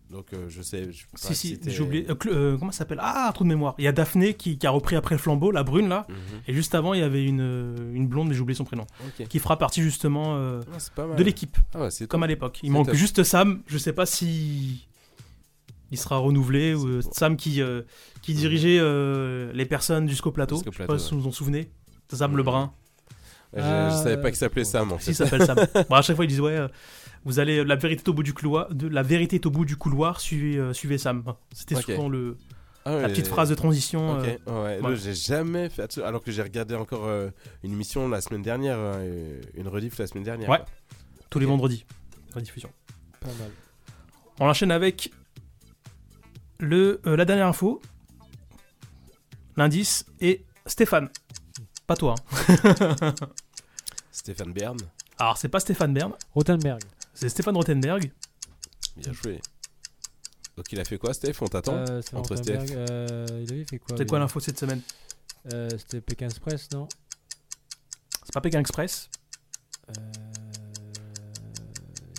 D: Donc, euh, je sais. Je sais pas
B: Si, si,
D: c'était-
B: j'ai oublié. euh, Cl- euh, comment ça s'appelle Ah, trou de mémoire. Il y a Daphné qui, qui a repris après le flambeau, la brune là. Et juste avant, il y avait une, euh, une blonde, mais j'ai oublié son prénom.
D: Mhm. Ok.
B: Qui fera partie justement euh,
D: Ah, c'est pas mal.
B: de l'équipe.
D: Ah ouais, c'est
B: comme
D: top.
B: à l'époque. Il
D: C'est
B: manque
D: top.
B: juste Sam. Je sais pas si il sera renouvelé. Ou, euh, Sam qui, euh, qui dirigeait euh, les personnes jusqu'au plateau.
D: Jusqu'au
B: je sais
D: plateau, Mm.
B: pas si vous vous en souvenez. Sam Lebrun.
D: Ouais, je- je Ah, savais pas qu'il s'appelait Sam, en
B: Euh, Si,
D: fait.
B: il s'appelle Sam. Bon, à chaque fois, ils disent Ouais, euh, vous allez, la vérité est au bout du couloir, de, la vérité est au bout du couloir suivez, euh, suivez Sam. C'était
D: Ok.
B: souvent le,
D: Ah ouais,
B: la petite phrase de transition.
D: Ok,
B: euh,
D: ouais, là,
B: voilà.
D: j'ai jamais fait attention, alors que j'ai regardé encore euh, une émission la semaine dernière, euh, une rediff la semaine dernière.
B: Ouais.
D: quoi.
B: Tous les vendredis. Rediffusion.
C: Pas mal.
B: On enchaîne avec le, euh, la dernière info. L'indice et Stéphane. Pas toi. hein.
D: Stéphane Bern,
B: Alors, c'est pas Stéphane Bern.
C: Rothenberg.
B: C'est Stéphane Rothenberg.
D: bien joué. Donc il a fait quoi, Steph On t'attend
C: Euh, c'est
D: Entre
C: Rothenberg,
D: Steph.
C: euh, il avait fait quoi
B: C'était quoi
C: lui
B: l'info de cette semaine
C: Euh, C'était Pékin Express, non
B: C'est pas Pékin Express.
C: Euh,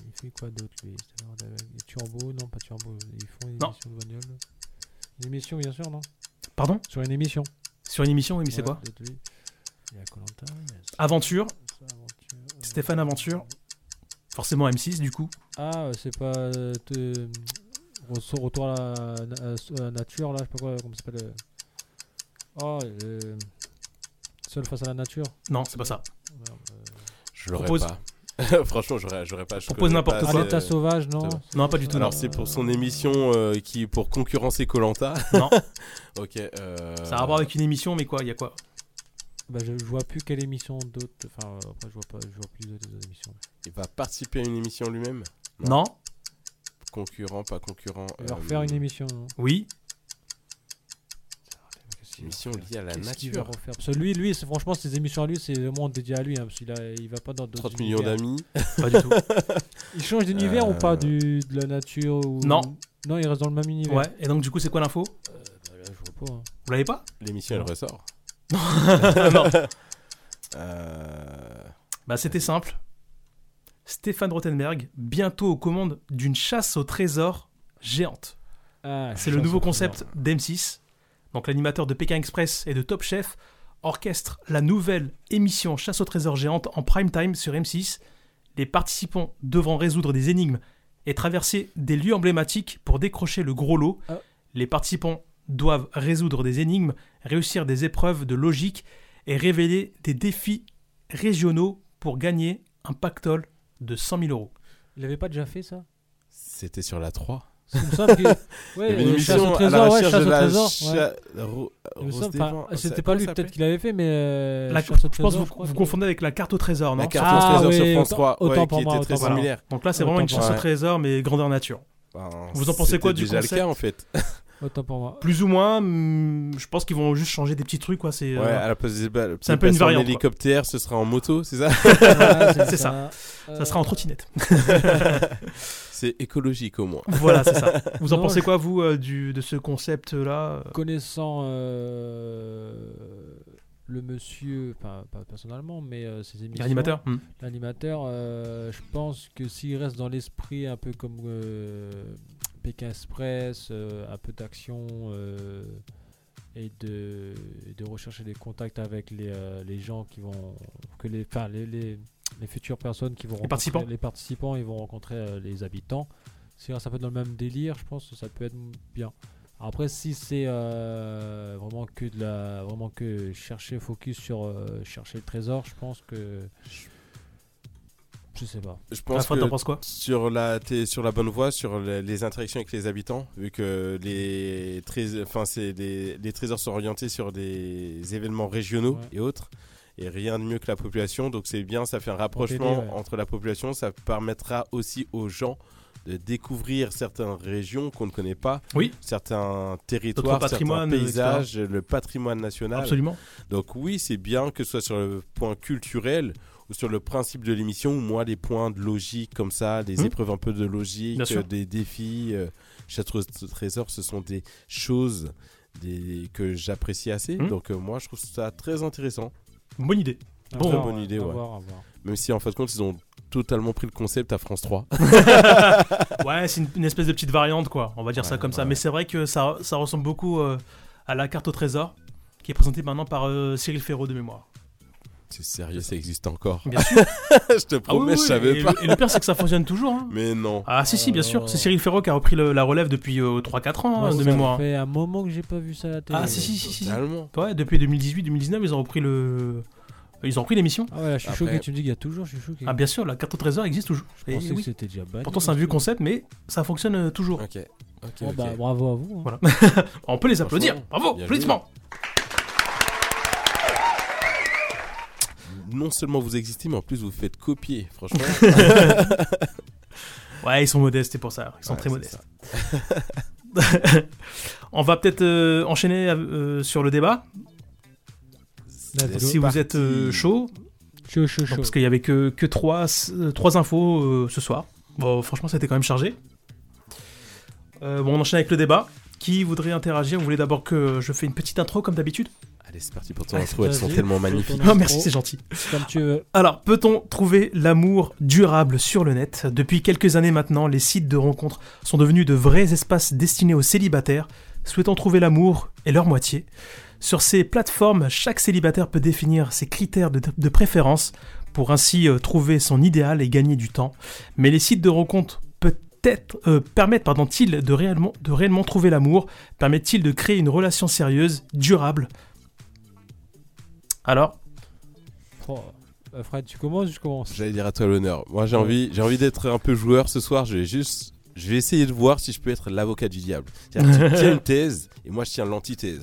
C: Il fait quoi d'autre lui Stéphane Rothenberg Et Turbo Non, pas Turbo. Ils font une
B: Non.
C: émission de bagnole. Une émission, bien sûr, non
B: Pardon
C: Sur une émission.
B: Sur une émission, oui, mais c'est
C: Ouais,
B: quoi Ah.
C: peut-être lui. Il y a Colanta.
B: Aventure.
C: euh,
B: Stéphane Aventure. Forcément M6, du coup.
C: Ah, euh, c'est pas. euh, te- re- retour à la na- euh, nature, là, je sais pas quoi, comment ça s'appelle. euh. Oh, euh, seul face à la nature.
B: Non, c'est pas ça.
D: Je l'aurais
B: Propose-
D: pas. Franchement, j'aurais, j'aurais pas. je
B: Propose
D: connais
B: n'importe
D: pas
B: quoi.
D: assez-
C: Alerte à sauvage, non
D: Ça va.
B: Non, pas du tout,
D: Alors,
B: non.
D: c'est pour son émission euh, qui pour concurrencer Colanta.
B: Non.
D: ok. euh,
B: Ça a rapport avec une émission, mais quoi Il y a quoi
C: Bah, je, je vois plus quelle émission d'autres. Enfin, euh, après, je vois, pas, je vois plus d'autres d'autres émissions.
D: Il va participer à une émission lui-même
B: Non.
D: Concurrent, pas concurrent. euh,
C: Il va refaire une émission, non
B: Oui.
D: Émission liée à la
C: Qu'est-ce qu'il
D: nature.
C: va refaire Parce que lui, lui c'est- franchement, ses émissions à lui, c'est le monde dédié à lui. hein, parce qu'il a- il va pas dans d'autres
D: 30 millions Euh,
C: univers.
D: d'amis.
B: Pas du tout.
C: il change d'univers ou pas du, De la nature ou...
B: Non.
C: Non, il reste dans le même univers. Ah,
B: Ouais, et donc du coup, c'est quoi l'info
C: vois pas. hein.
B: Vous l'avez pas
D: L'émission, elle ressort.
B: Non. Non.
D: Euh,
B: Bah, c'était simple. Stéphane Rothenberg, bientôt aux commandes d'une chasse au trésor géante.
C: Ah,
B: C'est
C: chasse
B: le nouveau
C: au
B: concept d'M6. Donc, l'animateur de Pékin Express et de Top Chef orchestre la nouvelle émission Chasse au trésor géante en prime time sur M6. Les participants devront résoudre des énigmes et traverser des lieux emblématiques pour décrocher le gros lot.
C: Ah.
B: Les participants doivent résoudre des énigmes, réussir des épreuves de logique et révéler des défis régionaux pour gagner un pactole de 100 000 euros.
C: Il l'avait pas déjà fait, ça
D: C'était sur la 3.
C: Il me semble que-
D: Il y
C: Ouais,
D: avait une
C: euh, chasse
D: émission
C: au
D: à la
C: trésor, ouais,
D: recherche
C: chasse
D: de
C: au
D: la
C: trésor.
D: cha-
C: ouais.
D: Ro-
C: Il me
D: Rose
C: semble, enfin,
D: Devant, ça-
C: C'était
D: comment
C: pas lui,
D: ça
C: peut-être qu'il l'avait fait, mais. euh,
B: La- je
C: chasse au
B: pense que
C: trésor,
B: vous,
C: crois
B: vous
C: que-
B: confondez avec la carte au trésor, non
D: La carte au Ah, trésor sur oui, France autant- 3, ouais,
C: autant pour
D: qui
C: moi,
D: était très
C: autant pour moi.
D: similaire.
B: Donc là, c'est
D: Autant
B: vraiment une
D: pour
B: chasse au
D: moi.
B: trésor, mais grandeur nature.
D: Ben,
B: Vous en pensez quoi
D: c'était
B: du
D: déjà le
B: concept
D: cas, en fait.
C: Autant pour moi.
B: Plus ou moins, hmm, je pense qu'ils vont juste changer des petits trucs. Quoi. C'est,
D: Ouais,
B: euh,
D: à la place des balles.
B: C'est un peu une
D: En
B: variante. quoi.
D: hélicoptère, ce sera en moto, c'est ça
B: c'est ça. Ça sera en trottinette.
D: c'est écologique au moins.
B: voilà, c'est ça. Vous en
C: Non,
B: pensez
C: je-
B: quoi, vous, euh, du, de ce concept-là euh
C: connaissant euh, le monsieur, enfin pas personnellement, mais euh, ses émissions.
B: L'animateur, hmm.
C: L'animateur, euh, je pense que s'il reste dans l'esprit un peu comme euh, Pékin Express, euh, un peu d'action euh, et de, et de rechercher des contacts avec les, euh, les gens qui vont. que les, enfin, les, les, les futures personnes qui vont rencontrer-
B: participants.
C: Les participants, ils vont rencontrer euh, les habitants. Si on reste un peu dans le même délire, je pense que ça peut être bien. Après, si c'est euh, vraiment que de la, vraiment que chercher focus sur euh, chercher le trésor, je pense que je sais pas.
D: Je pense
B: Alfred,
D: que
B: t'en penses quoi
D: sur la t'es sur la bonne voie sur les, les interactions avec les habitants vu que les trés- enfin c'est les, les trésors sont orientés sur des événements régionaux et autres et rien de mieux que la population donc c'est bien ça fait un rapprochement
C: ouais.
D: entre la population ça permettra aussi aux gens de découvrir certaines régions qu'on ne connaît pas,
B: Oui.
D: certains territoires, certains
B: patrimoine,
D: paysages,
B: etc.
D: le patrimoine national.
B: Absolument.
D: Donc oui, c'est bien que ce soit sur le point culturel ou sur le principe de l'émission, ou moi les points de logique comme ça, les
B: Mhm.
D: épreuves un peu de logique,
B: Bien sûr.
D: euh, des défis, euh, château de trésor, ce sont des choses des, que j'apprécie assez.
B: Mhm.
D: Donc euh, moi je trouve ça très intéressant.
B: Ah, Bonne idée.
D: Très
B: Bon.
D: bonne idée,
C: à
D: ouais.
C: voir, à voir.
D: Même si en fin de compte ils ont totalement pris le concept à France 3.
B: ouais, c'est une, une espèce de petite variante, quoi. On va dire ça
D: Ouais,
B: comme ça.
D: ouais.
B: Mais c'est vrai que ça, ça ressemble beaucoup euh, à la carte au trésor, qui est présentée maintenant par euh, Cyril Ferraud de mémoire.
D: C'est sérieux, ça existe encore.
B: Bien sûr.
D: je te
B: Ah
D: promets,
B: oui,
D: je
B: oui,
D: savais
B: et
D: pas. Euh.
B: Le, et le pire, c'est que ça fonctionne toujours. hein.
D: Mais non.
B: Ah, si, si, bien sûr. C'est Cyril Ferraud qui a repris le- la relève depuis euh, 3-4 ans,
C: Moi,
B: hein,
C: ça
B: de mémoire.
C: fait un moment que j'ai pas vu ça à la télé.
B: Ah, si, si, si, si. si.
D: Totalement.
B: Ouais, depuis 2018-2019, ils ont repris le. Ils ont repris l'émission.
C: Ah ouais, là, je suis
B: Après-
C: choqué. Tu me dis qu'il y a toujours, je suis choqué.
B: Ah, bien sûr, la carte au trésor existe toujours.
C: Je
B: Et
C: pensais que c'était déjà banni,
B: Pourtant, c'est un
C: bien
B: vieux
C: sûr.
B: concept, mais ça fonctionne euh, toujours.
D: Ok.
B: Ah,
C: Bon, bah, bravo à vous. hein.
B: Voilà. On peut les applaudir.
D: Franchement,
B: Bravo,
D: bien
B: applaudissements.
D: Non seulement vous existez, mais en plus vous faites copier, franchement.
B: Ouais, ils sont modestes, c'est pour ça. Ils sont
D: Ouais,
B: très
D: c'est
B: modestes. On va peut-être euh, enchaîner euh, sur le débat.
C: Let's
B: si
C: go.
B: vous êtes euh, chaud.
C: Chaud, chaud,
B: Donc,
C: chaud.
B: parce qu'il y avait que, que trois, euh, trois infos euh, ce soir. Bon, franchement, c'était quand même chargé. Euh, bon, on enchaîne avec le débat. Qui voudrait interagir Vous voulez d'abord que je fais une petite intro comme d'habitude
D: Allez, c'est parti pour ton
B: Ah,
D: intro, elles sont
B: vas-y.
D: tellement magnifiques.
B: Ah, merci, c'est gentil.
C: Comme tu veux.
B: Alors, peut-on trouver l'amour durable sur le net Depuis quelques années maintenant, les sites de rencontres sont devenus de vrais espaces destinés aux célibataires souhaitant trouver l'amour et leur moitié. Sur ces plateformes, chaque célibataire peut définir ses critères de, de préférence pour ainsi euh, trouver son idéal et gagner du temps. Mais les sites de rencontres peut- peut-être euh, permettent pardon-t-il de réellement de réellement trouver l'amour Permettent-ils de créer une relation sérieuse, durable Alors,
C: Oh, euh, Fred, tu commences ou je commence
D: J'allais dire à toi l'honneur. Moi, j'ai
C: Ouais.
D: envie, j'ai envie d'être un peu joueur ce soir. Je vais juste, je vais essayer de voir si je peux être l'avocat du diable. C'est-à-dire, tu tiens une thèse et moi je tiens l'antithèse.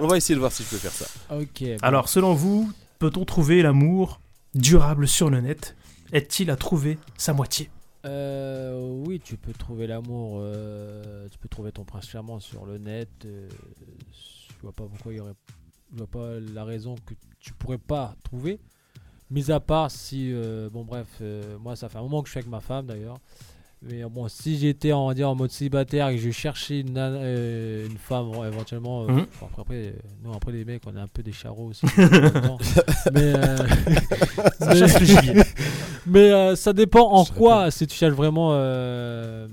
D: On va essayer de voir si je peux faire ça.
C: Ok.
B: alors selon vous, peut-on trouver l'amour durable sur le net Est-il à trouver sa moitié
C: Euh, oui, tu peux trouver l'amour, euh, tu peux trouver ton prince charmant sur le net. euh, je vois pas pourquoi il y aurait, je vois pas la raison que tu pourrais pas trouver. Mis à part si, euh, bon bref, euh, moi ça fait un moment que je suis avec ma femme d'ailleurs. Mais euh, bon, si j'étais on va dire, en mode célibataire et que je cherchais une, nana- euh, une femme euh, éventuellement, euh,
B: Mhm.
C: bon, après, après, euh, nous après les mecs on est un peu des charros aussi. en même temps. mais, euh,
B: Ça chasse le gibier.
C: mais euh, ça dépend en quoi, si tu cherches vraiment. euh,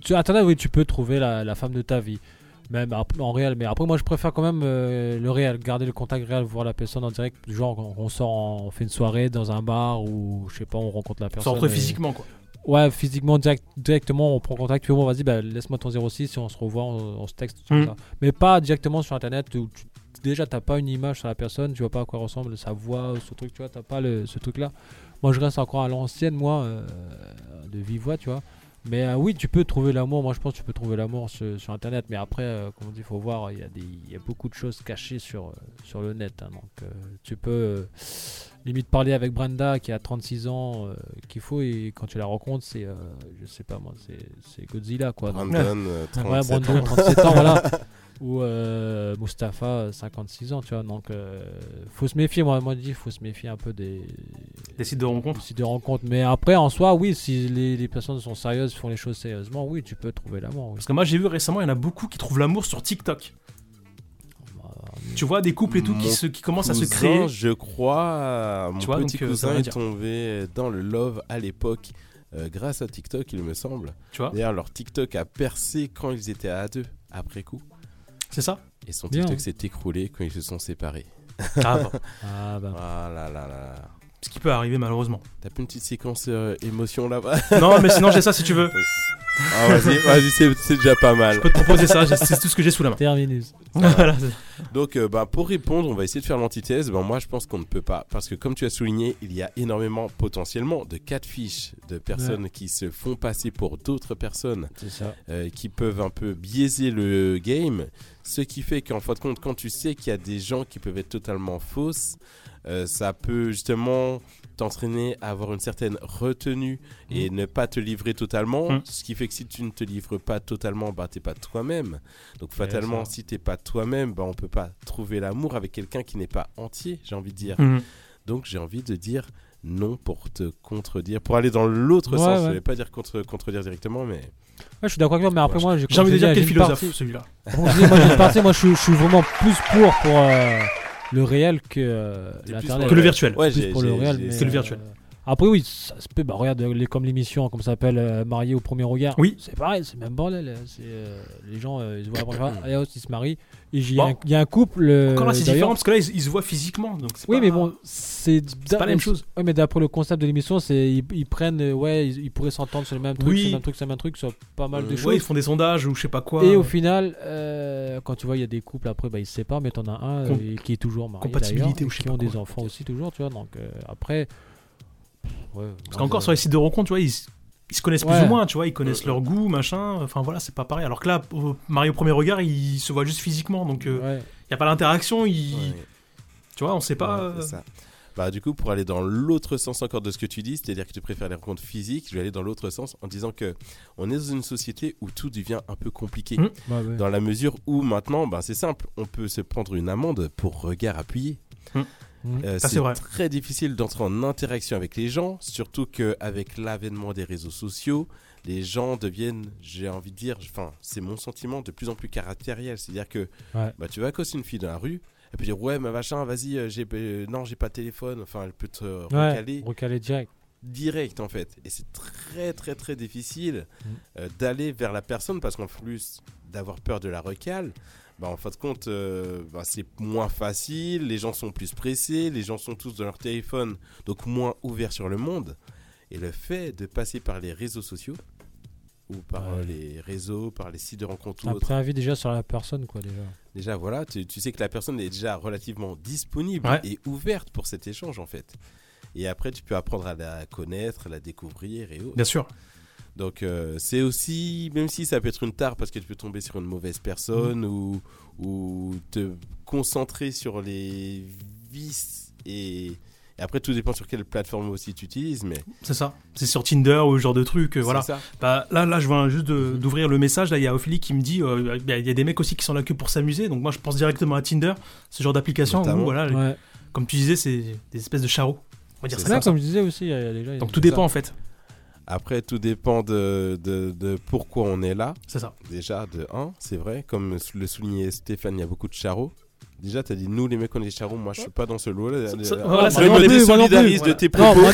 C: Tu, attendez, oui, tu peux trouver la, la femme de ta vie, même ap- en réel. Mais après, moi, je préfère quand même euh, le réel, garder le contact réel, voir la personne en direct. du Genre, on, on sort, en- on fait une soirée dans un bar ou je sais pas, on rencontre la personne.
B: S'entrer
C: et-
B: physiquement, quoi.
C: Ouais, physiquement, direct- directement, on prend contact. Tu vois, bon, vas-y, bah, laisse-moi ton 06 et on se revoit, on, on se texte. tout
B: Mm.
C: ça. Mais pas directement sur internet où tu, déjà t'as pas une image sur la personne, tu vois pas à quoi ressemble sa voix, ce truc, tu vois, t'as pas le, ce truc là. Moi je reste encore à l'ancienne, moi, euh, de vive voix, tu vois. Mais euh, oui, tu peux trouver l'amour, moi je pense que tu peux trouver l'amour sur, sur internet, mais après, euh, comme on dit, faut voir, il y, a des- il y a beaucoup de choses cachées sur, euh, sur le net. hein. donc euh, tu peux euh, limite parler avec Brenda qui a 36 ans, euh, qu'il faut, et quand tu la rencontres, c'est, euh, je sais pas moi, c'est c'est Godzilla quoi.
D: Brandon, euh,
C: Ouais,
D: 37
C: Brandon,
D: ans.
C: 37 ans, voilà. Ou euh, Mustapha, 56 ans, tu vois. Donc, euh, faut se méfier. Moi, moi, je dis, faut se méfier un peu des,
B: des sites de rencontres.
C: de rencontres. Mais après, en soi, oui, si les, les personnes sont sérieuses, font les choses sérieusement, oui, tu peux trouver l'amour. oui.
B: Parce que moi j'ai vu récemment, il y en a beaucoup qui trouvent l'amour sur TikTok. Bah, Tu vois des couples et tout
D: Mon
B: qui, se, qui commencent à se
D: cousin,
B: créer.
D: Je crois, mon
B: Tu vois,
D: petit
B: donc, euh, ça
D: cousin
B: veut
D: est
B: dire.
D: tombé dans le love à l'époque euh, grâce à TikTok, il me semble.
B: Tu vois.
D: D'ailleurs, leur TikTok a percé quand ils étaient à deux, après coup.
B: C'est ça
D: Et son
B: Bien,
D: TikTok
B: hein.
D: s'est écroulé quand ils se sont séparés.
B: Ah bon.
C: Ah bah.
D: là là là.
B: Ce qui peut arriver malheureusement.
D: T'as plus une petite séquence euh, émotion là-bas
B: Non, mais sinon, j'ai ça, si tu veux.
D: Ah, vas-y, vas-y, c'est- c'est déjà pas mal.
B: Je peux te proposer ça, j'ai- c'est tout ce que j'ai sous la main.
C: Terminus.
D: Ça va.
B: Voilà.
D: Donc, euh, bah, pour répondre, on va essayer de faire l'antithèse. Ben, moi, je pense qu'on ne peut pas. Parce que, comme tu as souligné, il y a énormément, potentiellement, de cas de fiches de personnes
C: Ouais.
D: qui se font passer pour d'autres personnes.
C: C'est ça.
D: euh, qui peuvent un peu biaiser le game. Ce qui fait qu'en fin de compte, quand tu sais qu'il y a des gens qui peuvent être totalement fausses, euh, ça peut justement t'entraîner à avoir une certaine retenue et
C: Mhm.
D: ne pas te livrer totalement.
B: Mm.
D: Ce qui fait que si tu ne te livres pas totalement, bah, t'es pas toi-même. Donc,
B: Ouais,
D: fatalement,
B: ça.
D: si t'es pas toi-même, bah, on peut pas trouver l'amour avec quelqu'un qui n'est pas entier, j'ai envie de dire.
B: Mhm.
D: Donc, j'ai envie de dire non pour te contredire. Pour aller dans l'autre
C: Ouais,
D: sens, je
C: ouais.
D: ne vais pas dire contre, contredire directement, mais.
C: Ouais, je suis d'accord avec toi, mais après,
D: Ouais,
C: moi,
D: j'ai-
C: comme
B: j'ai envie
C: je
B: de
C: disais,
B: dire quel
C: j'ai une
B: philosophe,
C: partie-
B: celui-là.
C: Comme je disais, moi, j'ai une partie, moi, je, suis- je suis vraiment plus pour pour euh, le réel que euh,
B: plus
C: l'internet.
B: pour Que le le- virtuel.
D: Ouais,
C: Plus
D: j'ai-
C: pour le
D: j'ai-
C: réel,
D: j'ai-
C: mais,
B: que le virtuel.
C: euh, après, oui, ça se peut. Bah, regarde, les, comme l'émission, comme ça s'appelle, euh, Marié au premier regard.
B: Oui.
C: C'est pareil, c'est le même bordel. euh, c'est, euh, les gens, euh, ils se voient la première fois, allez, hop, ils se marient. Et j'ai- Il y, a
B: Bon.
C: un- il y a un couple. euh,
B: Encore là, c'est
C: d'ailleurs-
B: différent parce que là, ils, ils se voient physiquement. Donc c'est
C: oui,
B: pas-
C: mais bon, c'est
B: c'est pas la même chose.
C: Oui, mais d'après le concept de l'émission, c'est ils, ils prennent, euh, ouais, ils, ils pourraient s'entendre sur le même truc,
B: Oui.
C: sur le même truc, sur le même truc, sur pas mal de
B: Euh,
C: choses.
B: ouais, ils font des sondages ou je sais pas quoi.
C: Et
B: euh,
C: au final, euh, quand tu vois, il y a des couples après, bah, ils se séparent, mais t'en as un euh,
B: Com-
C: et qui est toujours marié.
B: compatibilité
C: d'ailleurs,
B: ou je sais
C: Qui
B: pas
C: ont des
B: quoi.
C: enfants aussi, toujours, tu vois. Donc euh, après. Ouais,
B: Parce
C: moi,
B: qu'encore
C: je-
B: sur les sites de rencontres, tu vois, ils, s- ils se connaissent plus
C: Ouais.
B: ou moins, tu vois, ils connaissent leur goût, machin. Enfin voilà, c'est pas pareil. Alors que là, au- Mario au premier regard, ils se voient juste physiquement, donc il
C: Ouais.
B: y a pas l'interaction. Ils... Tu vois, on sait pas.
D: Ouais,
B: euh,
D: c'est ça. Bah, du coup, pour aller dans l'autre sens encore de ce que tu dis, c'est-à-dire que tu préfères les rencontres physiques, je vais aller dans l'autre sens en disant que on est dans une société où tout devient un peu compliqué.
B: Mmh.
C: Bah ouais.
D: Dans la mesure où maintenant, bah, c'est simple, on peut se prendre une amende pour regard appuyé.
B: Mmh.
C: Mmh.
D: Euh,
B: Ça, c'est
D: c'est
B: vrai.
D: très difficile d'entrer en interaction avec les gens, surtout qu'avec l'avènement des réseaux sociaux, les gens deviennent, j'ai envie de dire, enfin, c'est mon sentiment, de plus en plus caractériel. C'est-à-dire que
C: Ouais.
D: bah, tu vas accoster une fille dans la rue, elle peut dire Ouais, mais machin, vas-y, euh, j'ai, euh, non, j'ai pas de téléphone. Enfin, elle peut te
C: Ouais,
D: recaler
C: recaler direct.
D: direct en fait. Et c'est très très très difficile
C: Mm.
D: euh, d'aller vers la personne parce qu'en plus d'avoir peur de la recale, bah, en fin de compte euh, bah, c'est moins facile, les gens sont plus pressés, les gens sont tous dans leur téléphone, donc moins ouverts sur le monde. Et le fait de passer par les réseaux sociaux, ou par euh, les réseaux, par les sites de rencontres ou
C: T'as un
D: autres,
C: préavis déjà sur la personne, quoi, déjà.
D: déjà voilà, tu, tu sais que la personne est déjà relativement disponible
B: Ouais.
D: et ouverte pour cet échange en fait. Et après, tu peux apprendre à la connaître, la découvrir et autres.
B: Bien sûr.
D: Donc euh, c'est aussi, même si ça peut être une tare parce que tu peux tomber sur une mauvaise
B: Mhm.
D: personne ou, ou te concentrer sur les vices et, et après tout dépend sur quelle plateforme aussi tu utilises, mais
B: C'est ça. C'est sur Tinder ou ce genre de truc. euh,
D: C'est
B: voilà.
D: ça.
B: Bah, là, là, je viens juste de- d'ouvrir le message. Là, il y a Ophélie qui me dit euh, il y a- il y a des mecs aussi qui sont là que pour s'amuser. Donc, moi, je pense directement à Tinder, ce genre d'application.
D: Notamment.
B: où, Voilà, les-
D: Ouais.
B: Comme tu disais, c'est des espèces de charros. On va dire ça.
C: C'est ça,
B: comme ça.
C: comme je disais aussi, il y a- il y a déjà- il y a-
B: Donc, tout dépend en fait.
D: Après, tout dépend de, de, de pourquoi on est là.
B: C'est ça.
D: Déjà, de 1, c'est vrai. Comme le soulignait Stéphane, il y a beaucoup de charros. Déjà, t'as dit, nous, les mecs, on est charros. Moi, je suis pas dans ce lot. là
B: ça-
D: Déjà,
B: voilà,
D: on
B: ça dépend
D: me
B: des- moi non plus.
D: désolidarise de
B: Voilà.
D: tes
B: Non,
D: propos.
B: moi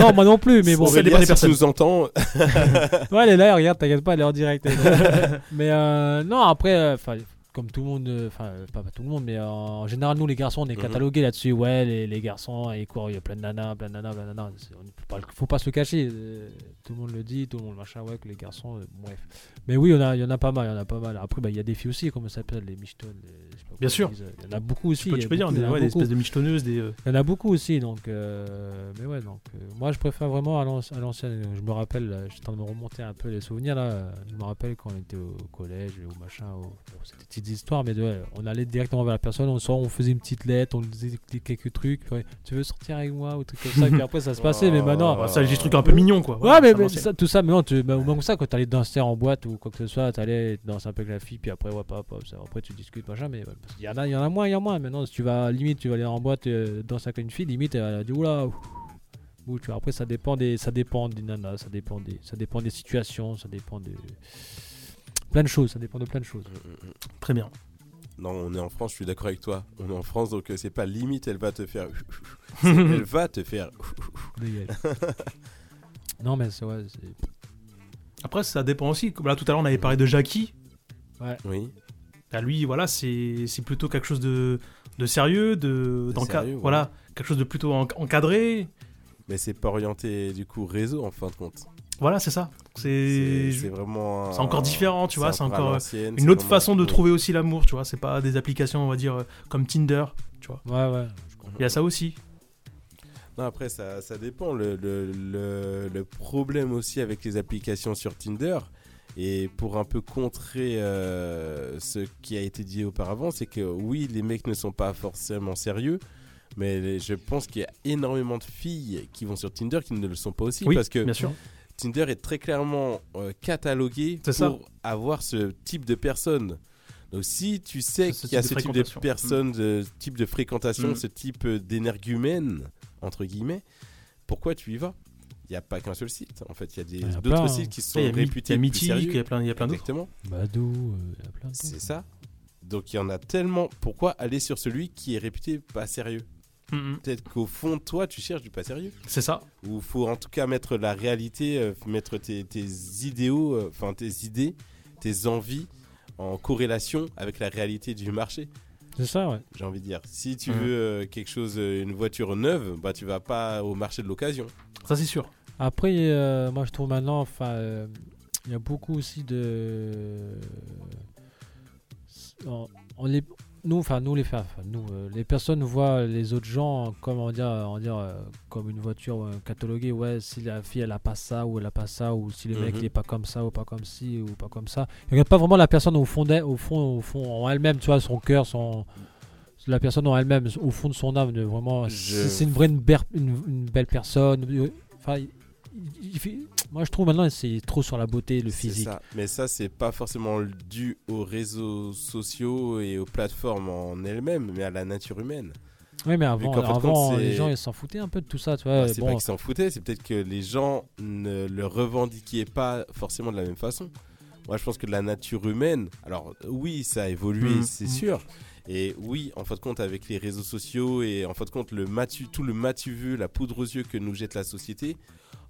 B: non- non, moi non plus, mais bon. Ça dépend
D: Aurélia,
B: des
D: si tu
B: personnes.
D: nous entends.
C: ouais, elle est là, regarde, t'inquiète pas, elle est en direct. mais euh, non, après, euh, 'fin, comme tout le monde, euh, enfin, euh, pas, pas tout le monde, mais euh, en général, nous les garçons, on est
B: Mhm.
C: catalogués là-dessus. Ouais, les, les garçons, ils courent, il y a plein de nanas, plein de nanas, plein de nanas. C'est- on- faut pas, faut pas se le cacher. euh, tout le monde le dit, tout le monde machin, ouais, que les garçons, euh, bref. Mais oui, il y, en a- il y en a pas mal, il y en a pas mal. Après, bah, il y a des filles aussi, comment ça s'appelle, les michtonnes. les- je sais pas comment
B: Bien sûr.
C: ils disent, Il y en a beaucoup aussi.
B: Tu peux, tu
C: il y a
B: peux dire
C: beaucoup, il
B: des,
C: y en a
B: ouais, des
C: beaucoup.
B: espèces de michetonneuses. Des, euh,
C: Il y en a beaucoup aussi, donc. euh, mais ouais, donc. euh, moi, je préfère vraiment à l'anci- à l'ancienne. Je me rappelle, là, j'étais en train de me remonter un peu les souvenirs, là. euh, Je me rappelle quand on était au collège ou machin. au- bon, C'était des petites histoires, mais de- ouais, on allait directement vers la personne, on, sort, on faisait une petite lettre, on lui disait quelques trucs. puis, ouais, tu veux sortir avec moi ou trucs comme ça, puis après, ça se passait, mais maintenant.
B: bah, ça, les trucs un peu mignons, quoi.
C: Ouais,
B: Voilà,
C: mais,
B: ça,
C: mais
B: l'ancienne.
C: ça, tout ça, mais non, tu, bah, au moins comme ça, quand t'allais danser en boîte ou quoi que ce soit, t'allais danser un peu avec la fille, puis après, ouais, pas, pas, ça, après tu discutes, machin, mais ouais, parce qu'il y en a, il y en a moins, il y en a moins. Maintenant, si tu vas, limite, tu vas aller en boîte, euh, danser avec une fille, limite, elle a dit, oula, ouf. Ouh, tu vois, après, ça dépend des, ça dépend des nanas, ça dépend des, ça dépend des situations, ça dépend de plein de choses, ça dépend de plein de choses.
B: Très bien.
D: Non, on est en France, je suis d'accord avec toi. On est en France, donc euh, c'est pas limite, elle va te faire. C'est elle va te faire.
C: Dégage. euh, non, mais c'est, ouais, c'est-
B: Après, ça dépend aussi. Comme là, tout à l'heure, on avait parlé de Jackie.
C: Ouais.
D: Oui.
B: Bah, lui, voilà, c'est c'est plutôt quelque chose de, de sérieux, de, d'enca-
D: sérieux, ouais.
B: voilà, quelque chose de plutôt en- encadré.
D: Mais c'est pas orienté, du coup, réseau en fin de compte.
B: Voilà, c'est ça. C'est
D: C'est- c'est vraiment un-
B: c'est encore différent, tu
D: c'est
B: vois.
D: un
B: C'est
D: peu à
B: encore euh,
D: l'ancienne,
B: une
D: c'est
B: autre
D: vraiment-
B: façon de
D: oui.
B: trouver aussi l'amour, tu vois. C'est pas des applications, on va dire, euh, comme Tinder, tu vois.
C: Ouais, ouais.
B: Il y a ça aussi.
D: Non, après, ça, ça dépend. Le, le- le- le problème aussi avec les applications sur Tinder, et pour un peu contrer euh, ce qui a été dit auparavant, c'est que oui, les mecs ne sont pas forcément sérieux, mais les- je pense qu'il y a énormément de filles qui vont sur Tinder qui ne le sont pas aussi.
B: Oui,
D: parce que
B: bien sûr.
D: Tinder est très clairement euh, catalogué
B: C'est
D: pour
B: ça.
D: avoir ce type de personne. Donc si tu sais
B: Ce
D: qu'il y a
B: type
D: ce
B: de
D: type de
B: fréquentation.
D: personne, de type de fréquentation,
B: Mm.
D: ce type euh, d'énergumène, entre guillemets, pourquoi tu y vas Il n'y a pas qu'un seul site. En fait, il y a des-
C: Il y en a
D: d'autres
C: plein.
D: sites qui sont
B: Il y a Mi-
D: réputés.
B: il y a
D: plus
B: Mythique,
D: sérieux.
B: il y a plein- il y a plein d'autres.
D: Exactement.
C: Badou, euh, il y a plein de
D: C'est ça. Donc il y en a tellement. Pourquoi aller sur celui qui est réputé pas sérieux
B: Mhm.
D: Peut-être qu'au fond de toi, tu cherches du pas sérieux.
B: C'est ça.
D: Ou faut en tout cas mettre la réalité, euh, mettre tes, tes idéaux, euh, enfin tes idées, tes envies en corrélation avec la réalité du marché.
C: C'est ça, ouais.
D: J'ai envie de dire. Si tu
C: Mhm.
D: veux euh, quelque chose, euh, une voiture neuve, bah tu vas pas au marché de l'occasion.
B: Ça, c'est sûr.
C: Après, euh, moi je trouve maintenant, enfin, euh, il y a beaucoup aussi de. On, on les, nous, enfin, nous les enfin, nous, euh, les personnes voient les autres gens comme on dire, on dire euh, comme une voiture euh, cataloguée. Ouais, si la fille elle a pas ça ou elle a pas ça ou si le mec
B: Mhm.
C: il est pas comme ça ou pas comme ci ou pas comme ça. Ils regardent pas vraiment la personne au fond d'elle- au fond, au fond en elle-même, tu vois, son cœur, son la personne en elle-même, au fond de son âme, de vraiment.
D: Je-
C: si C'est une vraie une, ber- une- une belle personne. euh, Enfin, il- il fait- moi je trouve maintenant c'est trop sur la beauté, le
D: C'est
C: physique.
D: ça. Mais ça, c'est pas forcément dû aux réseaux sociaux et aux plateformes en elles-mêmes, mais à la nature humaine.
C: Oui,
D: Vu
C: mais avant,
D: qu'en fin de
C: avant,
D: compte,
C: les
D: c'est-
C: gens ils s'en foutaient un peu de tout ça, tu vois.
D: Bah, c'est
C: bon,
D: pas qu'ils s'en foutaient, c'est peut-être que les gens ne le revendiquaient pas forcément de la même façon. Moi, je pense que la nature humaine, alors oui, ça a évolué,
B: Mhm.
D: c'est
B: Mhm.
D: sûr. Et oui, en fin de compte, avec les réseaux sociaux et en fin de compte, le matu, tout le matu vu, la poudre aux yeux que nous jette la société,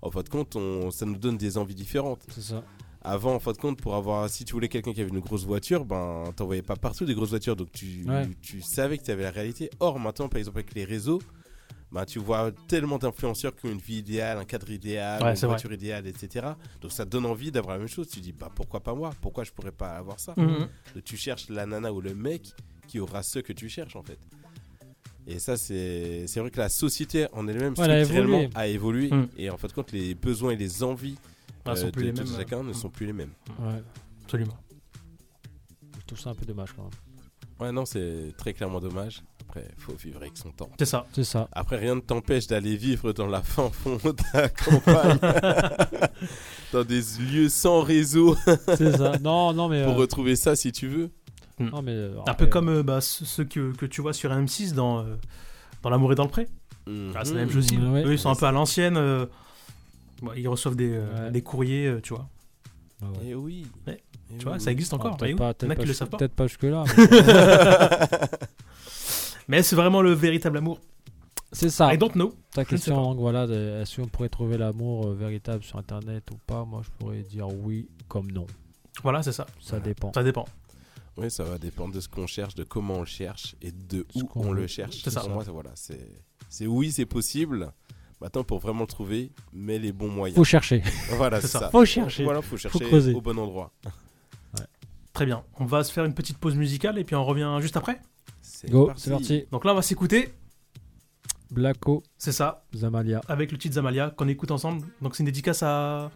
D: en fin de compte, on- ça nous donne des envies différentes.
C: C'est ça.
D: Avant, en fin de compte, pour avoir, si tu voulais quelqu'un qui avait une grosse voiture, ben, t'en voyais pas partout des grosses voitures, donc tu,
C: Ouais.
D: tu savais que tu avais la réalité. Or, maintenant, par exemple, avec les réseaux, bah, tu vois tellement d'influenceurs qui ont une vie idéale, un cadre idéal,
B: Ouais,
D: une
B: c'est vrai.
D: voiture idéale, etc. Donc ça te donne envie d'avoir la même chose. Tu dis, bah, pourquoi pas moi Pourquoi je pourrais pas avoir ça
B: Mhm.
D: Donc, Tu cherches la nana ou le mec qui aura ce que tu cherches en fait. Et ça, c'est c'est vrai que la société en elle-même
C: Ouais, elle a
D: structurellement,
C: évolué.
D: a évolué.
C: Mm.
D: Et en fin de compte, les besoins et les envies
B: Ah, sont
D: euh,
B: plus
D: de
B: les
D: tout
B: mêmes,
D: chacun ne
B: euh.
D: sont plus les mêmes.
C: Ouais,
B: absolument.
C: Je trouve ça un peu dommage quand même.
D: Ouais, non, c'est très clairement dommage. Après, faut vivre avec son temps.
B: C'est ça.
C: C'est ça.
D: Après, rien ne t'empêche d'aller vivre dans la fin fond de la campagne, dans des lieux sans réseau.
C: C'est ça. Non, non, mais,
D: Pour
C: euh,
D: retrouver ça, si tu veux.
C: Non, mais, euh,
B: un peu comme euh, bah, ce- ceux que, que tu vois sur M6 dans, euh, dans L'amour et dans le pré.
D: Mhm.
B: Ah, c'est la même chose. aussi.
C: Mm, Ouais.
B: Eux, ils sont un peu à l'ancienne. euh, bah, ils reçoivent des, euh, des courriers, euh, tu vois.
D: Et Eh oui.
B: tu
D: Mm.
B: vois, ça existe encore.
C: Ah, peut-être
B: mais oui,
C: pas-
B: il y en a
C: peut-être
B: qui
C: pas
B: le
C: jusque-
B: savent pas.
C: peut-être pas jusque-là,
B: mais c'est vraiment le véritable amour.
C: C'est ça.
B: I don't know.
C: Ta
B: Ah, Je ne sais
C: question, donc voilà, de- est-ce qu'on pourrait trouver l'amour euh, véritable sur internet ou pas Moi, je pourrais dire oui comme non.
B: Voilà, c'est ça.
C: Ça dépend.
B: Ça dépend.
D: Oui, ça va dépendre de ce qu'on cherche, de comment on le cherche et de où
C: qu'on
D: on
C: veut.
D: le cherche.
C: C'est ça.
D: Pour moi, ça, voilà, c'est c'est oui, c'est possible. Maintenant, pour vraiment le trouver, mets les bons moyens.
C: Faut chercher.
D: Voilà,
C: C'est
D: c'est
C: ça.
D: ça.
C: Faut chercher.
D: Voilà, faut
C: Faut
D: chercher
C: creuser.
D: au bon endroit.
B: Très bien. On va se faire une petite pause musicale et puis on revient juste après. C'est
C: Go, parti. c'est parti.
B: Donc là, on va s'écouter.
C: Blacko,
B: C'est ça.
C: Zamalia.
B: Avec le titre Zamalia qu'on écoute ensemble. Donc c'est une dédicace à.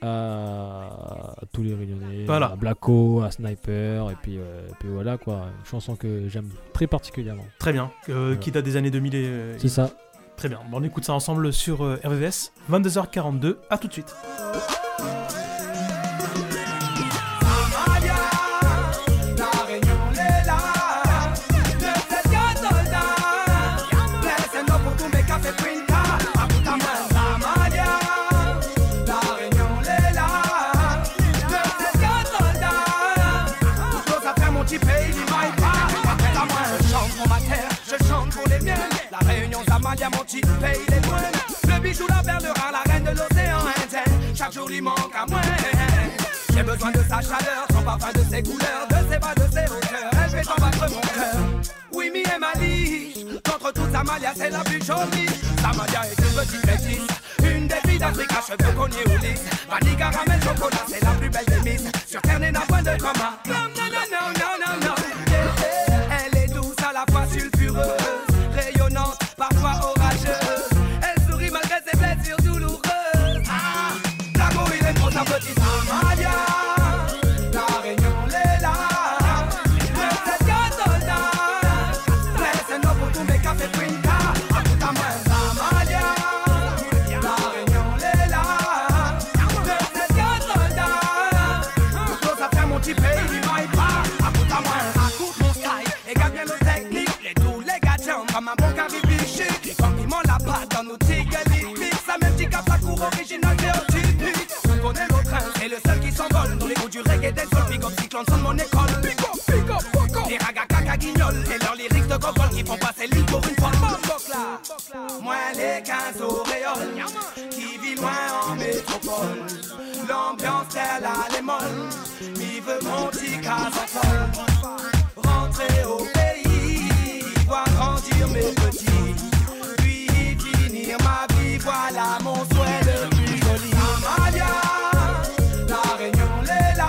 C: à tous les Réunionnais,
B: Voilà.
C: à Blacko, à Sniper, et puis, euh, et puis voilà quoi, une chanson que j'aime très particulièrement.
B: Très bien. euh,
C: Voilà.
B: Qui date des années 2000. et, euh,
C: C'est ça.
B: Très bien. Bon, on écoute ça ensemble sur euh, RVVS. 22h42. À tout de suite.
T: La réunion est là, le presque soldat. Laissez-nous pour tous mes cafés Quinta, à bout ta main, Samaria. La réunion est là, le presque soldat. Toute chose après mon petit pays, n'y vaille pas. Après la main, je chante pour ma terre, je chante pour les miennes. La réunion Samaria, mon petit pays, les moines. Le bijou, la perlera, la reine de l'océan Indien. Chaque jour, il manque à moins. J'ai besoin de sa chaleur, son parfum, de ses couleurs, de ses bas, de ses hauteurs. Et je vais t'en battre mon cœur. Oui, mi et malice, contre toute Samalia, c'est la plus jolie. Samalia est une petite bêtise, une des filles d'Afrique à cheveux cognés ou lisses. Vanille, caramel, chocolat, c'est la plus belle des mises. Sur terre n'est n'a point de commun. Non, non, non, non, non, non, non. Elle est douce à la fois sulfureuse, rayonnante, parfois orageuse. Elle sourit malgré ses blessures douloureuses. Ah, L'amour il est trop sa petite Amalia. La réunion l'est là. Le presque soldat. Laissez-nous pour tous mes cafés Quinta. À toute ta main, Amalia. La réunion l'est là. Le presque soldat. Tout ça fait mon petit pays du Maïpa. À bout à moins, à coup de mon style. Et garde bien nos techniques. Les tous les gadgets, comme un bon caribichi. Les compliments la patte dans nos tigalipics. Ça même dit qu'à sa cour originale géotypique. On connaît le train, c'est le seul qui s'envole. Dans les goûts du reggae des sols. Big up, cyclone, son de mon école. Big up, big up, fuck up. Les ragas caca guignols. Et leurs lyrics de gogol qui font passer l'île pour une folle. Bamboc là. Moi les 15 auréoles. Qui vit loin en métropole. L'ambiance elle a les molles Mi veut mon petit casafol Rentrer au pays Voir grandir mes petits Puis finir ma vie Voilà mon souhait le plus joli Amalia La réunion l'est là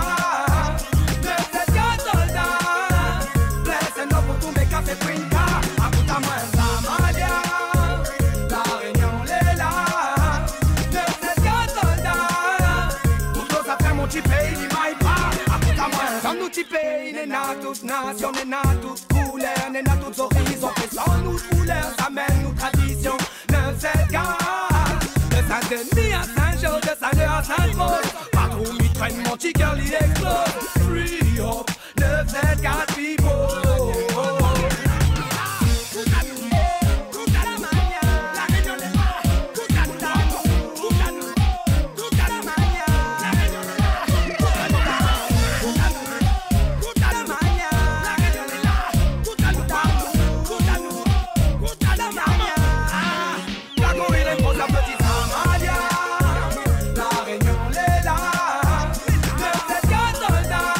T: Le presque soldat Laissez-nous pour tous mes cafés Quinta À bout à main Amalia La réunion l'est là Le presque soldat pour tous après mon petit pays, il m'aille pas. À tout à moi, dans nos petits pays, n'est n'a toutes nations, n'est n'a toutes couleurs, n'est n'a toutes horizons. Et sans nous couleurs, ça mène nos traditions. Ne c'est qu'à de Saint-Denis à Saint-Jean, de Saint-Leu à Saint-Paul. Partout où ils prennent mon petit cœur, il explose. Free up, ne c'est qu'à La réunion est là, de cette soldats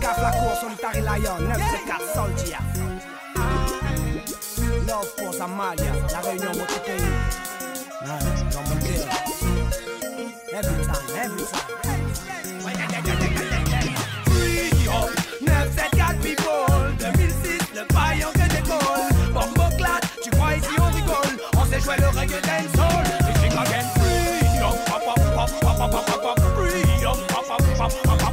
T: gaffe la course, on Litari Lion, 9C4 Soldier. Love pour Amalia, la réunion votre pays. Nice, dans mon deal. Every time, every time. Ouais, yeah, yeah, yeah, yeah, yeah, yeah. Free up, 974 people. 2006, le paillon que décolle. Bombo clat, tu crois ici on rigole. On sait jouer le reggae dancehall. Music again, free up, pop, pop, pop, pop, pop, pop, pop, free up, pop, pop, pop, pop, pop, pop, pop.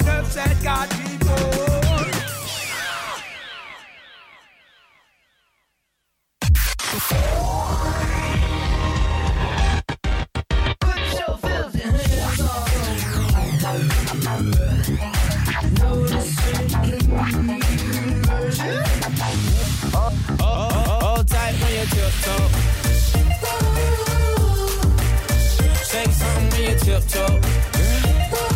T: 974 people.
U: Hold tight when you tiptoe. Shake something when you tiptoe.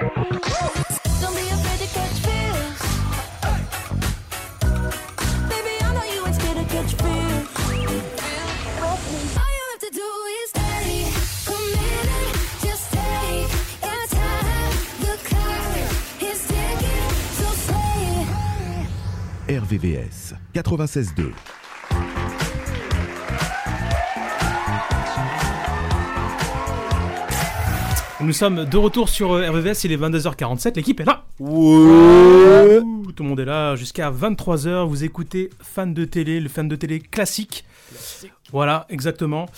S: Don't be afraid to catch feels. Baby, I know you ain't scared to catch feels. All you have to do is stay a minute, just take your time. The clock is ticking, so slay it.
I: RVVS 96.2.
B: Nous sommes de retour sur euh, RVVS, il est 22h47, l'équipe est là Ouh, Tout le monde est là jusqu'à 23h, vous écoutez fan de télé, le fan de télé classique. Voilà, exactement.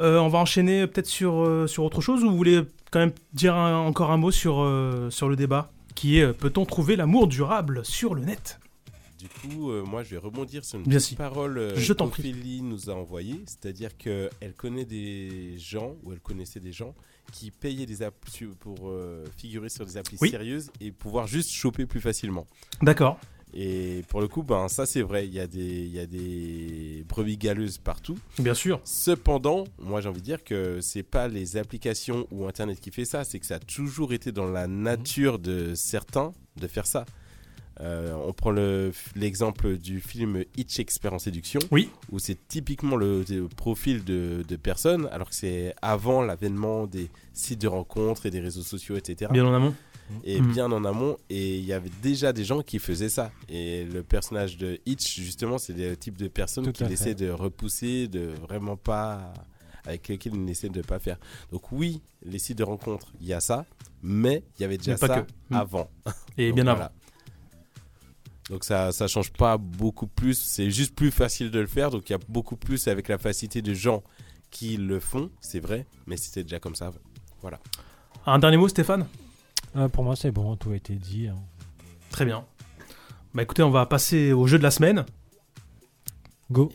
B: Euh, on va enchaîner euh, peut-être sur, euh, sur autre chose ou vous voulez quand même dire un- encore un mot sur, euh, sur le débat qui est euh, peut-on trouver l'amour durable sur le net
D: Du coup, euh, moi, je vais rebondir sur une
B: Bien
D: petite
B: si.
D: parole euh,
B: Je t'en prie.
D: qu'Ophélie nous a envoyée. C'est-à-dire qu'elle connaît des gens, ou elle connaissait des gens, qui payaient des applis su- pour euh, figurer sur des applis
B: Oui.
D: sérieuses et pouvoir juste choper plus facilement.
B: D'accord.
D: Et pour le coup, ben, ça c'est vrai, il y, a des- il y a des brebis galeuses partout.
B: Bien sûr.
D: Cependant, moi j'ai envie de dire que c'est pas les applications ou Internet qui fait ça, c'est que ça a toujours été dans la nature de certains de faire ça. Euh, on prend le- l'exemple du film Hitch Expert en séduction,
B: Oui.
D: où c'est typiquement le, le profil de, de personnes, alors que c'est avant l'avènement des sites de rencontres et des réseaux sociaux, etc.
B: Bien en amont.
D: Et
B: Mhm.
D: bien en amont, et il y avait déjà des gens qui faisaient ça. Et le personnage de Hitch, justement, c'est le type de personne
C: Tout à
D: qu'il
C: fait.
D: essaie de repousser, de vraiment pas. avec lequel il essaie de pas faire. Donc, oui, les sites de rencontres, il y a ça, mais il y avait déjà
B: Mais pas
D: ça
B: que. Mhm.
D: avant.
B: Et
D: Donc,
B: bien avant.
D: Donc, ça ça change pas beaucoup plus, c'est juste plus facile de le faire. Donc, il y a beaucoup plus avec la facilité de gens qui le font, c'est vrai, mais c'était déjà comme ça avant. Voilà.
B: Un dernier mot Stéphane
C: Euh, pour moi, c'est bon, tout a été dit. hein.
B: Très bien. Bah écoutez, on va passer au jeu de la semaine.
C: Go.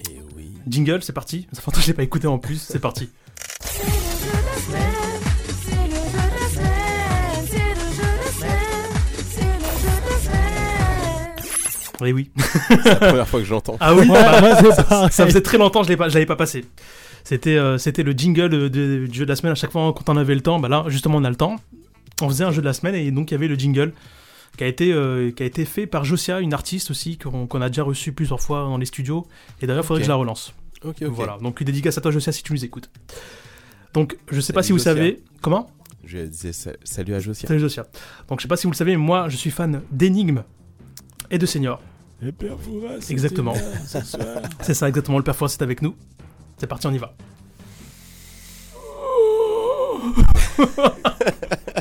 B: Jingle, c'est parti. Ça fait longtemps que je l'ai pas écouté en plus, c'est parti. Et Eh oui.
D: C'est la première fois que je l'entends.
B: Ah oui,
D: Ouais,
B: bah,
D: moi, c'est
B: ça- ça,
D: pareil.
B: faisait très longtemps que je l'ai pas- je l'avais pas passé. C'était euh, c'était le jingle de- de- du jeu de la semaine. À chaque fois quand on avait le temps, bah là justement on a le temps. On faisait un jeu de la semaine et donc il y avait le jingle qui a été euh, qui a été fait par Josia, une artiste aussi qu'on qu'on a déjà reçu plusieurs fois dans les studios. Et d'ailleurs, il faudrait
D: Ok.
B: que je la relance.
D: Ok, ok.
B: Voilà. Donc une dédicace à toi Josia si tu nous écoutes. Donc je sais pas
D: Salut,
B: si vous
D: Josia.
B: savez comment.
D: Je disais sa- salut à Josia.
B: Salut Josia. hein. Donc je sais pas si vous le savez, mais moi je suis fan d'Enigme et de Senior.
D: Et Père Fouras, c'était
B: Exactement.
D: là, ce soir.
B: C'est ça exactement. Le Père Fouras est avec nous. C'est parti, on y va.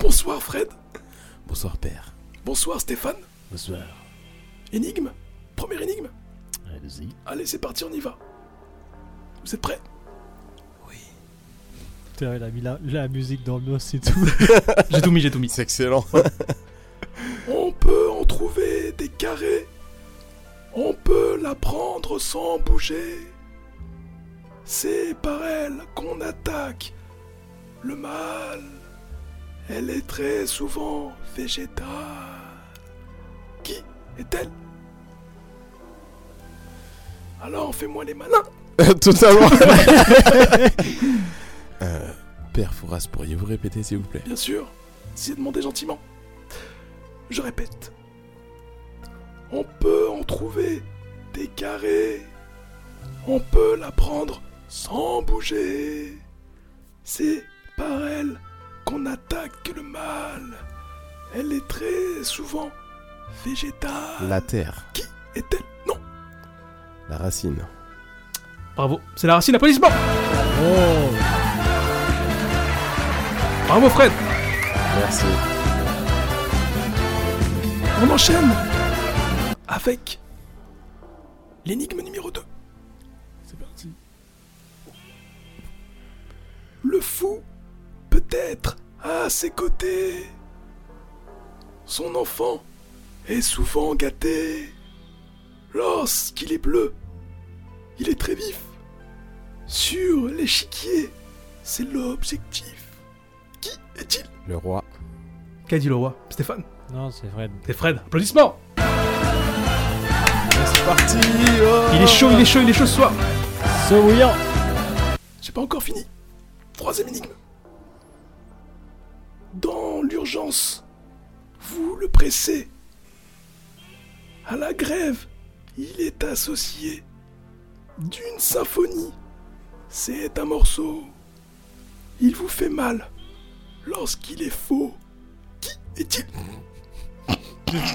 V: Bonsoir Fred.
D: Bonsoir père.
V: Bonsoir Stéphane.
W: Bonsoir.
V: Énigme. Première énigme.
W: Allez-y.
V: Allez, c'est parti, on y va. Vous êtes prêts
C: Putain, il a mis la, la musique dans le c'est tout.
B: j'ai tout mis, j'ai tout mis.
D: C'est excellent.
V: On peut en trouver des carrés. On peut la prendre sans bouger. C'est par elle qu'on attaque le mal. Elle est très souvent végétale. Qui est-elle Alors fais-moi les malins.
D: Totalement. Euh, Père Fouras, pourriez-vous répéter, s'il vous plaît
V: Bien sûr, si c'est demandé gentiment. Je répète. On peut en trouver des carrés. On peut la prendre sans bouger. C'est par elle qu'on attaque le mal. Elle est très souvent végétale.
D: La terre. Qui
V: est-elle Non.
D: La racine.
B: Bravo. C'est la racine applaudissement Bravo Fred
D: Merci.
V: On enchaîne avec l'énigme numéro 2. C'est parti. Le fou peut être à ses côtés. Son enfant est souvent gâté. Lorsqu'il est bleu, il est très vif. Sur l'échiquier, c'est l'objectif. Qui est-il
D: Le roi.
B: Qu'a dit le roi Stéphane
C: Non, c'est Fred.
B: C'est Fred. Applaudissements
D: C'est parti
V: oh.
B: Il est chaud, il est chaud, il est chaud ce soir
C: So bouillant
V: J'ai pas encore fini. Troisième énigme. Dans l'urgence, vous le pressez. À la grève, il est associé d'une symphonie. C'est un morceau. Il vous fait mal lorsqu'il est faux. Qui est-il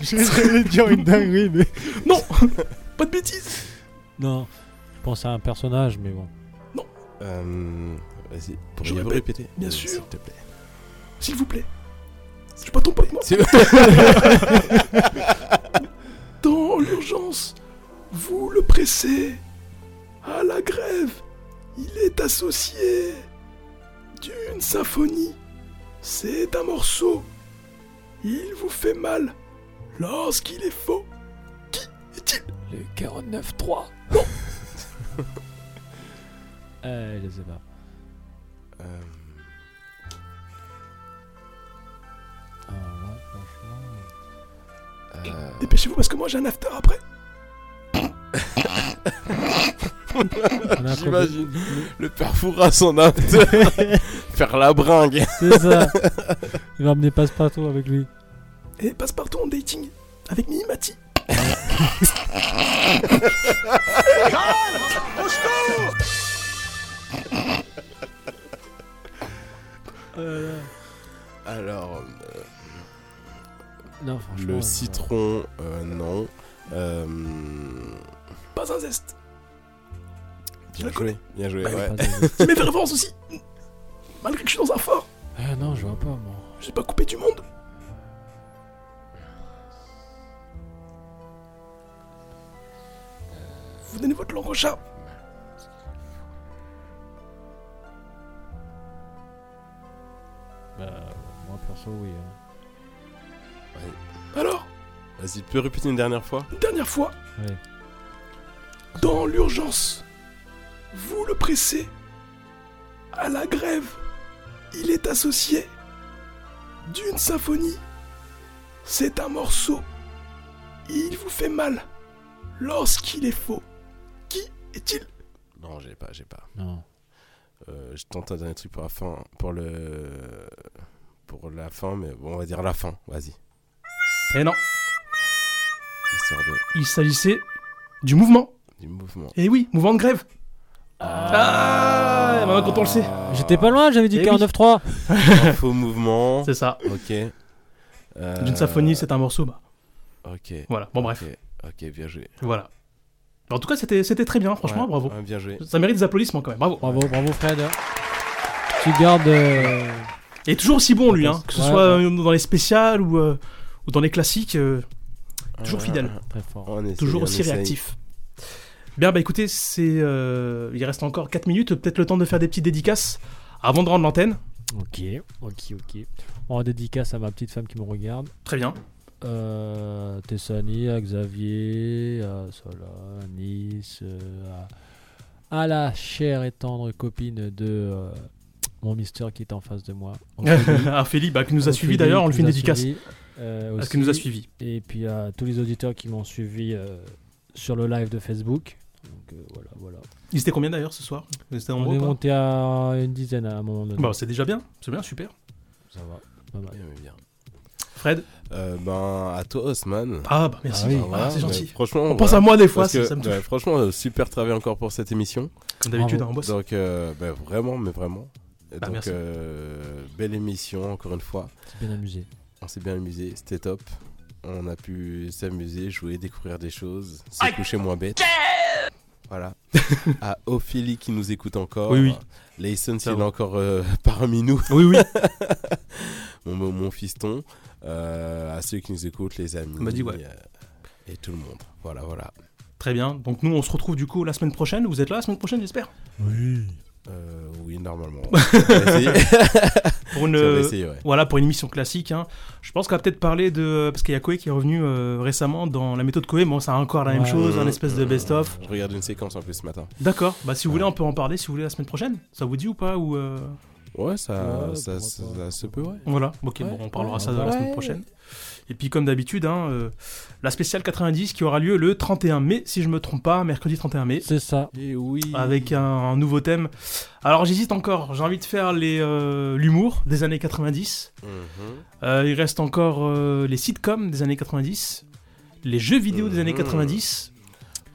C: J'allais dire une dinguerie, mais.
V: Non Pas de bêtises
C: Non, je pense à un personnage, mais bon.
D: Euh, Vas-y,
V: Je
D: pourriez-vous
V: répète,
D: répéter
V: bien
D: Euh,
V: sûr.
D: S'il te plaît.
V: S'il vous plaît. Je suis pas ton pote, moi.
D: C'est-
V: Dans l'urgence, vous le pressez. À la grève, il est associé d'une symphonie. C'est un morceau. Il vous fait mal lorsqu'il est faux. Qui est-il
U: Le 49-3.
C: Euh, je sais pas.
D: Euh,
C: Alors là, Ah, franchement.
D: euh,
V: Dépêchez-vous parce que moi j'ai un after après.
C: On a un
D: J'imagine le père Fouras en after. Faire la bringue.
C: C'est ça Il va emmener Passepartout avec lui.
V: Et passe partout en dating avec Minimati.
D: Alors, euh,
C: Non, franchement.
D: le
C: euh,
D: citron, euh, non. Euh,
V: Pas un zeste.
D: bien joué, bien joué.
C: Ouais,
D: ouais.
C: pas de-
V: Mais révérence aussi. Malgré que je suis dans un fort,
C: Ah non, je vois pas, moi.
V: j'ai pas coupé du monde. Vous donnez votre langue au chat.
C: Bah, moi perso, oui. hein.
V: Alors,
D: Vas-y, tu peux répéter une dernière fois
V: une dernière fois,
C: Ouais.
V: dans l'urgence, vous le pressez. À la grève, il est associé d'une symphonie. C'est un morceau. Il vous fait mal lorsqu'il est faux. Qui est-il
D: Non, j'ai pas, j'ai pas.
C: Non.
D: Euh, je tente un dernier truc pour la fin, pour le, pour la fin, mais bon, on va dire la fin. Vas-y.
B: Et non,
D: Histoire de,
B: il s'agissait du mouvement.
D: du mouvement.
B: Et oui, mouvement de grève. Ah, maintenant quand on le sait.
C: J'étais pas loin, j'avais dit
B: Eh oui.
C: 49.3
D: Faux mouvement.
B: C'est ça.
D: Ok. Euh,
B: D'une symphonie, c'est un morceau. Bah,
D: Ok.
B: voilà. Bon, bref.
D: Ok, ok, bien joué.
B: Voilà. En tout cas, c'était c'était très bien. Franchement,
D: Ouais,
B: bravo.
D: ouais, bien joué.
B: Ça mérite des applaudissements quand même. Bravo.
C: Bravo, bravo Fred. Tu gardes. euh,
B: Et toujours aussi bon, lui, hein, que ce
C: Ouais,
B: soit euh, dans les spéciales ou, euh, ou dans les classiques, euh, toujours
D: Ah,
B: fidèle,
C: Très fort.
D: on essaye,
B: toujours
D: on
B: aussi
D: essaye.
B: réactif. Bien, bah écoutez, c'est, euh, il reste encore 4 minutes, peut-être le temps de faire des petites dédicaces avant de rendre l'antenne.
C: Ok, ok, ok. En dédicace à ma petite femme qui me regarde.
B: Très bien.
C: euh, Tessania, Xavier, à Sola, Nice, euh, à, à la chère et tendre copine de euh, mon Mister qui est en face de moi.
B: Ophélie, bah, qui nous a
C: Ophélie,
B: suivis d'ailleurs, on lui
C: qui
B: fait une
C: nous a
B: dédicace.
C: suivis, euh,
B: Parce qu'elle nous a
C: aussi.
B: suivis.
C: Et puis à tous les auditeurs qui m'ont suivi euh, sur le live de Facebook. Donc euh, voilà, voilà.
B: Ils étaient combien d'ailleurs ce soir Ils étaient
C: On
B: nombreux
C: est
B: ou pas
C: monté à une dizaine à un moment donné.
B: Bah, c'est déjà bien, c'est bien, super.
C: Ça va, pas
D: Ah,
C: mal.
B: Fred
D: Ben, à toi, Osman.
B: Ah, bah, merci. Ah,
D: voilà,
B: c'est gentil.
D: mais Franchement,
B: On pense à moi des fois,
D: parce
B: ça-
D: que,
B: ça me touche.
D: ouais, franchement, euh, super travail encore pour cette émission.
B: Comme d'habitude, Bravo. hein, on bosse.
D: Donc, euh, ben, vraiment, mais vraiment. Et
B: Bah,
D: Donc,
B: merci.
D: euh, belle émission, encore une fois.
C: s'est bien amusé.
D: On s'est bien amusé, c'était top. On a pu s'amuser, jouer, découvrir des choses, se coucher moins bête. Voilà. à Ophélie qui nous écoute encore.
B: Oui, oui.
D: Layson,
B: Ça
D: il est
B: va.
D: encore euh, parmi nous.
B: Oui, oui.
D: mon, mon- mon fiston. Euh, à ceux qui nous écoutent, les amis.
B: On m'a dit, Bah, ouais.
D: euh, et tout le monde. Voilà, voilà.
B: Très bien. Donc nous, on se retrouve du coup la semaine prochaine. Vous êtes là la semaine prochaine, j'espère
D: Oui. Euh, oui, normalement.
B: pour une,
D: Ça, on va essayer, ouais.
B: voilà, pour une émission classique. hein. Je pense qu'on va peut-être parler de... Parce qu'il y a Koé qui est revenu euh, récemment dans la méthode Koé. Bon, c'est encore la même
D: Ouais.
B: chose,
D: Mmh,
B: un espèce de
D: mmh,
B: best-of.
D: Je regarde une séquence en plus ce matin.
B: D'accord. Bah si vous voulez, on peut en parler si vous voulez la semaine prochaine. Ça vous dit ou pas ou euh,
D: Ouais, ça, ça, ça- ça se peut, ouais.
B: Voilà, ok, bon, on parlera ça la semaine
D: Ouais.
B: prochaine. Et puis, comme d'habitude, hein, euh, la spéciale 90 qui aura lieu le 31 mai, si je me trompe pas, mercredi 31 mai.
C: C'est ça.
D: Et oui.
B: Avec un, un nouveau thème. Alors, j'hésite encore, j'ai envie de faire les, euh, l'humour des années 90.
D: Mhm.
B: Euh, il reste encore euh, les sitcoms des années 90, les jeux vidéo des années
D: Mhm.
B: 90.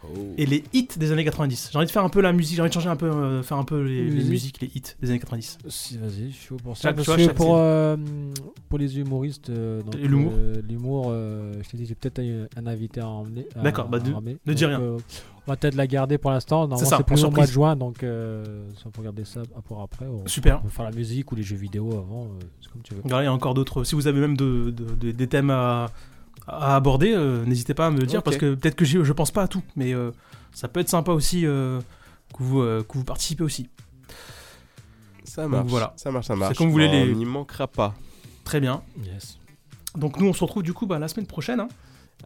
D: Oh.
B: Et les hits des années 90. J'ai envie de faire un peu la musique, j'ai envie de changer un peu, euh, faire un peu les, les
D: Mmh.
C: Musique.
B: musiques, les hits des années 90.
C: Si, vas-y, je suis pour ça.
B: Chaque-
C: parce
B: tu vois,
C: que
B: chaque-
C: pour, euh, pour les humoristes, euh, donc,
B: Et l'humour
C: euh, L'humour, euh, je t'ai dit, j'ai peut-être un, un invité à emmener. à-
B: D'accord, bah,
C: à
B: de-
C: ramener.
B: ne dis
C: Donc,
B: rien.
C: euh, on va peut-être la garder pour l'instant. Normalement,
B: ça,
C: c'est
B: pour
C: plus au mois
B: surprise.
C: de juin, donc euh, si on peut regarder ça pour après. On,
B: Super.
C: On peut faire la musique ou les jeux vidéo avant, euh, c'est comme tu veux.
B: Voilà, il y a encore d'autres. Si vous avez même de- de- de- des thèmes à, à aborder, euh, n'hésitez pas à me le dire
C: Ok.
B: parce que peut-être que j'y- je pense pas à tout, mais euh, ça peut être sympa aussi euh, que, vous, euh, que vous participez aussi.
D: Ça
B: Donc
D: marche.
B: voilà.
D: Ça marche, ça marche.
B: C'est comme vous voulez
D: Bon,
B: les.
D: On n'y manquera pas.
B: Très bien.
C: Yes.
B: Donc nous, on se retrouve du coup bah, la semaine prochaine. hein.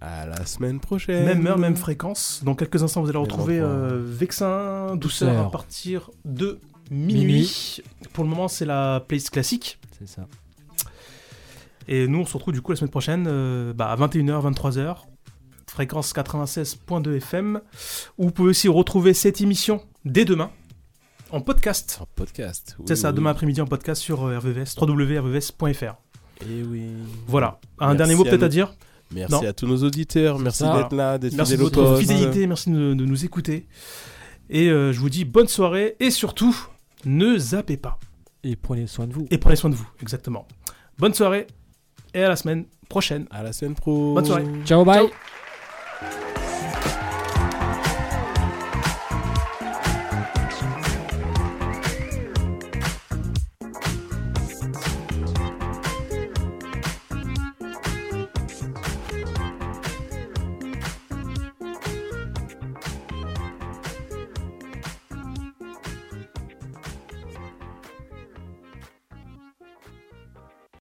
D: À la semaine prochaine.
B: Même heure, même fréquence. Dans quelques instants, vous allez
D: Et
B: retrouver
D: revoir.
B: euh, Vexin Douceur à
D: Douceur.
B: partir de minuit.
C: Minuit.
B: Pour le moment, c'est la playlist classique.
C: C'est ça.
B: Et nous, on se retrouve du coup la semaine prochaine euh, bah, à 21h, 23h, fréquence 96.2 FM, où vous pouvez aussi retrouver cette émission dès demain en podcast. En
D: podcast,
B: C'est
D: oui,
B: ça,
D: oui.
B: demain après-midi en podcast sur euh, RVVS, www.rvvs.fr.
D: Et Eh oui.
B: Voilà. Un
D: Merci
B: dernier mot peut-être
D: nous-
B: à dire
D: Merci
B: Non.
D: à tous nos auditeurs. Merci
B: Voilà.
D: d'être là, d'être
B: Merci de
D: fidèles au
B: votre
D: poste.
B: fidélité, merci de, de nous écouter. Et euh, je vous dis bonne soirée et surtout, ne zappez pas.
C: Et prenez soin de vous.
B: Et prenez soin de vous, exactement. Bonne soirée et à la semaine prochaine.
D: À la semaine pro.
B: Bonne soirée.
C: Ciao, bye.